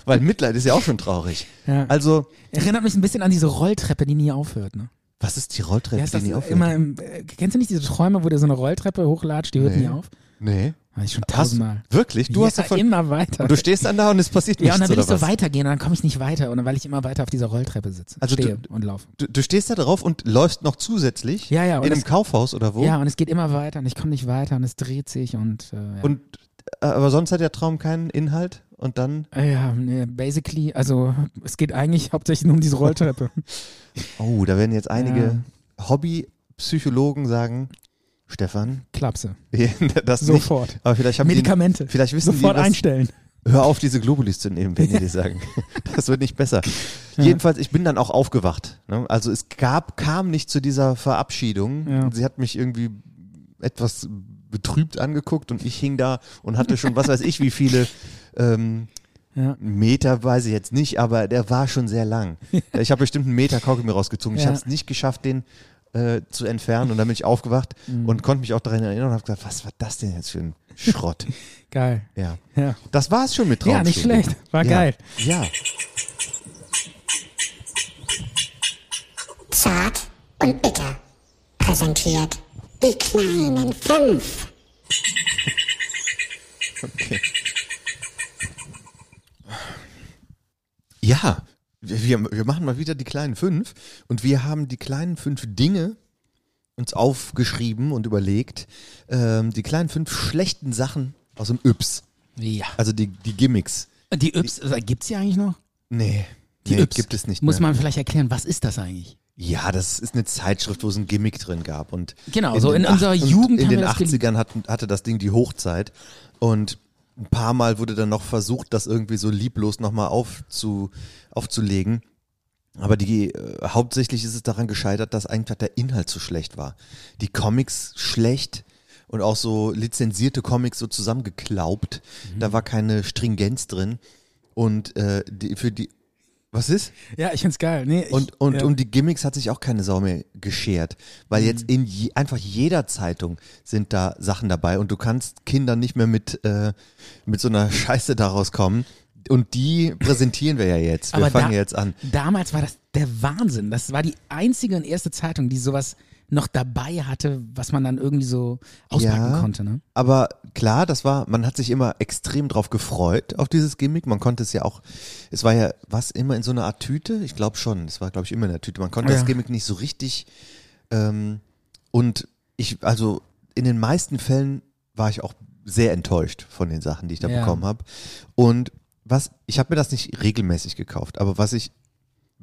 S3: Weil Mitleid ist ja auch schon traurig.
S2: Ja.
S3: Also,
S2: Erinnert mich ein bisschen an diese Rolltreppe, die nie aufhört, ne?
S3: was ist die Rolltreppe,
S2: Ja, ist
S3: die
S2: das
S3: nie aufhört?
S2: immer im, äh, kennst du nicht diese Träume, wo dir so eine Rolltreppe hochlatscht, die hört
S3: Nee.
S2: nie auf?
S3: Nee.
S2: Habe ich schon
S3: Hast-
S2: tausendmal.
S3: Wirklich? Du
S2: ja,
S3: hast davon-
S2: immer weiter.
S3: Und du stehst dann da und es passiert
S2: Ja,
S3: nichts,
S2: und dann will
S3: oder
S2: ich so
S3: was?
S2: weitergehen und dann komme ich nicht weiter, und dann, weil ich immer weiter auf dieser Rolltreppe sitze.
S3: Also
S2: stehe
S3: du-
S2: und laufe.
S3: Du, du stehst da drauf und läufst noch zusätzlich
S2: Ja, ja, und
S3: in einem
S2: das-
S3: Kaufhaus oder wo?
S2: Ja, und es geht immer weiter und ich komme nicht weiter und es dreht sich und äh, ja.
S3: Und äh, aber sonst hat der Traum keinen Inhalt und dann
S2: Äh, ja, nee, basically, also es geht eigentlich hauptsächlich nur um diese Rolltreppe.
S3: [laughs] Oh, da werden jetzt einige Hobbypsychologen sagen, Stefan, [laughs]
S2: Klapse.
S3: das
S2: Sofort.
S3: Nicht, aber vielleicht haben
S2: Medikamente.
S3: Die, vielleicht wissen
S2: Sofort
S3: die, was,
S2: einstellen.
S3: Hör auf, diese Globulis zu nehmen,
S2: [laughs]
S3: wenn die dir sagen. Das wird nicht besser. Jedenfalls, ich bin dann auch aufgewacht. Ne? Also es gab, kam nicht zu dieser Verabschiedung.
S2: Ja.
S3: Sie hat mich irgendwie etwas betrübt angeguckt und ich hing da und hatte schon, was weiß ich, wie viele ähm,
S2: Ja.
S3: Meter, weiß ich jetzt nicht, aber der war schon
S2: [laughs]
S3: sehr lang. Ich habe bestimmt einen Meter Kaugummi rausgezogen. Ich
S2: Ja.
S3: habe es nicht geschafft, den äh, zu entfernen und dann bin ich aufgewacht
S2: Mhm.
S3: und konnte mich auch daran erinnern und habe gesagt, was war das denn jetzt für ein
S2: [laughs]
S3: Schrott?
S2: Geil.
S3: Ja.
S2: Ja.
S3: Das war's schon mit Traumschule.
S2: Ja, nicht schlecht. War
S3: ja.
S2: geil.
S3: Ja.
S14: Zart und bitter. Präsentiert die kleinen fünf.
S3: Ja. Wir, wir- wir machen mal wieder die kleinen fünf und wir haben die kleinen fünf Dinge uns aufgeschrieben und überlegt. Ähm, die kleinen fünf schlechten Sachen aus dem Yps.
S2: Ja.
S3: Also die, die Gimmicks.
S2: Die Yps, also, gibt's die eigentlich noch?
S3: Nee.
S2: Die
S3: nee,
S2: Yps.
S3: gibt es nicht
S2: Muss
S3: mehr.
S2: man vielleicht erklären, was ist das eigentlich?
S3: Ja, das ist eine Zeitschrift, wo es ein Gimmick drin gab. Und
S2: Genau, so in
S3: den Ach-
S2: unserer
S3: und
S2: Jugend
S3: In
S2: haben wir
S3: den
S2: das geliebt.
S3: 80ern hatten, hatte das Ding die Hochzeit. Und ein paar Mal wurde dann noch versucht, das irgendwie so lieblos nochmal aufzu, aufzulegen. Aber die, äh, hauptsächlich ist es daran gescheitert, dass einfach der Inhalt so schlecht war. Die Comics schlecht und auch so lizenzierte Comics so zusammengeklaubt.
S2: Mhm.
S3: Da war keine Stringenz drin. Und äh, die, für die. Was ist?
S2: Ja, ich find's geil. Nee, ich,
S3: Und, und
S2: ja.
S3: um die Gimmicks hat sich auch keine Sau mehr geschert, weil jetzt
S2: Mhm.
S3: in je, einfach jeder Zeitung sind da Sachen dabei und du kannst Kindern nicht mehr mit, äh, mit so einer [laughs] Scheiße daraus kommen. Und die präsentieren wir ja jetzt. Wir
S2: Aber
S3: fangen
S2: da-
S3: jetzt an.
S2: Damals war das der Wahnsinn. Das war die einzige und erste Zeitung, die sowas noch dabei hatte, was man dann irgendwie so auspacken
S3: Ja,
S2: konnte. Ne?
S3: Aber klar, das war, man hat sich immer extrem drauf gefreut, auf dieses Gimmick. Man konnte es ja auch, es war ja was immer in so einer Art Tüte? Ich glaube schon, es war, glaube ich, immer in der Tüte. Man konnte
S2: Oh Ja.
S3: das Gimmick nicht so richtig. Ähm, und ich, also in den meisten Fällen war ich auch sehr enttäuscht von den Sachen, die ich da
S2: Ja.
S3: bekommen habe. Und was, ich habe mir das nicht regelmäßig gekauft, aber was ich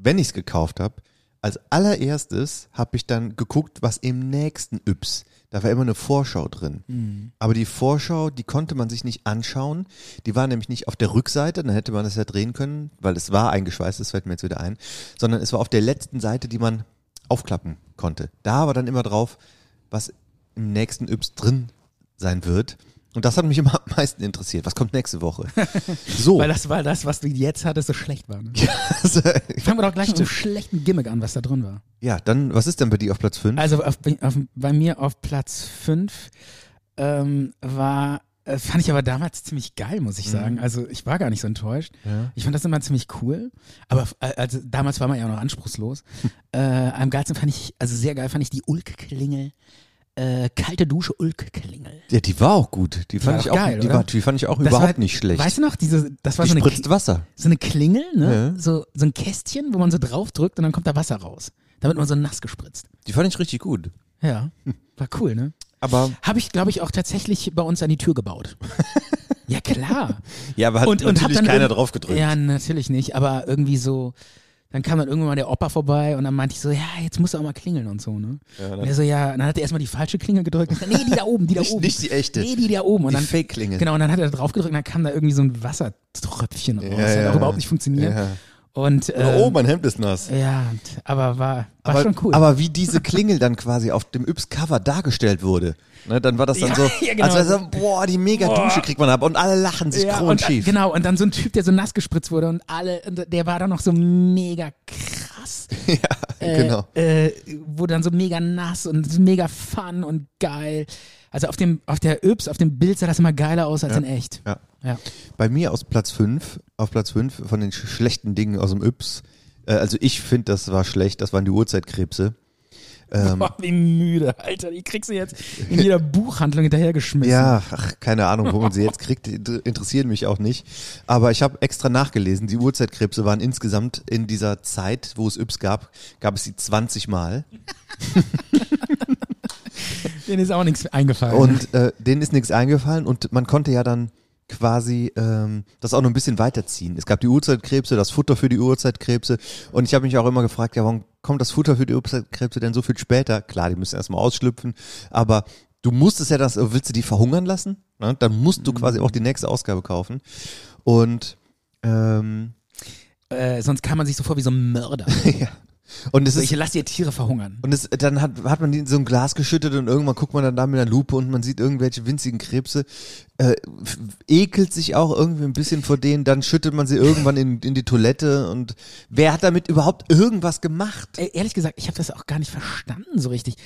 S3: wenn ich es gekauft habe, als allererstes habe ich dann geguckt, was im nächsten Yps. Da war immer eine Vorschau drin.
S2: Mhm.
S3: Aber die Vorschau, die konnte man sich nicht anschauen. Die war nämlich nicht auf der Rückseite, dann hätte man das ja drehen können, weil es war eingeschweißt, das fällt mir jetzt wieder ein, sondern es war auf der letzten Seite, die man aufklappen konnte. Da war dann immer drauf, was im nächsten Yps drin sein wird. Und das hat mich [laughs] immer am meisten interessiert. Was kommt
S2: [laughs]
S3: nächste Woche? So.
S2: Weil das war das, was du jetzt hattest, so schlecht war. Ne? Fangen wir doch gleich mit einem schlechten Gimmick an, was da drin war.
S3: [laughs] Ja, dann, was ist denn bei dir auf Platz 5?
S2: Also auf, auf, bei mir auf Platz 5 ähm, war, äh, fand ich aber damals ziemlich geil, muss ich
S3: Mhm.
S2: sagen. Also ich war gar nicht so enttäuscht.
S3: Ja.
S2: Ich fand das immer ziemlich cool. Aber f- äh, also, damals war man ja auch noch
S3: [laughs]
S2: anspruchslos. äh, am geilsten fand ich, also sehr geil fand ich die Ulk-Klingel. Äh, kalte Dusche Ulk-Klingel.
S3: Ja, die war auch gut. Die fand
S2: war
S3: ich
S2: doch
S3: auch,
S2: geil,
S3: die,
S2: oder?
S3: war, die fand ich auch
S2: Das
S3: überhaupt
S2: war- halt-
S3: nicht schlecht.
S2: Weißt du noch, diese, das war
S3: die
S2: so eine,
S3: spritzt
S2: Kli-
S3: Wasser.
S2: so eine Klingel, ne?
S3: Ja.
S2: So, so ein Kästchen, wo man so drauf drückt und dann kommt da Wasser raus. Da wird man so nass gespritzt.
S3: Die fand ich richtig gut.
S2: Ja, war cool, ne?
S3: Aber
S2: Habe ich, glaube ich, auch tatsächlich bei uns an die Tür
S3: [laughs]
S2: gebaut. ja, klar.
S3: Ja, aber hat natürlich keiner
S2: irgend-
S3: drauf gedrückt.
S2: Ja, natürlich nicht, aber irgendwie so. Dann kam dann irgendwann mal der Opa vorbei und dann meinte ich so, ja, jetzt muss er auch mal klingeln und so, ne?
S3: Ja,
S2: und er so, ja, und dann hat er erstmal die falsche Klingel gedrückt. Und dann, nee, die da oben, die da
S3: Nicht-
S2: oben.
S3: nicht die echte.
S2: Nee, die da oben. Und
S3: Die
S2: dann,
S3: Fake-Klingel.
S2: Genau, und dann hat er drauf gedrückt und dann kam da irgendwie so ein Wassertröpfchen raus.
S3: Ja,
S2: das hat
S3: ja.
S2: auch überhaupt nicht funktioniert.
S3: Ja.
S2: Und,
S3: Oder,
S2: äh,
S3: oh, mein Hemd ist nass.
S2: Ja, und- aber war, war
S3: aber,
S2: schon cool.
S3: aber wie diese Klingel dann quasi auf dem Yps-Cover dargestellt wurde, ne, dann war das dann
S2: Ja,
S3: so,
S2: [laughs] ja, genau.
S3: als wäre so, boah, die mega Dusche
S2: Boah.
S3: kriegt man ab und alle lachen sich
S2: Ja, und,
S3: kronschief.
S2: Genau, und dann so ein Typ, der so nass gespritzt wurde und alle, und der war dann noch so mega
S3: [laughs]
S2: krass.
S3: [laughs] Ja, genau.
S2: Äh, äh, wurde dann so mega nass und mega fun und geil. Also auf dem, auf der Yps, auf dem Bild sah das immer geiler aus als
S3: Ja.
S2: in echt.
S3: Ja.
S2: Ja.
S3: Bei mir aus Platz 5, auf Platz 5 von den sch schlechten Dingen aus dem Yps, äh, also ich finde, das war schlecht, das waren die Uhrzeitkrebse.
S2: [laughs]
S3: Ähm,
S2: Boah, Oh, wie müde, Alter. Die kriegst du jetzt in jeder
S3: [laughs]
S2: Buchhandlung hinterhergeschmissen.
S3: Ja, ach, keine Ahnung, wo man sie jetzt kriegt, inter- interessieren mich auch nicht. Aber ich habe extra nachgelesen, die Uhrzeitkrebse waren insgesamt in dieser Zeit, wo es Yps gab, gab es sie 20 Mal.
S2: Denen ist auch nichts eingefallen.
S3: Und äh, denen ist nichts eingefallen und man konnte ja dann quasi ähm, das auch noch ein bisschen weiterziehen. Es gab die Urzeitkrebse, das Futter für die Urzeitkrebse und ich habe mich auch immer gefragt, ja, warum kommt das Futter für die Urzeitkrebse denn so viel später? Klar, die müssen erstmal ausschlüpfen, aber du musstest ja das, willst du die verhungern lassen? Ne? Dann musst du quasi auch die nächste Ausgabe kaufen. Und ähm, [laughs]
S2: äh, sonst kam man sich so vor wie so ein Mörder.
S3: ja. Und es
S2: so,
S3: ist
S2: ich lasse dir Tiere verhungern.
S3: und es, dann hat, hat man die in so ein Glas geschüttet und irgendwann guckt man dann da mit einer Lupe und man sieht irgendwelche winzigen Krebse, äh, f- ekelt sich auch irgendwie ein bisschen vor denen, dann schüttet man sie irgendwann in, in die Toilette und wer hat damit überhaupt irgendwas gemacht?
S2: Äh, ehrlich gesagt, ich habe das auch gar nicht verstanden so richtig.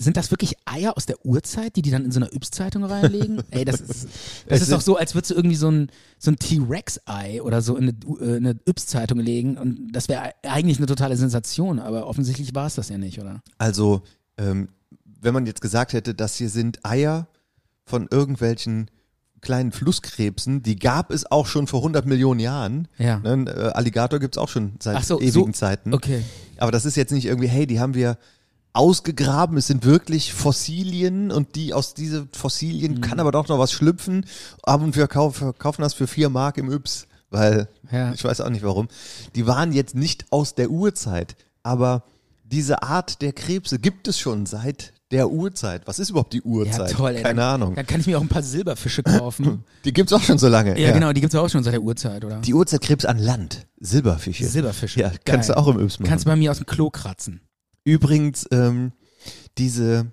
S2: Sind das wirklich Eier aus der Urzeit, die die dann in so einer Yps-Zeitung
S3: [laughs]
S2: reinlegen? Ey, das ist, das
S3: Es
S2: ist
S3: sind-
S2: doch so, als würdest du irgendwie so ein, so ein T-Rex-Ei oder so in eine, U- äh, in eine Yps-Zeitung legen. Und das wäre eigentlich eine totale Sensation, aber offensichtlich war es das ja nicht, oder?
S3: Also, ähm, wenn man jetzt gesagt hätte, das hier sind Eier von irgendwelchen kleinen Flusskrebsen, die gab es auch schon vor 100 Millionen Jahren.
S2: Ja.
S3: Ne, ein, äh, Alligator gibt es auch schon seit
S2: Ach so,
S3: ewigen
S2: so-
S3: Zeiten.
S2: okay.
S3: Aber das ist jetzt nicht irgendwie, hey, die haben wir ausgegraben, es sind wirklich Fossilien und die aus diese Fossilien
S2: Mhm.
S3: kann aber doch noch was schlüpfen, aber wir verkau- verkaufen das für vier Mark im Yps, weil
S2: Ja.
S3: ich weiß auch nicht warum. Die waren jetzt nicht aus der Urzeit, aber diese Art der Krebse gibt es schon seit der Urzeit. Was ist überhaupt die Urzeit?
S2: Ja, toll, ey.
S3: Keine
S2: dann,
S3: Ahnung.
S2: Dann kann ich mir auch ein paar Silberfische
S3: [laughs]
S2: kaufen.
S3: Die gibt's auch schon so lange.
S2: ja, genau, die gibt's ja auch schon seit der Urzeit, oder?
S3: Die Urzeitkrebs an Land. Silberfische.
S2: Silberfische.
S3: Ja, kannst
S2: Geil.
S3: du auch im Yps machen.
S2: Kannst du bei mir aus dem Klo kratzen.
S3: Übrigens, ähm, diese,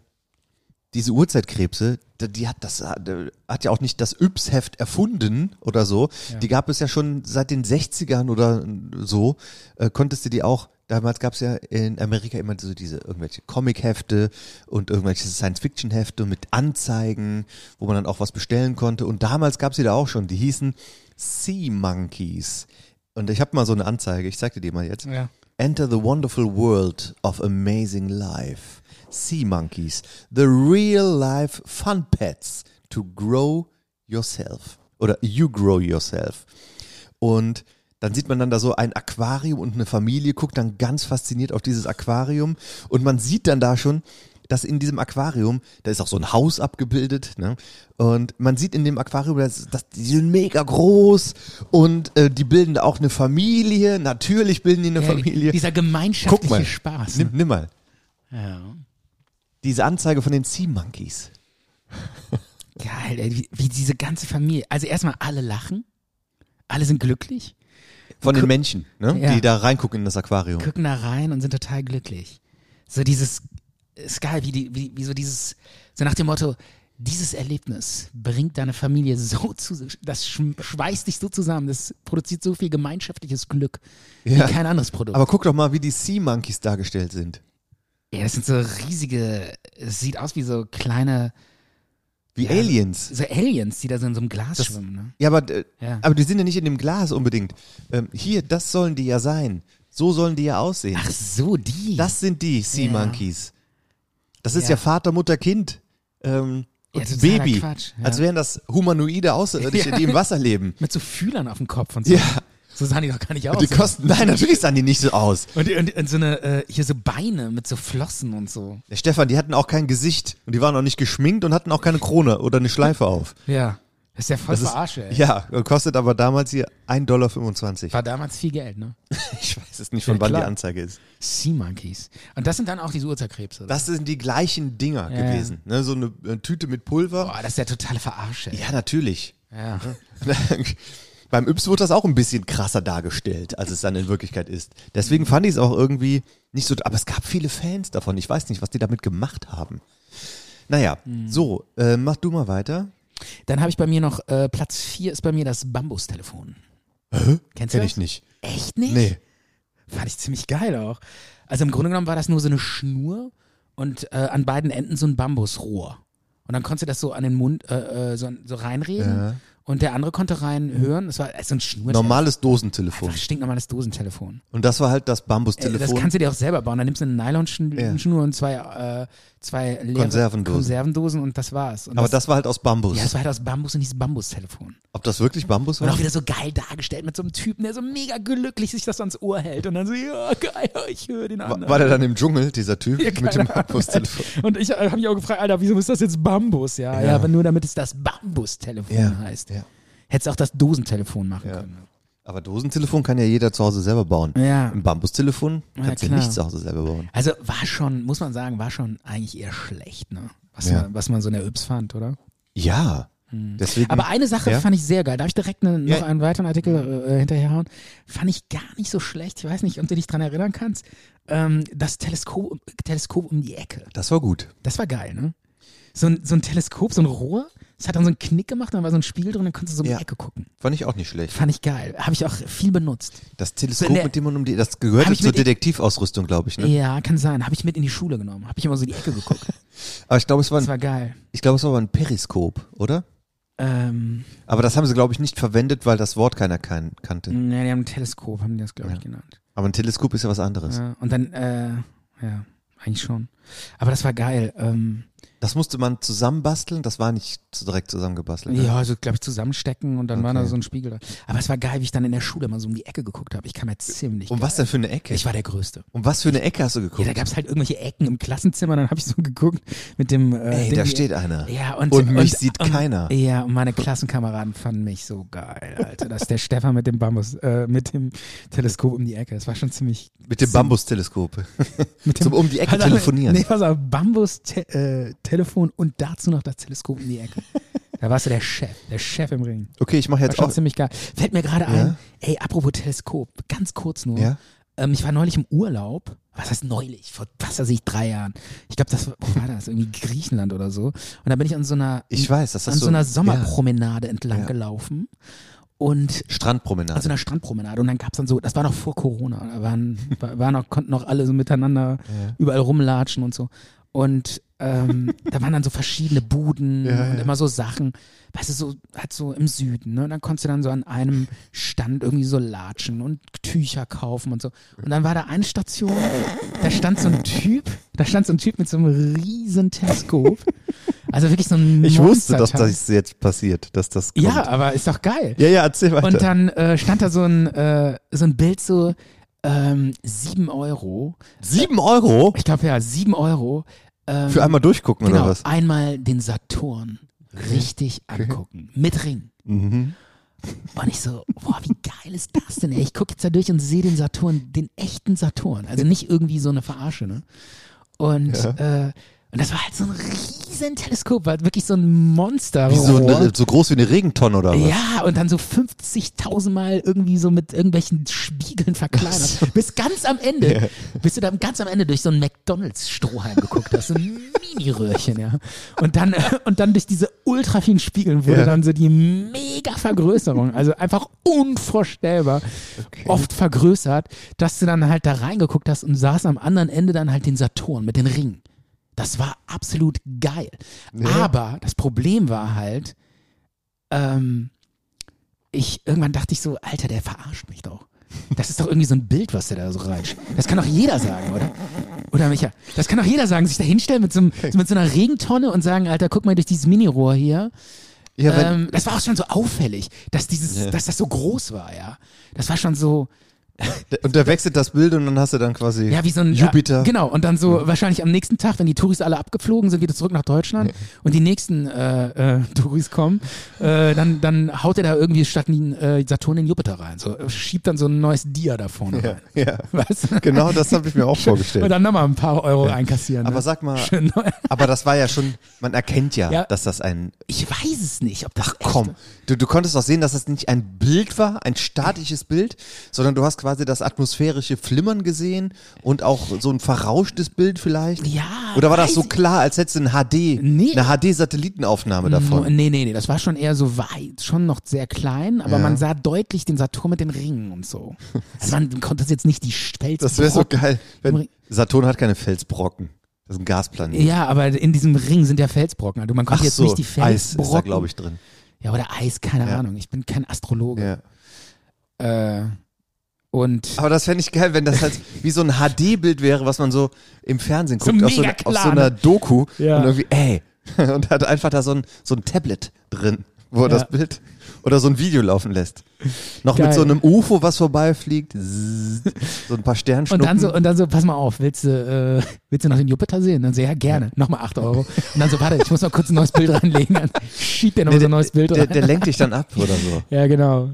S3: diese Urzeitkrebse, da- die hat das äh, hat ja auch nicht das Yps-Heft erfunden oder so.
S2: Ja.
S3: Die gab es ja schon seit den 60ern oder so. Äh, konntest du die auch. Damals gab es ja in Amerika immer so diese irgendwelche Comic-Hefte und irgendwelche Science-Fiction-Hefte mit Anzeigen, wo man dann auch was bestellen konnte. Und damals gab es die da auch schon. Die hießen Sea Monkeys. Und ich habe mal so eine Anzeige, ich zeig dir die mal jetzt.
S2: Ja.
S3: Enter the wonderful world of amazing life. Sea monkeys, the real life fun pets to grow yourself. Oder you grow yourself. Und dann sieht man dann da so ein Aquarium und eine Familie, guckt dann ganz fasziniert auf dieses Aquarium und man sieht dann da schon, dass in diesem Aquarium, da ist auch so ein Haus abgebildet, ne? Und man sieht in dem Aquarium, dass, dass die sind mega groß und äh, die bilden da auch eine Familie. Natürlich bilden die eine
S2: Ja,
S3: Familie.
S2: Dieser gemeinschaftliche
S3: Guck mal,
S2: Spaß.
S3: nimm,
S2: Ne?
S3: nimm mal
S2: Ja.
S3: diese Anzeige von den Sea Monkeys.
S2: Geil, ey, wie, wie diese ganze Familie. Also erstmal alle lachen, alle sind glücklich,
S3: Von den
S2: Guck-
S3: Menschen, ne?
S2: Ja.
S3: die da reingucken in das Aquarium.
S2: gucken da rein und sind total glücklich. So dieses, ist geil, wie, die, wie, wie so dieses, so nach dem Motto, dieses Erlebnis bringt deine Familie so zu, das schm- schweißt dich so zusammen, das produziert so viel gemeinschaftliches Glück
S3: Ja.
S2: wie kein anderes Produkt.
S3: Aber guck doch mal, wie die Sea Monkeys dargestellt sind.
S2: ja, das sind so riesige, es sieht aus wie so kleine,
S3: Wie
S2: Ja.
S3: Aliens.
S2: so Aliens, die da so in so einem Glas
S3: Das-
S2: schwimmen. Ne?
S3: Ja, aber, äh,
S2: Ja.
S3: aber die sind ja nicht in dem Glas unbedingt. Ähm, hier, das sollen die ja sein. So sollen die ja aussehen.
S2: Ach so, die.
S3: Das sind die Sea
S2: Ja.
S3: Monkeys. Das ist ja,
S2: Ja.
S3: Vater, Mutter, Kind. Ähm,
S2: Ja,
S3: und
S2: totaler
S3: Baby.
S2: Quatsch, ja.
S3: Als wären das humanoide Außerirdische,
S2: Ja.
S3: die im Wasser leben.
S2: Mit so Fühlern auf dem Kopf und so.
S3: Ja.
S2: So sahen die doch gar nicht aus.
S3: Und die kosten, nein, natürlich sahen die nicht so aus.
S2: Und, und, und so eine, äh, hier so Beine mit so Flossen und so.
S3: Der Stefan, die hatten auch kein Gesicht und die waren auch nicht geschminkt und hatten auch keine Krone oder eine Schleife auf.
S2: Ja. Das ist ja voll
S3: Das ist-
S2: verarsche, ey.
S3: Ja, und kostet aber damals hier 1,25
S2: War
S3: Dollar.
S2: damals viel Geld, ne?
S3: Ich weiß es nicht, von
S2: Ja,
S3: wann die
S2: klar.
S3: Anzeige ist.
S2: Sea Monkeys. Und das sind dann auch diese Urzerkrebse. oder?
S3: Das sind die gleichen Dinger
S2: Ja.
S3: gewesen. Ne? So eine, äh, Tüte mit Pulver.
S2: Boah, das ist ja totale Verarsche. ey.
S3: Ja, natürlich.
S2: Ja.
S3: [laughs] Beim Yps wurde das auch ein bisschen krasser dargestellt, als es dann in Wirklichkeit ist. Deswegen fand ich es auch irgendwie nicht so. Aber es gab viele Fans davon. Ich weiß nicht, was die damit gemacht haben. Naja,
S2: Hm.
S3: so, äh, mach du mal weiter.
S2: Dann habe ich bei mir noch, äh, Platz 4 ist bei mir das Bambustelefon.
S3: Hä?
S2: Kennst du
S3: Kenn
S2: das?
S3: ich nicht.
S2: Echt nicht?
S3: Nee.
S2: Fand ich ziemlich geil auch. Also im Grunde genommen war das nur so eine Schnur und äh, an beiden Enden so ein Bambusrohr. Und dann konntest du das so an den Mund äh, äh, so, so reinreden
S3: Ja.
S2: und der andere konnte reinhören. Das war äh, so ein Schnur.
S3: Normales Dosentelefon.
S2: Einfach stinknormales Dosentelefon.
S3: Und das war halt das
S2: Äh,
S3: Bambustelefon.
S2: das kannst du dir auch selber bauen. Da nimmst du eine Nylonschnur
S3: Ja.
S2: Schnur und zwei, äh, zwei leere
S3: Konservendosen.
S2: Konservendosen und das war's. Und
S3: aber das war halt aus Bambus.
S2: Ja, das war halt aus Bambus und hieß Bambustelefon.
S3: Ob das wirklich Bambus
S2: Und
S3: war?
S2: auch wieder so geil dargestellt mit so einem Typen, der so mega glücklich sich das ans Ohr hält und dann so, ja, geil, [laughs] ich höre den
S3: War,
S2: anderen.
S3: war der dann im Dschungel, dieser Typ,
S2: Ja,
S3: mit dem
S2: keine Ahnung.
S3: Bambustelefon?
S2: Und ich habe mich auch gefragt, Alter, wieso ist das jetzt Bambus? Ja, ja,
S3: Ja.
S2: aber nur damit es das Bambustelefon
S3: Ja,
S2: heißt.
S3: ja.
S2: Hättest auch das Dosentelefon machen können.
S3: Aber Dosentelefon kann ja jeder zu Hause selber bauen.
S2: Ja.
S3: Ein Bambustelefon
S2: Ja,
S3: kannst du
S2: klar.
S3: nicht zu Hause selber bauen.
S2: Also war schon, muss man sagen, war schon eigentlich eher schlecht, ne? Was,
S3: Ja.
S2: man, was man so in der Yps fand, oder?
S3: Ja. Deswegen,
S2: Hm. Aber eine Sache
S3: ja?
S2: fand ich sehr geil. Darf ich direkt ne, noch
S3: Ja.
S2: einen weiteren Artikel äh, hinterherhauen? Fand ich gar nicht so schlecht. Ich weiß nicht, ob du dich dran erinnern kannst. Ähm, das Teleskop, Teleskop um die Ecke.
S3: Das war gut.
S2: Das war geil, ne? So ein, so ein Teleskop, so ein Rohr. Das hat dann so einen Knick gemacht, dann war so ein Spiegel drin, dann konntest du so um
S3: Ja.
S2: die Ecke gucken.
S3: Fand ich auch nicht schlecht.
S2: Fand ich geil. Habe ich auch viel benutzt.
S3: Das Teleskop,
S2: So in der-
S3: mit dem man um die. Das
S2: Hab
S3: gehörte
S2: ich
S3: zur
S2: mit-
S3: Detektivausrüstung, glaube ich. Ne?
S2: Ja, kann sein. Habe ich mit in die Schule genommen. Habe ich immer so in die Ecke geguckt.
S3: Aber ich glaube, es war,
S2: das
S3: ein,
S2: war geil.
S3: ich glaube, es war aber ein Periskop, oder?
S2: Ähm,
S3: Aber das haben sie, glaube ich, nicht verwendet, weil das Wort keiner kan kannte.
S2: ne, die haben ein Teleskop, haben die das, glaube ich, genannt.
S3: Aber ein Teleskop ist ja was anderes.
S2: Ja, und dann, äh, ja, eigentlich schon. Aber das war geil. Ähm,
S3: Das musste man zusammenbasteln, das war nicht zu- direkt zusammengebastelt. ne?
S2: Ja, also glaube ich zusammenstecken und dann war
S3: Okay.
S2: da so ein Spiegel. da. Aber es war geil, wie ich dann in der Schule mal so um die Ecke geguckt habe. Ich kam ja ziemlich.
S3: Um was denn für eine Ecke?
S2: Ich war der Größte.
S3: Um was für eine Ecke hast du geguckt?
S2: Ja, da gab es halt irgendwelche Ecken im Klassenzimmer, dann habe ich so geguckt mit dem. Äh,
S3: Ey,
S2: Ding-
S3: da steht einer.
S2: Ja, und,
S3: Und mich sieht keiner.
S2: Ja, und meine Klassenkameraden fanden mich so geil, Alter. Dass der Stefan mit dem Bambus, äh, mit dem Teleskop um die Ecke. Das war schon ziemlich.
S3: Mit dem
S2: ziem-
S3: Bambusteleskop. [laughs] Zum um die Ecke
S2: Pass auf,
S3: telefonieren.
S2: Nee, pass auf, Bambus-Telefon äh, Telefon und dazu noch das Teleskop um die Ecke. Da warst du der Chef, der Chef im Ring.
S3: Okay, ich mache jetzt
S2: war schon
S3: auch.
S2: ziemlich geil. Fällt mir gerade ein, ey, apropos Teleskop, ganz kurz nur.
S3: Ja?
S2: Ähm, ich war neulich im Urlaub. Was heißt neulich? Vor was weiß ich, drei Jahren. Ich glaube, das war, wo war das? Irgendwie Griechenland oder so. Und da bin ich an so einer,
S3: Ich weiß, das
S2: an
S3: hast
S2: so
S3: du-
S2: einer
S3: ja.
S2: Sommerpromenade entlang gelaufen. Und
S3: Strandpromenade.
S2: an so einer Strandpromenade. Und dann gab es dann so, das war noch vor Corona. Da waren, war- waren noch, konnten noch alle so miteinander überall rumlatschen und so. Und ähm, da waren dann so verschiedene Buden
S3: Ja,
S2: und
S3: ja.
S2: immer so Sachen. Weißt du, so, halt so im Süden, ne? Und dann konntest du dann so an einem Stand irgendwie so latschen und Tücher kaufen und so. Und dann war da eine Station, da stand so ein Typ, da stand so ein Typ mit so einem riesen Teleskop. Also wirklich so ein
S3: ich wusste, dass
S2: Monsterteil.
S3: das jetzt passiert, dass das kommt.
S2: Ja, aber ist doch geil.
S3: ja, ja, erzähl weiter.
S2: Und dann äh, stand da so ein, äh, so ein Bild so, ähm, 7 Euro. Äh,
S3: 7 Euro?
S2: Ich glaube ja, 7 Euro. Ähm,
S3: Für einmal durchgucken
S2: genau,
S3: oder was?
S2: einmal den Saturn richtig angucken. Mit Ring.
S3: Mhm.
S2: Und ich so, boah, wie geil ist das denn? Ey? Ich gucke jetzt da durch und sehe den Saturn, den echten Saturn. Also nicht irgendwie so eine Verarsche, ne? Und, äh, und das war halt so ein riesen Teleskop, war halt wirklich so ein Monster.
S3: Wie so, eine, so groß wie eine Regentonne oder was?
S2: Ja, und dann so 50.000 Mal irgendwie so mit irgendwelchen Spiegeln verkleinert. Bis ganz am Ende, bis du dann ganz am Ende durch so einen McDonalds-Strohhalm geguckt hast. So ein Mini-Röhrchen, ja. Und dann, [laughs] und dann durch diese ultra vielen Spiegeln wurde
S3: Ja.
S2: dann so die mega Vergrößerung. Also einfach unvorstellbar oft vergrößert, dass du dann halt da reingeguckt hast und saß am anderen Ende dann halt den Saturn mit den Ringen. Das war absolut geil. Aber das Problem war halt, ähm, ich irgendwann dachte ich so, Alter, der verarscht mich doch. Das ist doch irgendwie so ein Bild, was der da so reicht. Das kann doch jeder sagen, oder? Oder Micha? Das kann doch jeder sagen, sich da hinstellen mit so, einem, mit so einer Regentonne und sagen, Alter, guck mal durch dieses Minirohr hier. Ja, wenn- ähm, das war auch schon so auffällig, dass dieses, dass das so groß war, ja. Das war schon so,
S3: Und da wechselt das Bild und dann hast du dann quasi
S2: ähm, ja, wie so ein
S3: Jupiter.
S2: Ja, genau, und dann so wahrscheinlich am nächsten Tag, wenn die Touris alle abgeflogen sind, wieder zurück nach Deutschland und die nächsten äh, äh, Touris kommen, äh, dann, dann haut er da irgendwie statt in, äh, Saturn in Jupiter rein. So, schiebt dann so ein neues Dia da vorne rein. [laughs]
S3: Ja,
S2: Was?
S3: genau das habe ich mir
S2: [laughs]
S3: auch vorgestellt.
S2: Und dann nochmal ein paar Euro einkassieren.
S3: Aber
S2: ne?
S3: sag mal,
S2: Schön neu. [laughs]
S3: aber das war ja schon, man erkennt ja,
S2: Ja.
S3: dass das ein.
S2: Ich weiß es nicht, ob das echt-
S3: Komm, du, du konntest auch sehen, dass das nicht ein Bild war, ein statisches Bild, sondern du hast quasi das atmosphärische Flimmern gesehen und auch so ein verrauschtes Bild vielleicht.
S2: Ja.
S3: Oder war das
S2: weiß
S3: so
S2: ich-
S3: klar, als hättest du ein HD, eine HD-Satellitenaufnahme davon?
S2: Nee, nee, nee, das war schon eher so weit, schon noch sehr klein, aber
S3: Ja.
S2: man sah deutlich den Saturn mit den Ringen und
S3: [laughs]
S2: so. Also man konnte das jetzt nicht die Stelz.
S3: Das wäre so geil. Wenn Saturn hat keine Felsbrocken. Das ist ein Gasplanet.
S2: Ja, aber in diesem Ring sind ja Felsbrocken. Also man konnte
S3: Ach
S2: jetzt
S3: so,
S2: nicht die
S3: Eis ist
S2: Felsbrocken.
S3: da, glaube ich, drin.
S2: Ja, oder Eis, keine
S3: Ja.
S2: Ahnung. Ich bin kein Astrologe. Äh, und
S3: Aber das fände ich geil, wenn
S2: [laughs]
S3: das halt wie so ein HD-Bild wäre, was man so im Fernsehen
S2: So
S3: guckt, auf, so,
S2: mega
S3: auf so
S2: klar,
S3: einer
S2: ne?
S3: Doku.
S2: Ja.
S3: Und irgendwie, ey. [laughs] Und hat einfach da so ein, so ein Tablet drin, wo er
S2: Ja.
S3: das Bild oder so ein Video laufen lässt. Noch
S2: Geil.
S3: mit so einem UFO, was vorbeifliegt. Zzz, So ein paar
S2: Und
S3: Sternschnuppen.
S2: dann, so, und dann so, pass mal auf, willst du, äh, willst du noch den Jupiter sehen? Dann so, ja, gerne. Nochmal 8 Euro. Und dann so, warte, ich muss noch kurz ein neues Bild reinlegen.
S3: [laughs]
S2: Dann schiebt der noch
S3: Nee,
S2: so
S3: der-
S2: ein neues Bild
S3: der,
S2: rein.
S3: der lenkt
S2: [laughs]
S3: dich dann ab oder so.
S2: Ja,
S3: [laughs]
S2: genau.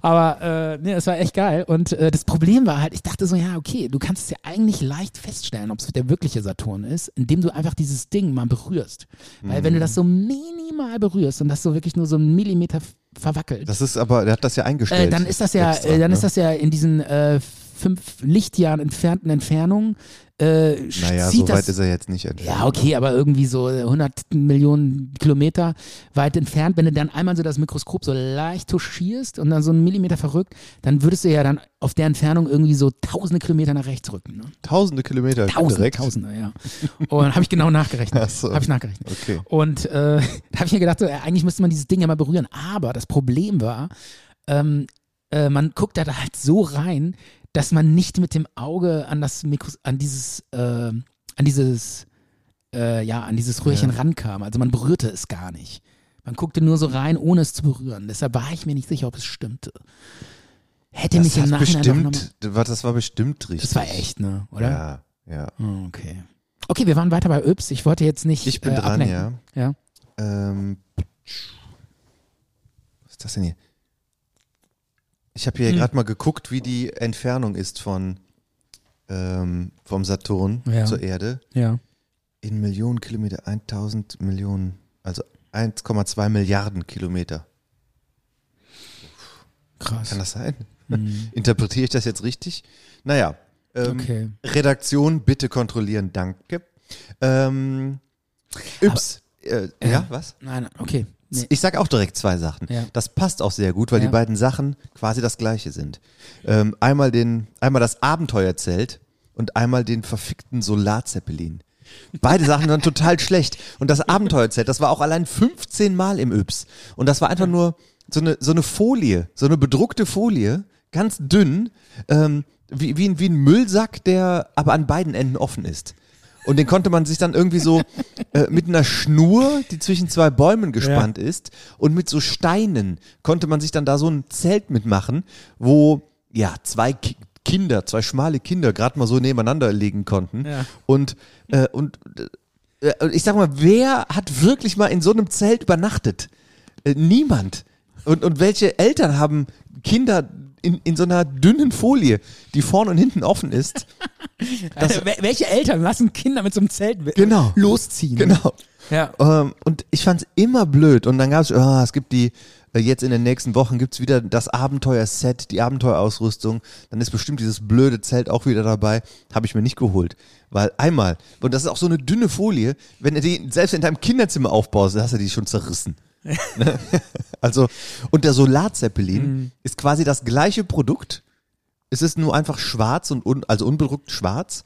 S2: Aber äh, nee, es war echt geil. Und äh, das Problem war halt, ich dachte so, ja, okay, du kannst es ja eigentlich leicht feststellen, ob es der wirkliche Saturn ist, indem du einfach dieses Ding mal berührst. Weil wenn du
S3: Mhm.
S2: das so minimal berührst und das so wirklich nur so einen Millimeter f- verwackelt,
S3: Das ist aber, der hat das ja eingestellt.
S2: äh, dann ist das ja,
S3: extra,
S2: äh, dann ist
S3: ne?
S2: das ja in diesen äh, fünf Lichtjahren entfernten Entfernungen. Äh, sch-
S3: Naja,
S2: zieht
S3: so weit
S2: das,
S3: ist er jetzt nicht entfernt.
S2: ja, okay, aber irgendwie so 100 Millionen Kilometer weit entfernt, wenn du dann einmal so das Mikroskop so leicht tuschierst und dann so einen Millimeter verrückt, dann würdest du ja dann auf der Entfernung irgendwie so tausende Kilometer nach rechts rücken. Ne?
S3: Tausende Kilometer
S2: Tausende,
S3: direkt.
S2: Tausende, ja. Und habe ich genau nachgerechnet.
S3: Ach so.
S2: Habe ich nachgerechnet.
S3: Okay.
S2: Und äh, [laughs] da habe ich mir gedacht, so, äh, eigentlich müsste man dieses Ding ja mal berühren. Aber das Problem war, ähm, äh, man guckt da halt so rein, dass man nicht mit dem Auge an das Mikros an dieses, äh, an dieses, äh, ja, an dieses Röhrchen
S3: Ja.
S2: rankam. Also man berührte es gar nicht. Man guckte nur so rein, ohne es zu berühren. Deshalb war ich mir nicht sicher, ob es stimmte. Hätte mich im
S3: hat
S2: Nachhinein doch noch mal-
S3: bestimmt, war- das war bestimmt richtig.
S2: Das war echt, ne? Oder? Oh,
S3: Ja, ja.
S2: Okay. Okay, wir waren weiter bei Öps. Ich wollte jetzt nicht.
S3: Ich bin
S2: äh,
S3: dran,
S2: ablenken. ja.
S3: Ähm, was ist das denn hier? Ich habe hier
S2: Hm.
S3: gerade mal geguckt, wie die Entfernung ist von ähm, vom Saturn
S2: Ja.
S3: zur Erde.
S2: Ja.
S3: In Millionen Kilometer, 1000 Millionen, also 1,2 Milliarden Kilometer.
S2: Krass.
S3: Kann das sein?
S2: Mhm.
S3: [laughs] Interpretiere ich das jetzt richtig? Naja. Ähm,
S2: Okay.
S3: Redaktion, bitte kontrollieren, danke. Ähm, Yps. Äh, ja, was?
S2: Nein, okay. Nee.
S3: Ich sag auch direkt zwei Sachen.
S2: Ja.
S3: Das passt auch sehr gut, weil
S2: Ja.
S3: die beiden Sachen quasi das gleiche sind. Ähm, einmal, den, einmal das Abenteuerzelt und einmal den verfickten Solarzeppelin. Beide Sachen waren total schlecht. Und das Abenteuerzelt, das war auch allein 15 Mal im Yps. Und das war einfach nur so eine, so eine Folie, so eine bedruckte Folie, ganz dünn, ähm, wie, wie, ein, wie ein Müllsack, der aber an beiden Enden offen ist. Und den konnte man sich dann irgendwie so äh, mit einer Schnur, die zwischen zwei Bäumen gespannt ist, und mit so Steinen konnte man sich dann da so ein Zelt mitmachen, wo ja zwei Ki Kinder, zwei schmale Kinder gerade mal so nebeneinander liegen konnten.
S2: Ja.
S3: Und, äh, und äh, äh, ich sag mal, wer hat wirklich mal in so einem Zelt übernachtet? Äh, niemand. Und, und welche Eltern haben Kinder in, in so einer dünnen Folie, die vorn und hinten offen ist?
S2: Alter, wel- welche Eltern lassen Kinder mit so einem Zelt mit-
S3: Genau.
S2: losziehen?
S3: Genau.
S2: Ja.
S3: Ähm, und ich fand es immer blöd. Und dann gab es, ah, es gibt die, äh, jetzt in den nächsten Wochen gibt es wieder das Abenteuer-Set, die Abenteuerausrüstung. Dann ist bestimmt dieses blöde Zelt auch wieder dabei. Habe ich mir nicht geholt. Weil einmal, und das ist auch so eine dünne Folie, wenn du die selbst in deinem Kinderzimmer aufbaust, dann hast du die schon zerrissen. Ne? also, und der Solarzeppelin ist quasi das gleiche Produkt. Es ist nur einfach schwarz und un, also unbedruckt schwarz.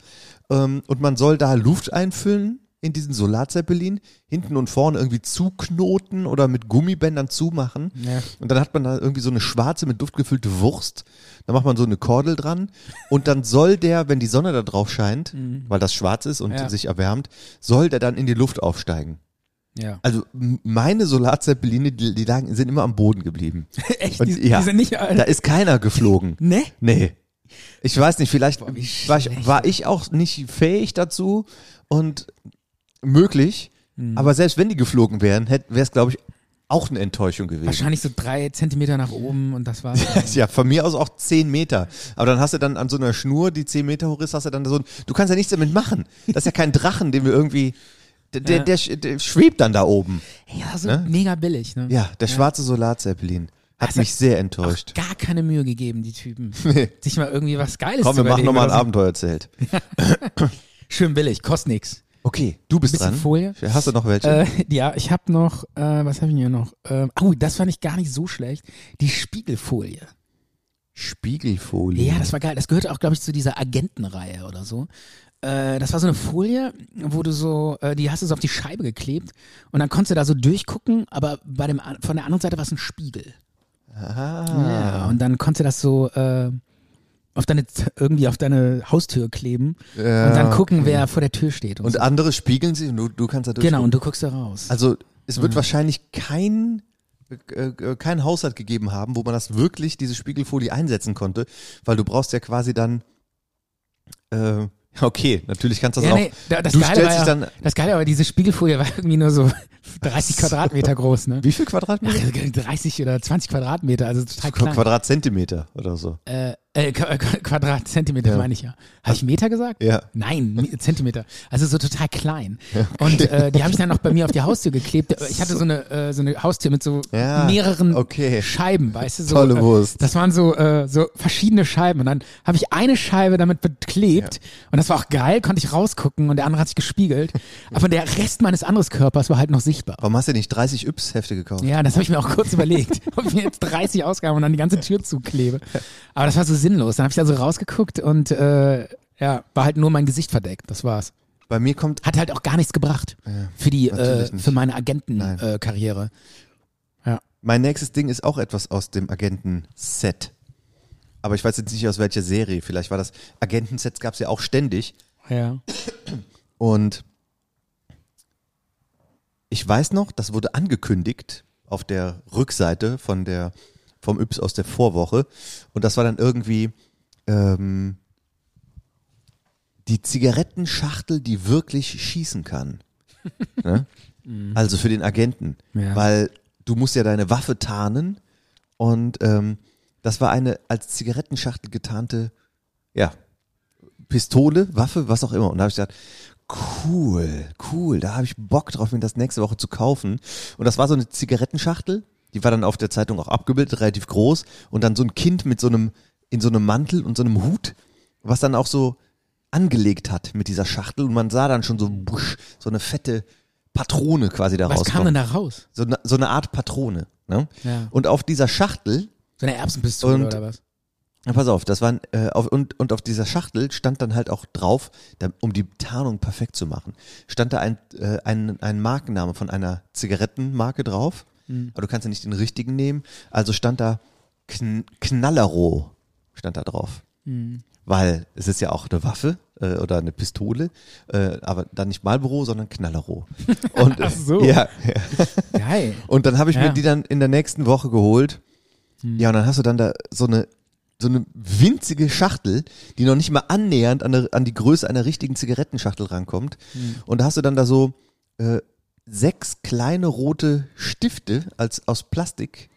S3: Ähm, und man soll da Luft einfüllen in diesen Solarzeppelin, hinten und vorne irgendwie zuknoten oder mit Gummibändern zumachen.
S2: Ja.
S3: Und dann hat man da irgendwie so eine schwarze mit Duft gefüllte Wurst. Da macht man so eine Kordel dran. Und dann soll der, wenn die Sonne da drauf scheint, weil das schwarz ist und
S2: Mhm. Ja.
S3: sich erwärmt, soll der dann in die Luft aufsteigen.
S2: Ja.
S3: Also m- meine Solarzeppeline, die, die lagen, sind immer am Boden geblieben.
S2: [laughs] Echt?
S3: Und,
S2: Die- die
S3: ja,
S2: sind nicht- ne?
S3: da ist keiner geflogen.
S2: Nee?
S3: Nee. Ich weiß nicht, vielleicht war, ich, war ich auch nicht fähig dazu und möglich.
S2: Hm.
S3: Aber selbst wenn die geflogen wären, wäre es, glaube ich, auch eine Enttäuschung gewesen.
S2: Wahrscheinlich so drei Zentimeter nach oben und das war's.
S3: Ja, von mir aus auch 10 Meter. Aber dann hast du dann an so einer Schnur, die 10 Meter hoch ist, hast du dann so ein, du kannst ja nichts damit machen. Das ist ja kein Drachen, den wir irgendwie, der, der,
S2: Ja.
S3: der, sch- der schwebt dann da oben.
S2: [laughs] Ja, so
S3: Ne?
S2: mega billig, ne?
S3: Ja, der schwarze Solarzeppelin hat
S2: Also,
S3: mich sehr enttäuscht.
S2: Gar keine Mühe gegeben, die [laughs] Typen.
S3: Nee.
S2: Sich mal irgendwie was Geiles
S3: Komm,
S2: zu
S3: wir machen
S2: überlegen
S3: nochmal ein
S2: oder so.
S3: Abenteuerzelt.
S2: Schön billig, kostet nix.
S3: Okay, du bist
S2: Bisschen
S3: dran.
S2: Folie.
S3: Hast du noch welche?
S2: Äh, ja, ich habe noch, äh, was habe ich denn hier noch? Ähm, oh, das fand ich gar nicht so schlecht. Die Spiegelfolie.
S3: Spiegelfolie.
S2: Ja, das war geil. Das gehörte auch, glaube ich, zu dieser Agentenreihe oder so. Äh, das war so eine Folie, wo du so, äh, die hast du so auf die Scheibe geklebt und dann konntest du da so durchgucken, aber bei dem, an- von der anderen Seite war es ein Spiegel. Ja,
S3: Ah.
S2: und dann konntest du das so äh, auf deine, Z- irgendwie auf deine Haustür kleben
S3: Ja,
S2: und dann gucken,
S3: okay.
S2: wer vor der Tür steht.
S3: Und
S2: so.
S3: andere spiegeln sich und du, du kannst da durch.
S2: Genau, und Mhm. du guckst da raus.
S3: Also, es wird
S2: Ja.
S3: wahrscheinlich kein, äh, äh, kein Haushalt gegeben haben, wo man das wirklich, diese Spiegelfolie einsetzen konnte, weil du brauchst ja quasi dann, äh, okay, natürlich kannst du das
S2: ja,
S3: auch,
S2: nee, da- das,
S3: du
S2: Geile war
S3: stellst dich
S2: ja,
S3: dann,
S2: das Geile aber diese Spiegelfolie [laughs] war irgendwie nur so 30
S3: [laughs]
S2: Quadratmeter groß, ne?
S3: wie
S2: [laughs]
S3: viel Quadratmeter?
S2: Ach, 30 oder 20 Quadratmeter, also total klein.
S3: Quadratzentimeter oder so.
S2: äh, äh, Qu- äh, Qu- Quadratzentimeter
S3: Ja.
S2: meine ich ja. Habe ich Meter gesagt?
S3: Ja.
S2: Nein, Mi- Zentimeter. Also so total klein.
S3: Ja.
S2: Und äh, die habe ich dann noch bei mir auf die Haustür geklebt. Ich hatte so eine, äh, so eine Haustür mit so
S3: Ja,
S2: mehreren
S3: okay.
S2: Scheiben, weißt du? So,
S3: Tolle
S2: äh,
S3: Wurst.
S2: Das waren so, äh, so verschiedene Scheiben. Und dann habe ich eine Scheibe damit beklebt. Und das war auch geil, konnte ich rausgucken und der andere hat sich gespiegelt. Aber der Rest meines anderes Körpers war halt noch sichtbar.
S3: Warum hast du nicht 30 Yps-Hefte gekauft?
S2: Ja, das habe ich mir auch kurz überlegt, [laughs] ob ich mir jetzt 30 Ausgaben und dann die ganze Tür zuklebe. Aber das war so sinnlos. Dann habe ich da so rausgeguckt und äh, ja, war halt nur mein Gesicht verdeckt. Das war's.
S3: Bei mir kommt.
S2: Hat halt auch gar nichts gebracht für die,
S3: natürlich
S2: äh,
S3: nicht.
S2: für meine Agentenkarriere. Äh, Karriere.
S3: Mein nächstes Ding ist auch etwas aus dem Agenten-Set. Aber ich weiß jetzt nicht aus welcher Serie. Vielleicht war das. Agentensets gab es ja auch ständig.
S2: ja.
S3: Und ich weiß noch, das wurde angekündigt auf der Rückseite von der, vom Yps aus der Vorwoche. Und das war dann irgendwie ähm, die Zigarettenschachtel, die wirklich schießen kann. ne? Also für den Agenten.
S2: Ja.
S3: Weil du musst ja deine Waffe tarnen. Und ähm, das war eine als Zigarettenschachtel getarnte, ja, Pistole, Waffe, was auch immer. Und da habe ich gedacht, cool, cool, da habe ich Bock drauf, mir das nächste Woche zu kaufen. Und das war so eine Zigarettenschachtel, die war dann auf der Zeitung auch abgebildet, relativ groß. Und dann so ein Kind mit so einem, in so einem Mantel und so einem Hut, was dann auch so angelegt hat mit dieser Schachtel. Und man sah dann schon so, busch, so eine fette Patrone quasi da
S2: Was kam
S3: rauskommen.
S2: denn da raus?
S3: So, eine- so eine Art Patrone. Ne?
S2: Ja.
S3: Und auf dieser Schachtel
S2: So eine Erbsenpistole
S3: Und-
S2: oder was?
S3: ja, pass auf, das waren äh, auf, und, und auf dieser Schachtel stand dann halt auch drauf, da, um die Tarnung perfekt zu machen, stand da ein, äh, ein, ein Markenname von einer Zigarettenmarke drauf,
S2: Mhm.
S3: aber du kannst ja nicht den richtigen nehmen, also stand da Kn Knallero, stand da drauf,
S2: Mhm.
S3: weil es ist ja auch eine Waffe äh, oder eine Pistole, äh, aber dann nicht Marlboro, sondern Knallero.
S2: [laughs]
S3: Und, äh,
S2: Ach so.
S3: Ja.
S2: Geil.
S3: Und dann habe ich
S2: Ja.
S3: mir die dann in der nächsten Woche geholt. Ja, und dann hast du dann da so eine, so eine winzige Schachtel, die noch nicht mal annähernd an, eine, an die Größe einer richtigen Zigarettenschachtel rankommt.
S2: Mhm.
S3: Und da hast du dann da so äh, sechs kleine rote Stifte als, aus Plastik,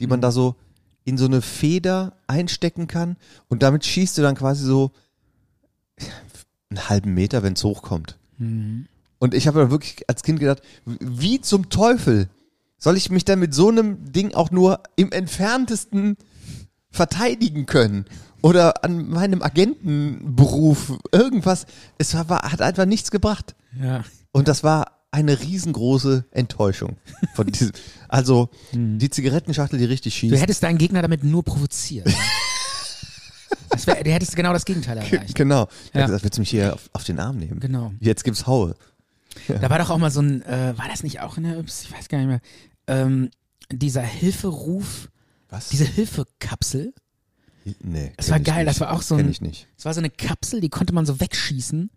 S3: die man da so in so eine Feder einstecken kann. Und damit schießt du dann quasi so einen halben Meter, wenn es hochkommt.
S2: Mhm.
S3: Und ich habe dann wirklich als Kind gedacht, wie zum Teufel soll ich mich dann mit so einem Ding auch nur im entferntesten verteidigen können? Oder an meinem Agentenberuf irgendwas. Es war, war, hat einfach nichts gebracht.
S2: Ja.
S3: Und das war eine riesengroße Enttäuschung. Von diesem, also die Zigarettenschachtel, die richtig schießt.
S2: Hm. Du
S3: [laughs]
S2: hättest deinen Gegner damit nur provoziert. das wär, du hättest genau das Gegenteil erreicht.
S3: genau. Ich
S2: Ja.
S3: hab gesagt, willst du mich hier auf, auf den Arm nehmen?
S2: Genau.
S3: Jetzt gibt's Haue. Genau.
S2: Da war doch auch mal so ein, äh, war das nicht auch in der Yps? Ich weiß gar nicht mehr. Ähm, dieser Hilferuf,
S3: Was?
S2: diese Hilfekapsel.
S3: Nee.
S2: Das
S3: kenn
S2: war
S3: ich
S2: geil,
S3: nicht.
S2: das war auch so ein.
S3: Kenn ich nicht.
S2: Das war so eine Kapsel, die konnte man so wegschießen.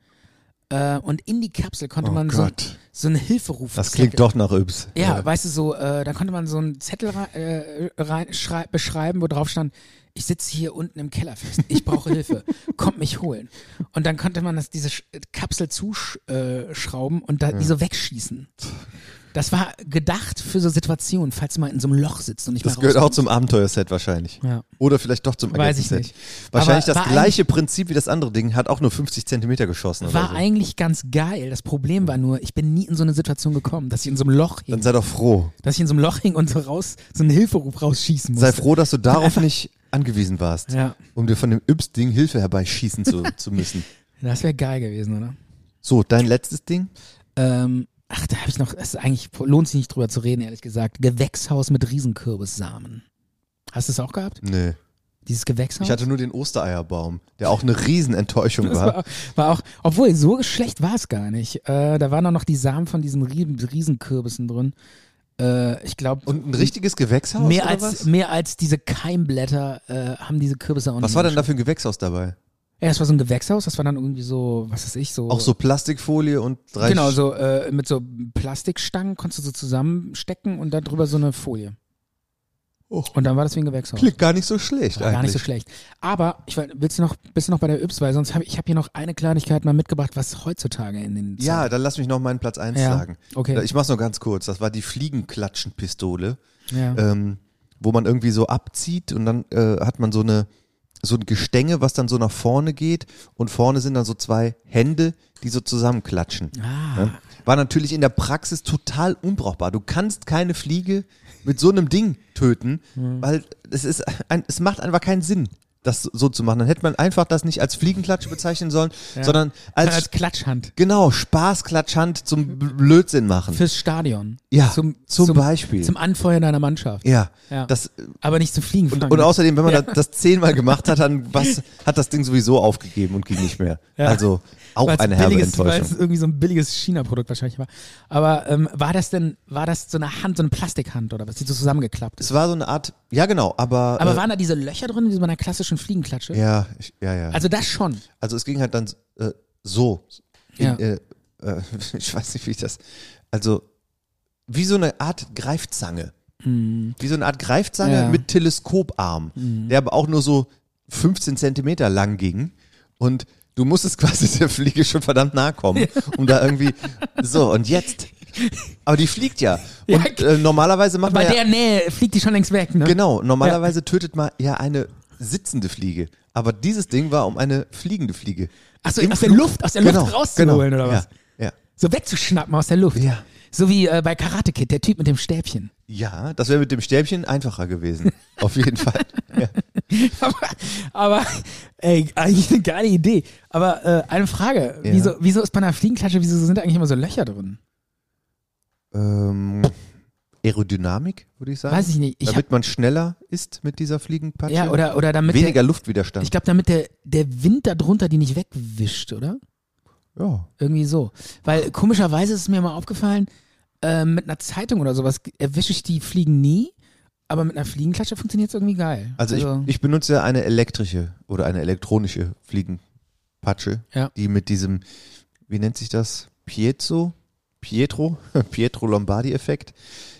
S2: Äh, und in die Kapsel konnte
S3: Oh
S2: man so,
S3: Gott.
S2: so einen Hilferuf.
S3: Das klingt doch nach Yps.
S2: Ja, weißt du, so, äh, da konnte man so einen Zettel rei- äh, rein, schrei- beschreiben, wo drauf stand, ich sitze hier unten im Keller fest, ich brauche
S3: [laughs]
S2: Hilfe, kommt mich holen. Und dann konnte man das, diese Sch Kapsel zuschrauben äh, und da, die so wegschießen. Das war gedacht für so Situationen, falls du mal in so einem Loch sitzt und nicht
S3: Das
S2: mehr
S3: gehört auch
S2: rauskommst.
S3: zum Abenteuerset wahrscheinlich.
S2: Ja.
S3: Oder vielleicht doch zum
S2: Weiß ich
S3: Agentenset.
S2: nicht.
S3: Wahrscheinlich
S2: Aber
S3: das
S2: war
S3: gleiche Prinzip wie das andere Ding, hat auch nur 50 Zentimeter geschossen.
S2: War
S3: oder so.
S2: eigentlich ganz geil. Das Problem war nur, ich bin nie in so eine Situation gekommen, dass ich in so einem Loch hing.
S3: Dann sei doch froh.
S2: Dass ich in so einem Loch hing und so raus, so einen Hilferuf rausschießen musste.
S3: Sei froh, dass du darauf nicht angewiesen warst,
S2: Ja.
S3: um dir von dem Yps-Ding Hilfe herbeischießen zu,
S2: [laughs]
S3: zu müssen.
S2: Das wäre geil gewesen, oder?
S3: So, dein letztes Ding?
S2: Ähm, ach, da habe ich noch, es ist eigentlich lohnt sich nicht drüber zu reden, ehrlich gesagt. Gewächshaus mit Riesenkürbissamen. Hast du es auch gehabt?
S3: Nee.
S2: Dieses Gewächshaus?
S3: Ich hatte nur den Ostereierbaum, der auch eine Riesenenttäuschung
S2: das
S3: war.
S2: war, war auch, obwohl so schlecht war es gar nicht. Äh, da waren auch noch die Samen von diesen Riesen, Riesenkürbissen drin. Äh, ich glaube.
S3: Und ein richtiges Gewächshaus
S2: Mehr
S3: oder
S2: als
S3: was?
S2: mehr als diese Keimblätter äh, haben diese Kürbisse auch
S3: Was
S2: nicht
S3: war denn da
S2: geschmeckt.
S3: für ein Gewächshaus dabei?
S2: Ja, es war so ein Gewächshaus. Das war dann irgendwie so, was weiß ich, so
S3: Auch so Plastikfolie und drei
S2: genau
S3: Sch-
S2: so äh, mit so Plastikstangen konntest du so zusammenstecken und dann drüber so eine Folie. Und dann war das wie ein Gewächshaus.
S3: Oh, Klingt gar nicht so schlecht
S2: War gar nicht so
S3: eigentlich.
S2: schlecht. Aber ich will- willst du noch bist du noch bei der Yps, weil sonst habe ich habe hier noch eine Kleinigkeit mal mitgebracht, was heutzutage in den
S3: Ja, dann lass mich noch meinen Platz 1
S2: Ja,
S3: sagen.
S2: okay.
S3: Äh, Ich mach's nur ganz kurz. Das war die Fliegenklatschenpistole,
S2: Ja.
S3: ähm, wo man irgendwie so abzieht und dann äh, hat man so eine so ein Gestänge, was dann so nach vorne geht und vorne sind dann so zwei Hände, die so zusammenklatschen.
S2: Ah.
S3: Ja. War natürlich in der Praxis total unbrauchbar. Du kannst keine Fliege mit so einem Ding töten,
S2: Mhm.
S3: weil es ist ein, es macht einfach keinen Sinn, das so zu machen. Dann hätte man einfach das nicht als Fliegenklatsche bezeichnen sollen,
S2: Ja. [laughs]
S3: sondern als,
S2: Äh, als, Klatschhand
S3: Genau, Spaßklatschhand zum B- Blödsinn machen.
S2: fürs Stadion.
S3: Ja,
S2: zum,
S3: zum Beispiel.
S2: Zum Anfeuern deiner Mannschaft.
S3: ja,
S2: Ja.
S3: Das,
S2: Aber nicht zum Fliegen.
S3: und, und außerdem, wenn man das, das zehnmal gemacht hat, dann was, hat das Ding sowieso aufgegeben und ging nicht mehr.
S2: Ja.
S3: Also auch
S2: Weil's
S3: eine herbe
S2: billiges- Weil es
S3: Enttäuschung.
S2: irgendwie so ein billiges China-Produkt wahrscheinlich war. Aber ähm, war das denn, war das so eine Hand, so eine Plastikhand oder was, die so zusammengeklappt ist?
S3: Es war so eine Art, ja genau, aber.
S2: Aber waren da diese Löcher drin, wie bei einer klassischen Fliegenklatsche?
S3: äh, ja, ich, ja, ja.
S2: Also das schon.
S3: Also es ging halt dann äh, so. In,
S2: Ja.
S3: äh, äh, [laughs] ich weiß nicht, wie ich das. Also wie so eine Art Greifzange. Wie so eine Art Greifzange
S2: Mhm. Ja. Mhm.
S3: mit Teleskoparm, der aber auch nur so 15 Zentimeter lang ging. Und du musstest [laughs] quasi der Fliege schon verdammt nahe kommen, um da irgendwie. So, und jetzt. Aber die fliegt ja.
S2: Ja, genau.
S3: Und äh, normalerweise macht
S2: Bei
S3: man ja,
S2: der Nähe fliegt die schon längst weg, ne?
S3: Genau, normalerweise tötet man ja eine sitzende Fliege. Aber dieses Ding war um eine fliegende Fliege.
S2: Ach so,
S3: Im
S2: aus der
S3: Flug.
S2: Luft- aus der Luft rauszuholen, oder was?
S3: Genau, Ja, ja.
S2: So wegzuschnappen aus der Luft.
S3: Ja.
S2: So wie äh, bei Karate Kid, der Typ mit dem Stäbchen. [laughs]
S3: ja das wäre mit dem Stäbchen einfacher gewesen. Auf jeden Fall. Ja.
S2: aber, aber, ey, eigentlich eine geile Idee. Aber äh, eine Frage,
S3: Ja.
S2: wieso, wieso ist bei einer Fliegenklatsche, wieso sind da eigentlich immer so Löcher drin?
S3: Ähm, Aerodynamik, würde ich sagen.
S2: Weiß ich nicht. Ich
S3: damit
S2: hab-
S3: man schneller ist mit dieser Fliegenpatsche.
S2: Ja, oder, oder damit
S3: Weniger
S2: der,
S3: Luftwiderstand.
S2: Ich glaube, damit der, der Wind darunter die nicht wegwischt, oder?
S3: ja.
S2: Irgendwie so. Weil komischerweise ist es mir mal aufgefallen, äh, mit einer Zeitung oder sowas erwische ich die Fliegen nie, aber mit einer Fliegenklatsche funktioniert es irgendwie geil.
S3: Also, ich, ich benutze ja eine elektrische oder eine elektronische Fliegenpatsche,
S2: Ja.
S3: die mit diesem, wie nennt sich das? Piezo? Pietro? [laughs] Pietro Lombardi-Effekt?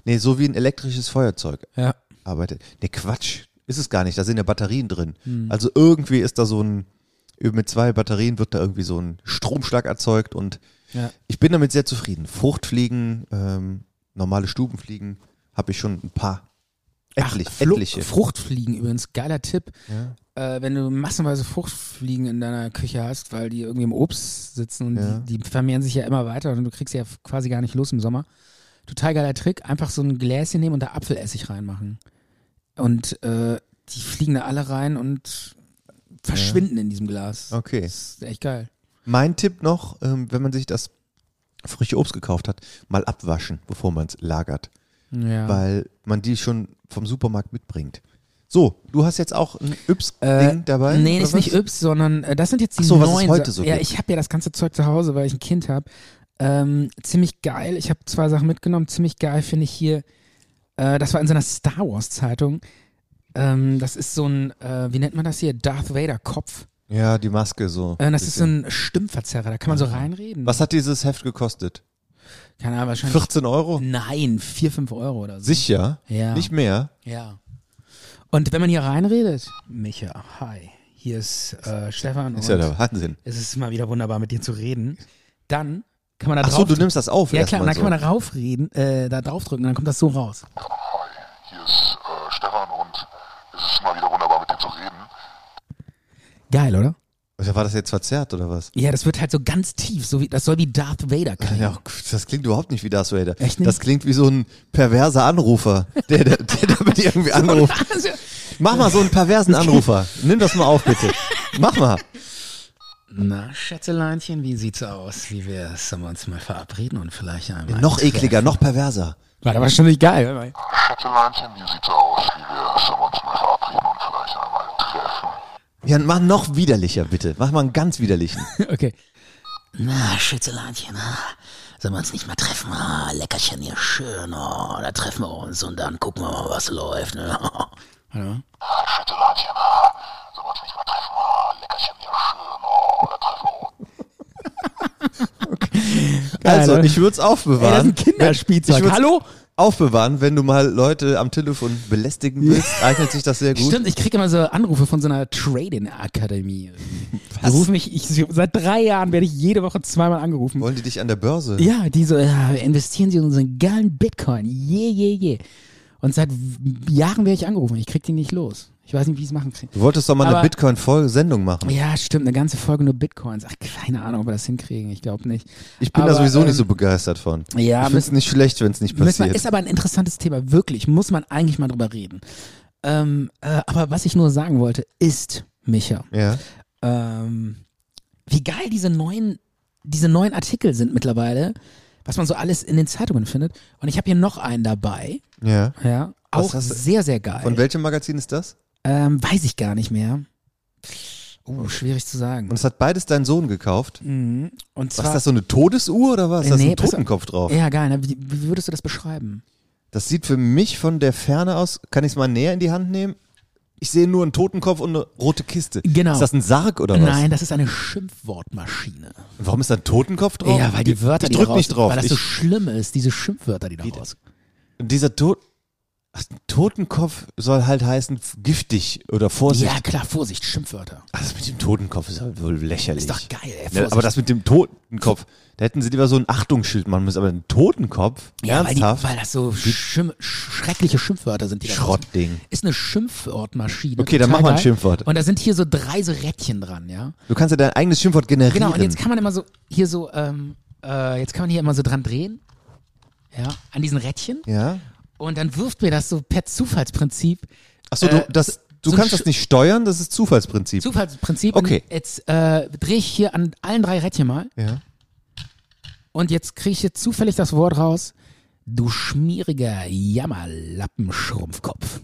S3: Nee, so wie ein elektrisches Feuerzeug
S2: Ja.
S3: arbeitet. Nee, Quatsch. Ist es gar nicht. Da sind ja Batterien drin.
S2: Hm.
S3: Also irgendwie ist da so ein, mit zwei Batterien wird da irgendwie so ein Stromschlag erzeugt und
S2: Ja.
S3: ich bin damit sehr zufrieden. Fruchtfliegen, ähm, normale Stubenfliegen, habe ich schon ein paar. Etlich,
S2: Flu-
S3: etliche.
S2: Fruchtfliegen übrigens, geiler Tipp.
S3: Ja.
S2: Äh, wenn du massenweise Fruchtfliegen in deiner Küche hast, weil die irgendwie im Obst sitzen und
S3: Ja.
S2: die, die vermehren sich ja immer weiter und du kriegst sie ja quasi gar nicht los im Sommer. Total geiler Trick, einfach so ein Gläschen nehmen und da Apfelessig reinmachen. Und äh, die fliegen da alle rein und verschwinden in diesem Glas.
S3: Okay.
S2: Das ist echt geil.
S3: Mein Tipp noch, ähm, wenn man sich das frische Obst gekauft hat, mal abwaschen, bevor man es lagert,
S2: Ja.
S3: weil man die schon vom Supermarkt mitbringt. So, du hast jetzt auch ein Yps-Ding dabei?
S2: Äh, Nee,
S3: oder
S2: das ist nicht
S3: was?
S2: Yps, sondern äh, das sind jetzt die
S3: Ach so, was es
S2: neuen.
S3: heute
S2: Sa-
S3: so
S2: ja,
S3: gibt.
S2: ich habe ja das ganze Zeug zu Hause, weil ich ein Kind habe. Ähm, ziemlich geil. Ich habe zwei Sachen mitgenommen. Ziemlich geil finde ich hier. Äh, das war in so einer Star Wars Zeitung. Ähm, das ist so ein, äh, wie nennt man das hier? Darth Vader Kopf.
S3: Ja, die Maske so.
S2: Äh, das ist so ein Stimmverzerrer, da kann man so reinreden.
S3: Was hat dieses Heft gekostet?
S2: Keine Ahnung, wahrscheinlich.
S3: 14 Euro?
S2: Nein, 4, 5 Euro oder so.
S3: Sicher?
S2: Ja.
S3: Nicht mehr?
S2: Ja. Und wenn man hier reinredet, Micha, hi, hier ist äh, Stefan.
S3: Ist
S2: und
S3: ja der Wahnsinn.
S2: Es ist mal wieder wunderbar, mit dir zu reden. Dann kann man da
S3: Ach so,
S2: drauf.
S3: du nimmst das auf
S2: Ja,
S3: erst
S2: klar,
S3: mal
S2: und dann
S3: so.
S2: kann man da raufreden, äh, da draufdrücken und dann kommt das so raus.
S15: Hier ist äh, Stefan und es ist mal wieder wunderbar mit dir zu reden.
S2: Geil, oder?
S3: Also war das jetzt verzerrt oder was?
S2: Ja, das wird halt so ganz tief, so wie, das soll wie Darth Vader klingen. [laughs]
S3: Ja, das klingt überhaupt nicht wie Darth Vader. Echt nicht? Das klingt wie so ein perverser Anrufer, der, der, der damit
S2: [laughs]
S3: irgendwie anruft. Mach mal so einen perversen Anrufer. Nimm das mal auf,
S2: [laughs]
S3: bitte. Mach mal.
S16: Na, Schätzeleinchen, wie sieht's aus? Wie wär's, wenn wir uns mal verabreden und vielleicht einmal...
S3: Noch ekliger, noch perverser.
S2: War aber schon nicht geil.
S15: Schatteleinchen, wie sieht's aus? Wie wär's, wenn wir uns mal verabreden und vielleicht einmal treffen?
S3: Ja, mach noch widerlicher, bitte. Mach mal einen ganz widerlichen.
S2: [laughs] Okay.
S16: Na, Schätzeleinchen, ah, sollen wir uns nicht mal treffen? Ah, Leckerchen hier, schön. Oh, da treffen wir uns und dann gucken wir mal, was läuft. Ne? [laughs] Ja.
S15: Schatteleinchen, ah, sollen wir uns nicht mal treffen? Ah, Leckerchen, ja schön, oh, da treffen wir uns.
S3: Also,
S16: [laughs]
S15: oh,
S2: [laughs]
S16: Also,
S2: Alter.
S3: ich würde es aufbewahren.
S2: Ey, das ist ein Kinderspielzeug.
S3: Ich würd's
S2: Hallo?
S3: Aufbewahren, wenn du mal Leute am Telefon belästigen willst, eignet sich das sehr gut.
S2: Stimmt, ich krieg immer so Anrufe von so
S16: [laughs]
S2: einer Trade-in-Akademie. Die rufen mich, ich, seit drei Jahren werde ich jede Woche zweimal angerufen.
S3: Wollen die dich an der Börse?
S2: Ja, die so, ja, investieren sie in unseren geilen Bitcoin. Je, je, je. Und seit w- Jahren werde ich angerufen. Ich krieg die nicht los. Ich weiß nicht, wie ich es machen kann.
S3: Du wolltest doch mal
S2: Aber-
S3: eine Bitcoin-Sendung machen.
S2: Ja, stimmt, eine ganze Folge nur Bitcoins. Ach, keine Ahnung, ob wir das hinkriegen. Ich glaube nicht.
S3: Ich bin
S2: aber,
S3: da sowieso
S2: ähm,
S3: nicht so begeistert von.
S2: ja,
S3: ich finde es
S2: müssen-
S3: nicht schlecht, wenn es nicht
S2: Müssen wir-
S3: passiert.
S2: Ist aber ein interessantes Thema, wirklich. Muss man eigentlich mal drüber reden. Ähm, äh, aber was ich nur sagen wollte, ist, Micha,
S3: ja.
S2: ähm, wie geil diese neuen, diese neuen Artikel sind mittlerweile, was man so alles in den Zeitungen findet. Und ich habe hier noch einen dabei.
S3: Ja.
S2: Ja.
S3: Was
S2: Auch
S3: hast du-
S2: sehr, sehr geil.
S3: Von welchem Magazin ist das?
S2: ähm, weiß ich gar nicht mehr. Oh, schwierig zu sagen.
S3: Und es hat beides dein Sohn gekauft.
S2: Mhm. Und
S3: Was
S2: zwar,
S3: ist das so eine Todesuhr oder was? Da ist
S2: Nee,
S3: ein
S2: pass auf.
S3: Totenkopf drauf.
S2: Ja, geil. ne? Wie, wie würdest du das beschreiben?
S3: Das sieht für mich von der Ferne aus, kann ich es mal näher in die Hand nehmen? Ich sehe nur einen Totenkopf und eine rote Kiste.
S2: Genau.
S3: Ist das ein Sarg oder was?
S2: Nein, das ist eine Schimpfwortmaschine.
S3: Warum ist da ein Totenkopf drauf?
S2: Ja, weil die Wörter,
S3: ich
S2: die
S3: drück
S2: da raus,
S3: nicht drauf.
S2: Weil das
S3: ich,
S2: so schlimm ist, diese Schimpfwörter, die da raus.
S3: dieser Tot Ach, Totenkopf soll halt heißen f- giftig oder Vorsicht.
S2: Ja, klar, Vorsicht, Schimpfwörter.
S3: Ach, das mit dem Totenkopf ist halt wohl lächerlich.
S2: Ist doch geil, ey,
S3: Ne,
S2: Vorsicht.
S3: aber das mit dem Totenkopf, da hätten sie lieber so ein Achtungsschild machen müssen, aber ein Totenkopf?
S2: Ja, weil, die,
S3: Ernsthaft?
S2: weil das so Schimm, schreckliche Schimpfwörter sind, die da raus.
S3: Schrottding.
S2: Ist eine Schimpfwortmaschine.
S3: Okay, dann
S2: total
S3: mach mal ein
S2: geil.
S3: Schimpfwort.
S2: Und da sind hier so drei so Rädchen dran, ja.
S3: Du kannst ja dein eigenes Schimpfwort generieren.
S2: Genau, und jetzt kann man immer so, hier so, ähm, äh, jetzt kann man hier immer so dran drehen. Ja, an diesen Rädchen.
S3: Ja.
S2: Und dann wirft mir das so per Zufallsprinzip.
S3: Achso,
S2: äh,
S3: du, das,
S2: so
S3: du
S2: ein
S3: kannst das nicht steuern, das ist Zufallsprinzip.
S2: Zufallsprinzip.
S3: Okay.
S2: Und jetzt äh, drehe ich hier an allen drei Rädchen mal.
S3: Ja.
S2: Und jetzt kriege ich hier zufällig das Wort raus. Du schmieriger
S3: [laughs]
S2: Jammerlappenschrumpfkopf.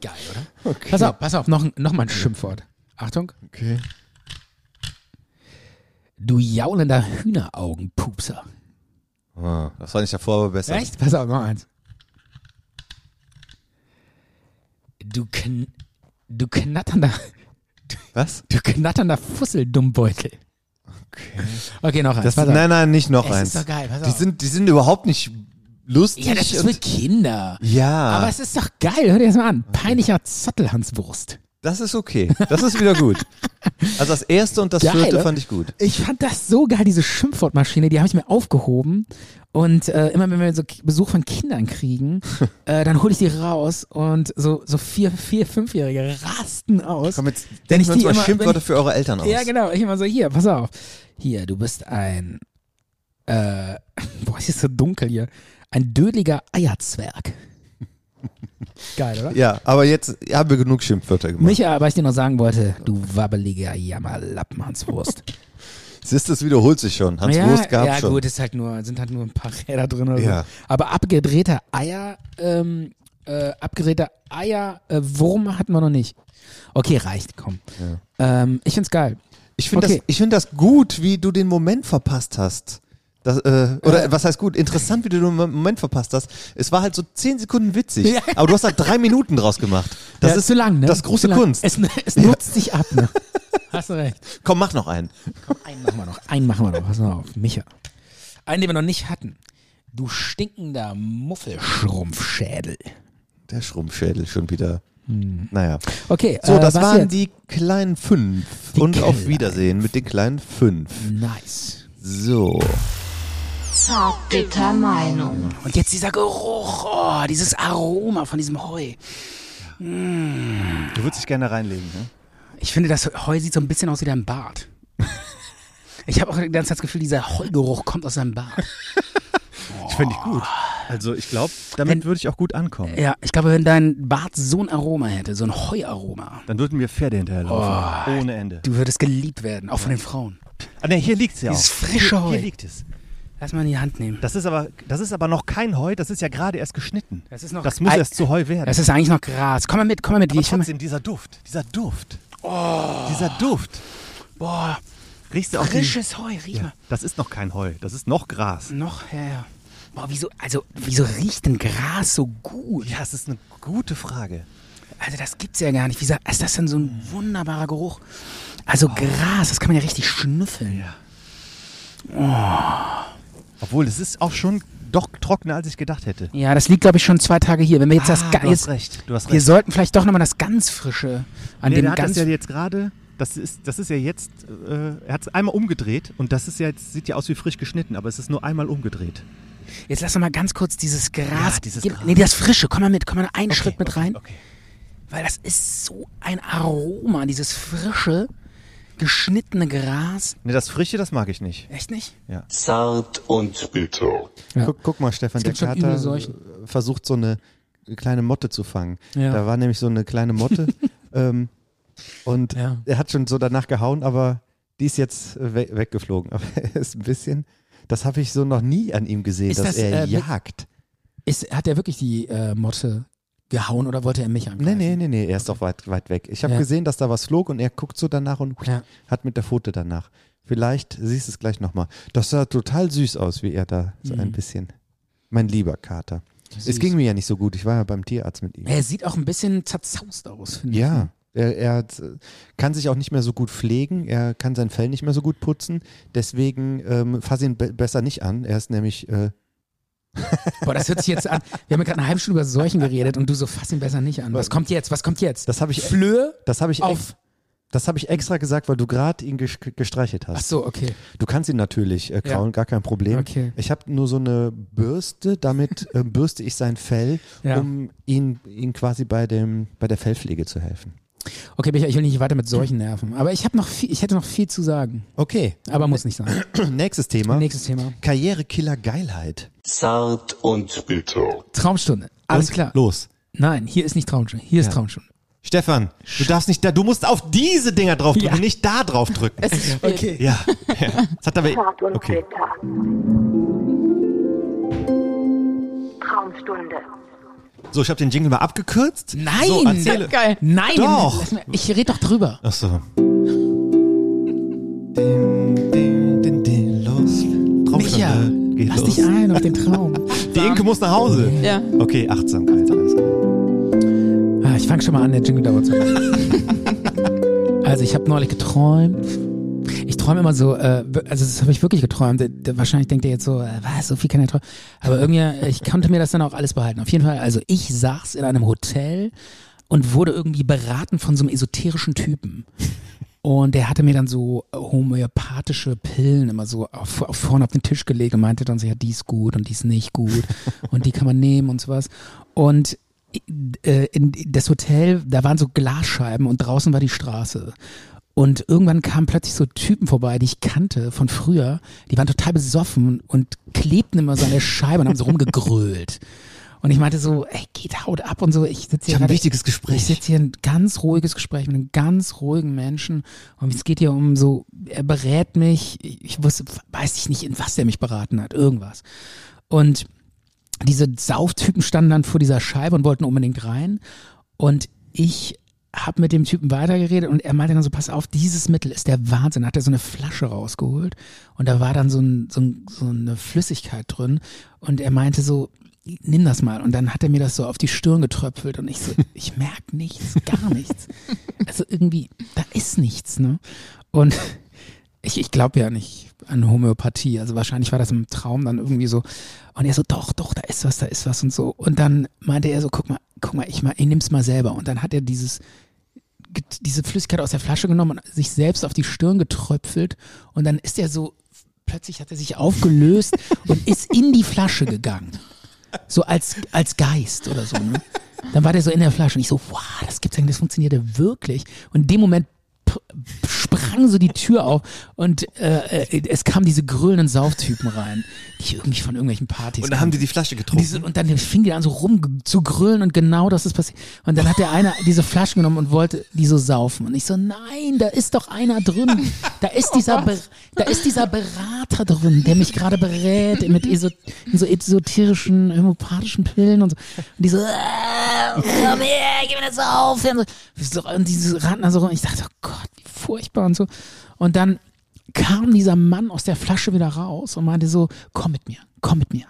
S2: Geil, oder?
S3: Okay. Äh.
S2: Pass auf, pass auf, noch, ein- noch mal ein Schimpfwort. Achtung.
S3: Okay.
S2: Du jaulender Hühneraugenpupser.
S3: Ah, das fand ich davor aber besser.
S2: Echt? Pass auf, noch eins. Du, kn du knatternder, [laughs]
S3: Was?
S2: du knatternder Fusseldummbeutel.
S3: Okay.
S2: Okay, noch eins.
S3: Das,
S2: pass auf.
S3: nein, nein, nicht noch
S2: Es ist
S3: eins.
S2: doch geil, pass
S3: die,
S2: auf.
S3: sind, die sind überhaupt nicht lustig.
S2: Ja, das ist für
S3: und,
S2: Kinder.
S3: ja
S2: Aber es ist doch geil, hör dir das mal an. Peinlicher Zottelhanswurst.
S3: das ist okay. Das ist
S2: [laughs]
S3: wieder gut. Also das erste und das
S2: Geil,
S3: vierte
S2: oder?
S3: fand ich gut.
S2: Ich fand das so geil, diese Schimpfwortmaschine, die habe ich mir aufgehoben. Und äh, immer wenn wir so K- Besuch von Kindern kriegen, äh, dann hole ich die raus und so, so vier, vier, fünfjährige rasten aus.
S3: Komm, jetzt
S2: wenn
S3: denken
S2: ich
S3: wir uns
S2: die
S3: mal
S2: immer,
S3: Schimpfwörter
S2: wenn
S3: für eure Eltern aus.
S2: ich, Ja, genau. Ich immer so, hier, pass auf. Hier, du bist ein, äh, [laughs] boah, es ist so dunkel hier. Ein dödeliger
S3: [laughs]
S2: Eierzwerg. Geil, oder?
S3: Ja, aber jetzt haben wir genug Schimpfwörter gemacht.
S2: Micha, was ich dir noch sagen wollte, du wabbeliger Jammerlappen,
S3: [laughs]
S2: Hanswurst.
S3: Siehst du, das wiederholt sich schon. Hans
S2: ja,
S3: Wurst gab
S2: ja,
S3: schon.
S2: gut, ist halt nur, sind halt nur ein paar Räder drin. Oder
S3: Ja.
S2: so. Aber abgedrehter Eier, ähm, äh, abgedrehter Eier, äh, Wurm hatten wir noch nicht. Okay, reicht, komm. Ähm, ich find's geil.
S3: Ich finde
S2: okay.
S3: das, ich find das gut, wie du den Moment verpasst hast. Das, äh, oder was heißt gut? Interessant, wie du den Moment verpasst hast. Es war halt so zehn Sekunden witzig,
S2: Ja.
S3: aber du hast halt drei Minuten draus gemacht. Das
S2: Ja,
S3: ist
S2: zu lang, ne?
S3: Das große
S2: Zu lang.
S3: Kunst.
S2: Es, es nutzt sich ab, ne? [laughs] Hast du recht.
S3: Komm, mach noch einen.
S2: Einen machen wir noch. Einen machen wir noch. Pass mal auf, Micha. Einen, den wir noch nicht hatten. Du stinkender Muffelschrumpfschädel.
S3: Der Schrumpfschädel schon wieder.
S2: Hm.
S3: Naja.
S2: Okay,
S3: So,
S2: äh,
S3: das
S2: was
S3: waren
S2: jetzt?
S3: die kleinen fünf.
S2: Die
S3: Und auf
S2: kleinen.
S3: Wiedersehen mit den kleinen fünf.
S2: Nice.
S3: So.
S5: Zartbitter Meinung.
S2: Und jetzt dieser Geruch, oh, dieses Aroma von diesem Heu. Mm.
S3: Du würdest dich gerne reinlegen, ne?
S2: Ich finde, das Heu sieht so ein bisschen aus wie dein Bart. Ich habe auch ganz das Gefühl, dieser Heugeruch kommt aus deinem Bart.
S3: Ich finde ich gut. Also ich glaube, damit würde ich auch gut ankommen.
S2: Ja, ich glaube, wenn dein Bart so ein Aroma hätte, so ein Heuaroma,
S3: Dann würden mir Pferde hinterherlaufen.
S2: Oh.
S3: Ohne Ende.
S2: du würdest geliebt werden, auch von den Frauen.
S3: Ah, ne, hier liegt's ja
S2: Dieses
S3: auch.
S2: frische
S3: Hier,
S2: Heu.
S3: hier liegt es.
S2: Lass mal in die Hand nehmen.
S3: Das ist, aber, das ist aber noch kein Heu, das ist ja gerade erst geschnitten.
S2: Das ist noch-
S3: Das muss
S2: Ei-
S3: erst zu Heu werden.
S2: Das ist eigentlich noch Gras. Komm mal mit, komm mal mit.
S3: aber
S2: ich will mal-
S3: trotzdem, dieser Duft, dieser Duft.
S2: Oh.
S3: Dieser Duft.
S2: Boah,
S3: Riechst du auch
S2: frisches Heu, riech
S3: Ja,
S2: mal.
S3: das ist noch kein Heu, das ist noch Gras.
S2: Noch, ja, ja. Boah, wieso, also, wieso riecht denn Gras so gut?
S3: Ja, es ist eine gute Frage.
S2: Also, das gibt's ja gar nicht. Wieso ist das denn so ein
S3: Hm.
S2: wunderbarer Geruch? Also,
S3: Oh.
S2: Gras, das kann man ja richtig schnüffeln.
S3: Obwohl, es ist auch schon doch trockener, als ich gedacht hätte.
S2: Ja, das liegt, glaube ich, schon zwei Tage hier. Wenn wir jetzt das
S3: Ah,
S2: ga-
S3: du hast
S2: jetzt,
S3: recht, du hast
S2: Wir
S3: recht.
S2: sollten vielleicht doch nochmal das ganz Frische an
S3: Nee,
S2: dem
S3: der hat
S2: ganz.
S3: das ja jetzt gerade, das ist, das ist ja jetzt, äh, er hat es einmal umgedreht und das ist ja jetzt, sieht ja aus wie frisch geschnitten, aber es ist nur einmal umgedreht.
S2: jetzt lass doch mal ganz kurz dieses Gras.
S3: Ja, dieses
S2: Gib-
S3: Gras.
S2: Nee, das Frische. Komm mal mit, komm mal einen
S3: Okay,
S2: Schritt mit
S3: okay,
S2: rein.
S3: okay.
S2: Weil das ist so ein Aroma, dieses frische, geschnittene Gras.
S3: Ne, das Frische, das mag ich nicht.
S2: Echt nicht?
S3: Ja.
S15: Zart und bitter.
S3: Guck, guck mal, Stefan,
S2: Es
S3: der
S2: gibt schon üble
S3: Kater
S2: Seuchen.
S3: äh, versucht so eine kleine Motte zu fangen.
S2: Ja.
S3: Da war nämlich so eine
S2: [laughs]
S3: kleine Motte ähm, und
S2: Ja.
S3: er hat schon so danach gehauen, aber die ist jetzt äh, we weggeflogen. [laughs] Aber er ist ein bisschen, das habe ich so noch nie an ihm gesehen,
S2: Ist
S3: dass
S2: das,
S3: er
S2: äh, mit-
S3: jagt.
S2: Ist, hat er wirklich die äh, Motte gehauen oder wollte er mich
S3: Nee,
S2: angreifen?
S3: nee, nee, nee, er ist doch weit, weit weg. Ich habe
S2: Ja.
S3: gesehen, dass da was flog und er guckt so danach und hui,
S2: Ja.
S3: hat mit der Pfote danach. Vielleicht siehst du es gleich nochmal. Das sah total süß aus, wie er da so ein
S2: Mhm.
S3: bisschen. Mein lieber Kater. Es
S2: Süß.
S3: ging mir ja nicht so gut, ich war ja beim Tierarzt mit ihm.
S2: Er sieht auch ein bisschen zerzaust aus, finde ich.
S3: Ja, er, er hat, äh, kann sich auch nicht mehr so gut pflegen, er kann sein Fell nicht mehr so gut putzen, deswegen ähm, fass ihn be besser nicht an. Er ist nämlich, äh,
S2: Boah, das hört sich jetzt an. Wir haben ja gerade eine halbe Stunde über Seuchen geredet und du so fass ihn besser nicht an. Was kommt jetzt? Was kommt jetzt?
S3: das habe ich,
S2: Flöhe
S3: das habe ich, ex-
S2: auf.
S3: das habe ich extra gesagt, weil du gerade ihn gesch- gestreichelt
S2: Ach
S3: hast.
S2: so, okay.
S3: Du kannst ihn natürlich äh, kraulen, gar kein Problem.
S2: Okay.
S3: Ich habe nur so eine
S2: [laughs]
S3: Bürste, damit äh, bürste ich sein Fell,
S2: Ja.
S3: um ihn, ihn quasi bei, dem, bei der Fellpflege zu helfen.
S2: Okay, Micha, ich will nicht weiter mit Seuchen nerven. Aber ich, hab noch viel, ich hätte noch viel zu sagen.
S3: Okay, [clears throat]
S2: Aber muss nicht sein.
S3: nächstes Thema.
S2: Nächstes Thema.
S3: Karrierekiller Geilheit.
S15: Zart und bitter.
S2: Traumstunde. Alles
S3: Und
S2: klar.
S3: Los.
S2: Nein, hier ist nicht Traumstunde. Hier ist Traumstunde.
S3: Stefan, du darfst nicht da, du musst auf diese Dinger draufdrücken,
S2: Ja.
S3: nicht da draufdrücken.
S5: Es ist spät.
S2: Okay.
S3: [laughs] ja. ja. Das hat aber.
S17: Zart und
S3: Okay.
S17: bitter. Traumstunde.
S3: So, ich habe den Jingle mal abgekürzt.
S2: Nein!
S3: So, erzähle.
S5: Geil.
S2: Nein!
S3: Doch.
S2: lass mir- Ich rede doch drüber.
S3: Ach so. Ding, ding, ding, ding, los.
S2: Micha,
S3: Traumstunde. Geh
S2: lass
S3: los.
S2: dich ein
S3: [laughs]
S2: auf den Traum.
S3: Die Inke muss nach Hause.
S5: Ja.
S3: Okay, Achtsamkeit, alles klar.
S2: Ah, ich fange schon mal an, der Jingle dauert so lange. [laughs] Also ich habe neulich geträumt. Ich träume immer so, äh, wir- also das habe ich wirklich geträumt. Äh, d- Wahrscheinlich denkt ihr jetzt so, äh, was, so viel kann er träumen. Aber irgendwie, äh, ich konnte mir das dann auch alles behalten. Auf jeden Fall, also ich saß in einem Hotel und wurde irgendwie beraten von so einem esoterischen Typen. Und der hatte mir dann so homöopathische Pillen immer so auf, auf, vorne auf den Tisch gelegt und meinte dann so, ja, die ist gut und die ist nicht gut und die kann man nehmen und sowas. Und äh, in das Hotel, da waren so Glasscheiben und draußen war die Straße. Und irgendwann kamen plötzlich so Typen vorbei, die ich kannte von früher. Die waren total besoffen und klebten immer so an der Scheibe und haben so rumgegrölt. Und ich meinte so, ey, geht, haut ab und so. Ich sitze hier
S3: Ich hab ein
S2: gerade-
S3: wichtiges Gespräch.
S2: Ich sitze hier ein ganz ruhiges Gespräch mit einem ganz ruhigen Menschen. Und es geht hier um so, er berät mich. Ich ich wusste, weiß ich nicht, in was er mich beraten hat. Irgendwas. Und diese Sauftypen standen dann vor dieser Scheibe und wollten unbedingt rein. Und ich hab mit dem Typen weitergeredet und er meinte dann so, pass auf, dieses Mittel ist der Wahnsinn. Hat er so eine Flasche rausgeholt und da war dann so, ein, so, ein, so eine Flüssigkeit drin und er meinte so, nimm das mal. Und dann hat er mir das so auf die Stirn getröpfelt und ich so, ich merke nichts, gar nichts. Also irgendwie, da ist nichts, ne? Und ich, ich glaube ja nicht an Homöopathie. Also wahrscheinlich war das im Traum dann irgendwie so. Und er so, doch, doch, da ist was, da ist was und so. Und dann meinte er so, guck mal, guck mal, ich, mal, ich nimm's mal selber. Und dann hat er dieses, diese Flüssigkeit aus der Flasche genommen und sich selbst auf die Stirn getröpfelt. Und dann ist er so, plötzlich hat er sich
S3: [laughs]
S2: aufgelöst und ist in die Flasche gegangen. So als, als Geist oder so. Ne? Dann war der so in der Flasche und ich so, wow, das gibt's eigentlich, das funktioniert ja wirklich. Und in dem Moment sprang so die Tür auf und äh, es kamen diese grölenden Sauftypen rein, die irgendwie von irgendwelchen Partys.
S3: Und dann haben die die Flasche getrunken.
S2: Diese, und dann fing die an so rum zu grölen und genau das ist passiert. Und dann hat der eine diese Flaschen genommen und wollte die so saufen. Und ich so, nein, da ist doch einer drin. Da ist dieser, Be da ist dieser Berater drin, der mich gerade berät mit esot in so esoterischen, homöopathischen Pillen und so. Und die so, äh, komm her, gib mir das auf. Und, so, und diese Ratten da so rum. Ich dachte, oh Gott, wie furchtbar und so. Und dann kam dieser Mann aus der Flasche wieder raus und meinte so, komm mit mir, komm mit mir.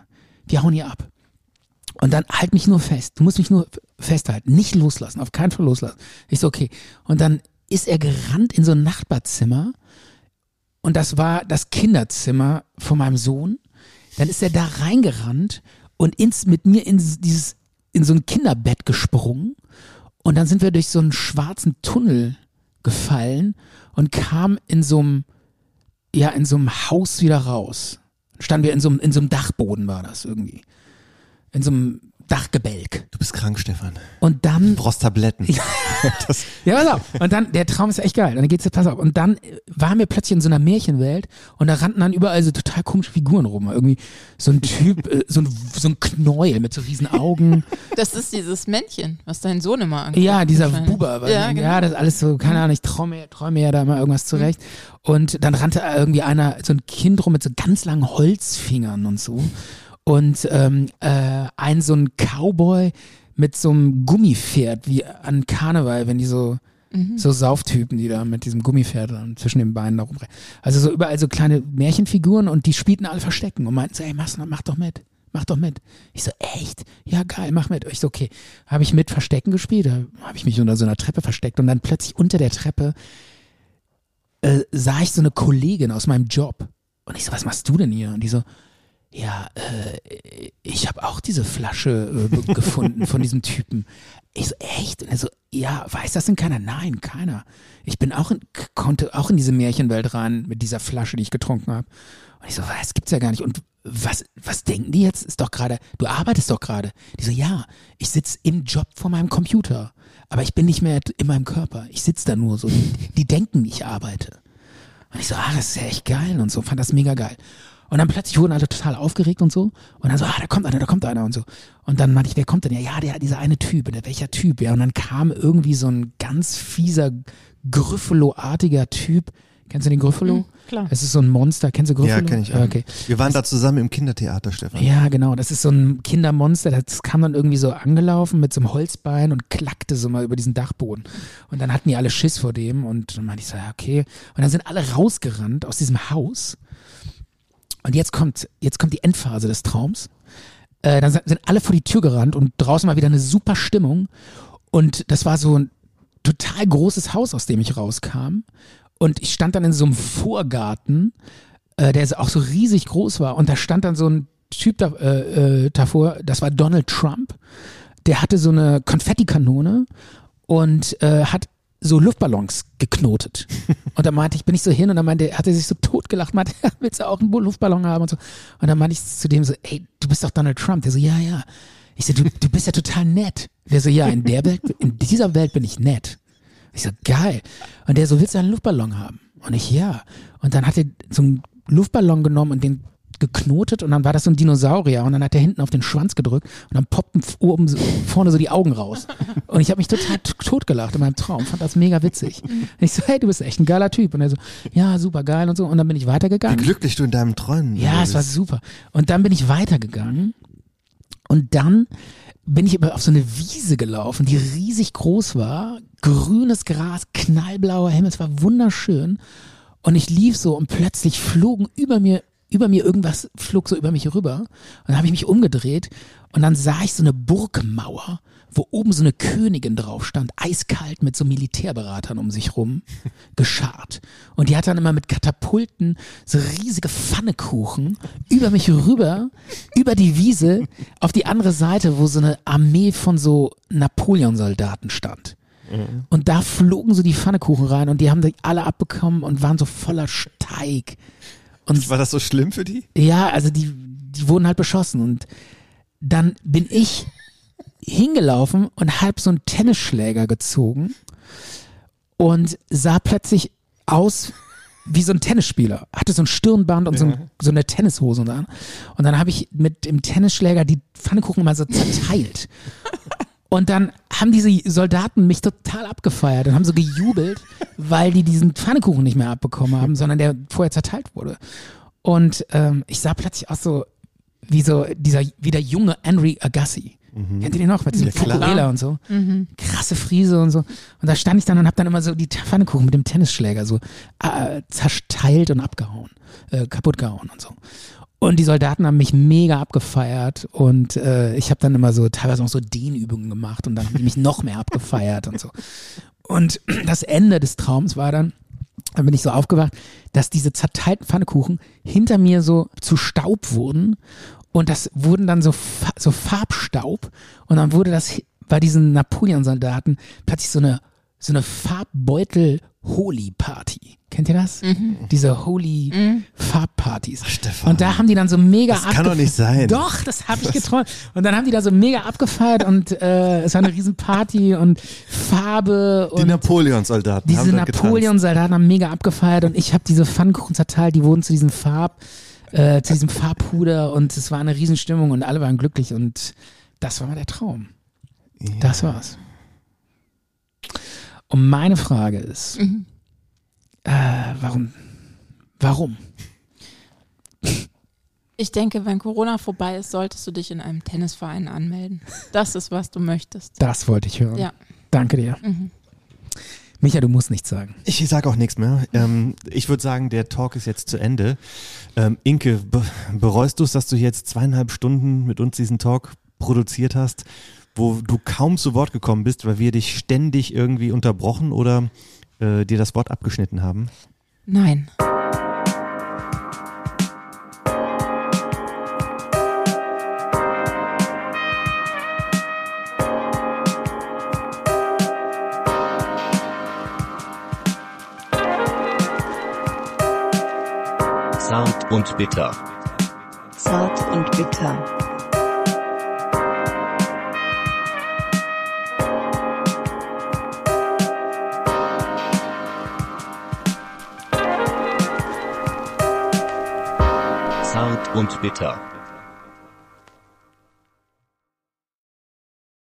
S2: Wir hauen hier ab. Und dann halt mich nur fest. Du musst mich nur festhalten. Nicht loslassen. Auf keinen Fall loslassen. Ich so, okay. Und dann ist er gerannt in so ein Nachbarzimmer. Und das war das Kinderzimmer von meinem Sohn. Dann ist er da reingerannt und ins, mit mir in dieses, in so ein Kinderbett gesprungen. Und dann sind wir durch so einen schwarzen Tunnel gefallen und kamen in so einem, ja, in so einem Haus wieder raus. Standen wir in so einem, in so einem Dachboden war das irgendwie in so einem Dachgebälk.
S3: Du bist krank, Stefan.
S2: Und dann.
S3: Du brauchst Tabletten. [laughs]
S2: ja, pass auf. Und dann, der Traum ist echt geil. Und dann geht's, pass auf. Und dann waren wir plötzlich in so einer Märchenwelt und da rannten dann überall so total komische Figuren rum. Irgendwie so ein Typ, äh, so, ein, so ein Knäuel mit so riesen Augen.
S5: Das ist dieses Männchen, was dein Sohn immer anguckt.
S2: Ja, dieser Buber. Ja, genau. Mhm. ja, das ist alles so, keine Ahnung, ich träume, träume ja da mal irgendwas zurecht. Und dann rannte irgendwie einer, so ein Kind rum mit so ganz langen Holzfingern und so und ähm, äh, ein so ein Cowboy mit so einem Gummipferd, wie an Karneval, wenn die so, mhm. so Sauftypen, die da mit diesem Gummipferd dann zwischen den Beinen da rumrennen. Also so überall so kleine Märchenfiguren und die spielten alle Verstecken und meinten so, ey, mach, mach doch mit. Mach doch mit. Ich so, echt? Ja, geil, mach mit. Ich so, okay. Habe ich mit Verstecken gespielt? Da habe ich mich unter so einer Treppe versteckt und dann plötzlich unter der Treppe äh, sah ich so eine Kollegin aus meinem Job. Und ich so, was machst du denn hier? Und die so, ja, äh, ich habe auch diese Flasche äh, [laughs] gefunden von diesem Typen. Ich so, echt? Und er so, ja, weiß das denn keiner? Nein, keiner. Ich bin auch in, konnte auch in diese Märchenwelt rein mit dieser Flasche, die ich getrunken habe. Und ich so, was gibt's ja gar nicht. Und was, was denken die jetzt? Ist doch gerade, du arbeitest doch gerade. Die so, ja, ich sitz im Job vor meinem Computer. Aber ich bin nicht mehr in meinem Körper. Ich sitz da nur so. Die, die denken, ich arbeite. Und ich so, ah, das ist ja echt geil und so, fand das mega geil. Und dann plötzlich wurden alle total aufgeregt und so. Und dann so, ah, da kommt einer, da kommt einer und so. Und dann meinte ich, wer kommt denn? Ja, ja, der, dieser eine Typ. Und der, welcher Typ? Ja, und dann kam irgendwie so ein ganz fieser, Gryffalo-artiger Typ. Kennst du den Gryffalo? Mhm,
S5: klar.
S2: Es ist so ein Monster. Kennst du Gryffalo?
S3: Ja, kenn ich.
S2: Auch.
S3: Auch.
S2: Okay.
S3: Wir waren da zusammen im Kindertheater, Stefan.
S2: Ja, genau. Das ist so ein Kindermonster. Das kam dann irgendwie so angelaufen mit so einem Holzbein und klackte so mal über diesen Dachboden. Und dann hatten die alle Schiss vor dem. Und dann meinte ich so, ja, okay. Und dann sind alle rausgerannt aus diesem Haus. Und jetzt kommt, jetzt kommt die Endphase des Traums. Äh, dann sind alle vor die Tür gerannt und draußen war wieder eine super Stimmung. Und das war so ein total großes Haus, aus dem ich rauskam. Und ich stand dann in so einem Vorgarten, äh, der auch so riesig groß war. Und da stand dann so ein Typ da, äh, davor, das war Donald Trump. Der hatte so eine Konfettikanone und äh, hat so Luftballons geknotet. Und dann meinte ich, bin ich so hin und dann meinte, er hat er sich so totgelacht, meinte, [laughs] ja, willst du auch einen Luftballon haben und so. Und dann meinte ich zu dem so, ey, du bist doch Donald Trump. Der so, ja, ja. Ich so, du, du bist ja total nett. Der so, ja, in der Welt, in dieser Welt bin ich nett. Ich so, geil. Und der so, willst du einen Luftballon haben? Und ich, ja. Und dann hat er so einen Luftballon genommen und den geknotet und dann war das so ein Dinosaurier und dann hat er hinten auf den Schwanz gedrückt und dann poppten oben so, vorne so die Augen raus. Und ich habe mich total totgelacht in meinem Traum, fand das mega witzig. Und ich so, hey, du bist echt ein geiler Typ. Und er so, ja, super geil und so. Und dann bin ich
S3: Wie
S2: weitergegangen.
S3: glücklich du in deinen Träumen
S2: Ja, es
S3: bist.
S2: war super. Und dann bin ich weitergegangen Und dann bin ich über auf so eine Wiese gelaufen, die riesig groß war, grünes Gras, knallblauer Himmel, es war wunderschön. Und ich lief so und plötzlich flogen über mir, über mir irgendwas flog so über mich rüber. Und dann habe ich mich umgedreht und dann sah ich so eine Burgmauer, wo oben so eine Königin drauf stand, eiskalt mit so Militärberatern um sich rum, geschart. Und die hat dann immer mit Katapulten so riesige Pfannekuchen über mich rüber, über die Wiese, auf die andere Seite, wo so eine Armee von so Napoleon-Soldaten stand. Und da flogen so die Pfannekuchen rein und die haben die alle abbekommen und waren so voller Steig. Und
S3: war das so schlimm für die?
S2: ja, also die, die wurden halt beschossen und dann bin ich hingelaufen und hab so einen Tennisschläger gezogen und sah plötzlich aus wie so ein Tennisspieler. Hatte so ein Stirnband und so, ein, so eine Tennishose und an. Und dann habe ich mit dem Tennisschläger die Pfannekuchen mal so zerteilt. Und dann haben diese Soldaten mich total abgefeiert und haben so gejubelt, weil die diesen Pfannekuchen nicht mehr abbekommen haben, sondern der vorher zerteilt wurde. Und ähm, ich sah plötzlich aus so wie so dieser wie der junge Henry Agassi. Kennt ihr den noch mit diesem
S3: Mhm. Ja, klar.
S2: Fukuhela und so?
S5: Mhm.
S2: Krasse Friese und so. Und da stand ich dann und habe dann immer so die Pfannekuchen mit dem Tennisschläger so äh, zerteilt und abgehauen, äh, kaputt gehauen und so. Und die Soldaten haben mich mega abgefeiert und äh, ich habe dann immer so teilweise noch so Dehnübungen gemacht und dann haben die mich noch mehr abgefeiert und so. Und [clears throat] das Ende des Traums war dann, dann bin ich so aufgewacht, dass diese zerteilten Pfannekuchen hinter mir so zu Staub wurden und das wurden dann so, fa so Farbstaub und dann wurde das bei diesen Napoleon-Soldaten plötzlich so eine, so eine Farbbeutel-Holi-Party. Kennt ihr das?
S3: Mhm.
S2: Diese Holi-Farbpartys. Und da haben die dann so mega
S3: Das kann doch nicht sein.
S2: Doch, das habe ich geträumt. Und dann haben die da so mega abgefeiert und äh, es war eine riesen Party und Farbe
S3: Die
S2: und
S3: Napoleon-Soldaten.
S2: diese
S3: haben da getanzt.
S2: Napoleon-Soldaten haben mega abgefeiert und ich habe diese Pfannkuchen zerteilt, die wurden zu diesem Farb, äh, zu diesem Farbpuder und es war eine Riesenstimmung und alle waren glücklich und das war mal der Traum. Das war's. Und meine Frage ist,
S5: Mhm.
S2: äh, warum? Warum?
S5: Ich denke, wenn Corona vorbei ist, solltest du dich in einem Tennisverein anmelden. Das ist, was du möchtest.
S2: Das wollte ich hören.
S5: Ja.
S2: Danke dir.
S5: Mhm.
S2: Micha, du musst nichts sagen.
S3: Ich sage auch nichts mehr. Ähm, ich würde sagen, der Talk ist jetzt zu Ende. Ähm, Inke, be bereust du es, dass du jetzt zweieinhalb Stunden mit uns diesen Talk produziert hast, wo du kaum zu Wort gekommen bist, weil wir dich ständig irgendwie unterbrochen oder äh, dir das Wort abgeschnitten haben?
S5: Nein.
S18: Zart und bitter.
S1: Zart und bitter.
S18: Zart und bitter.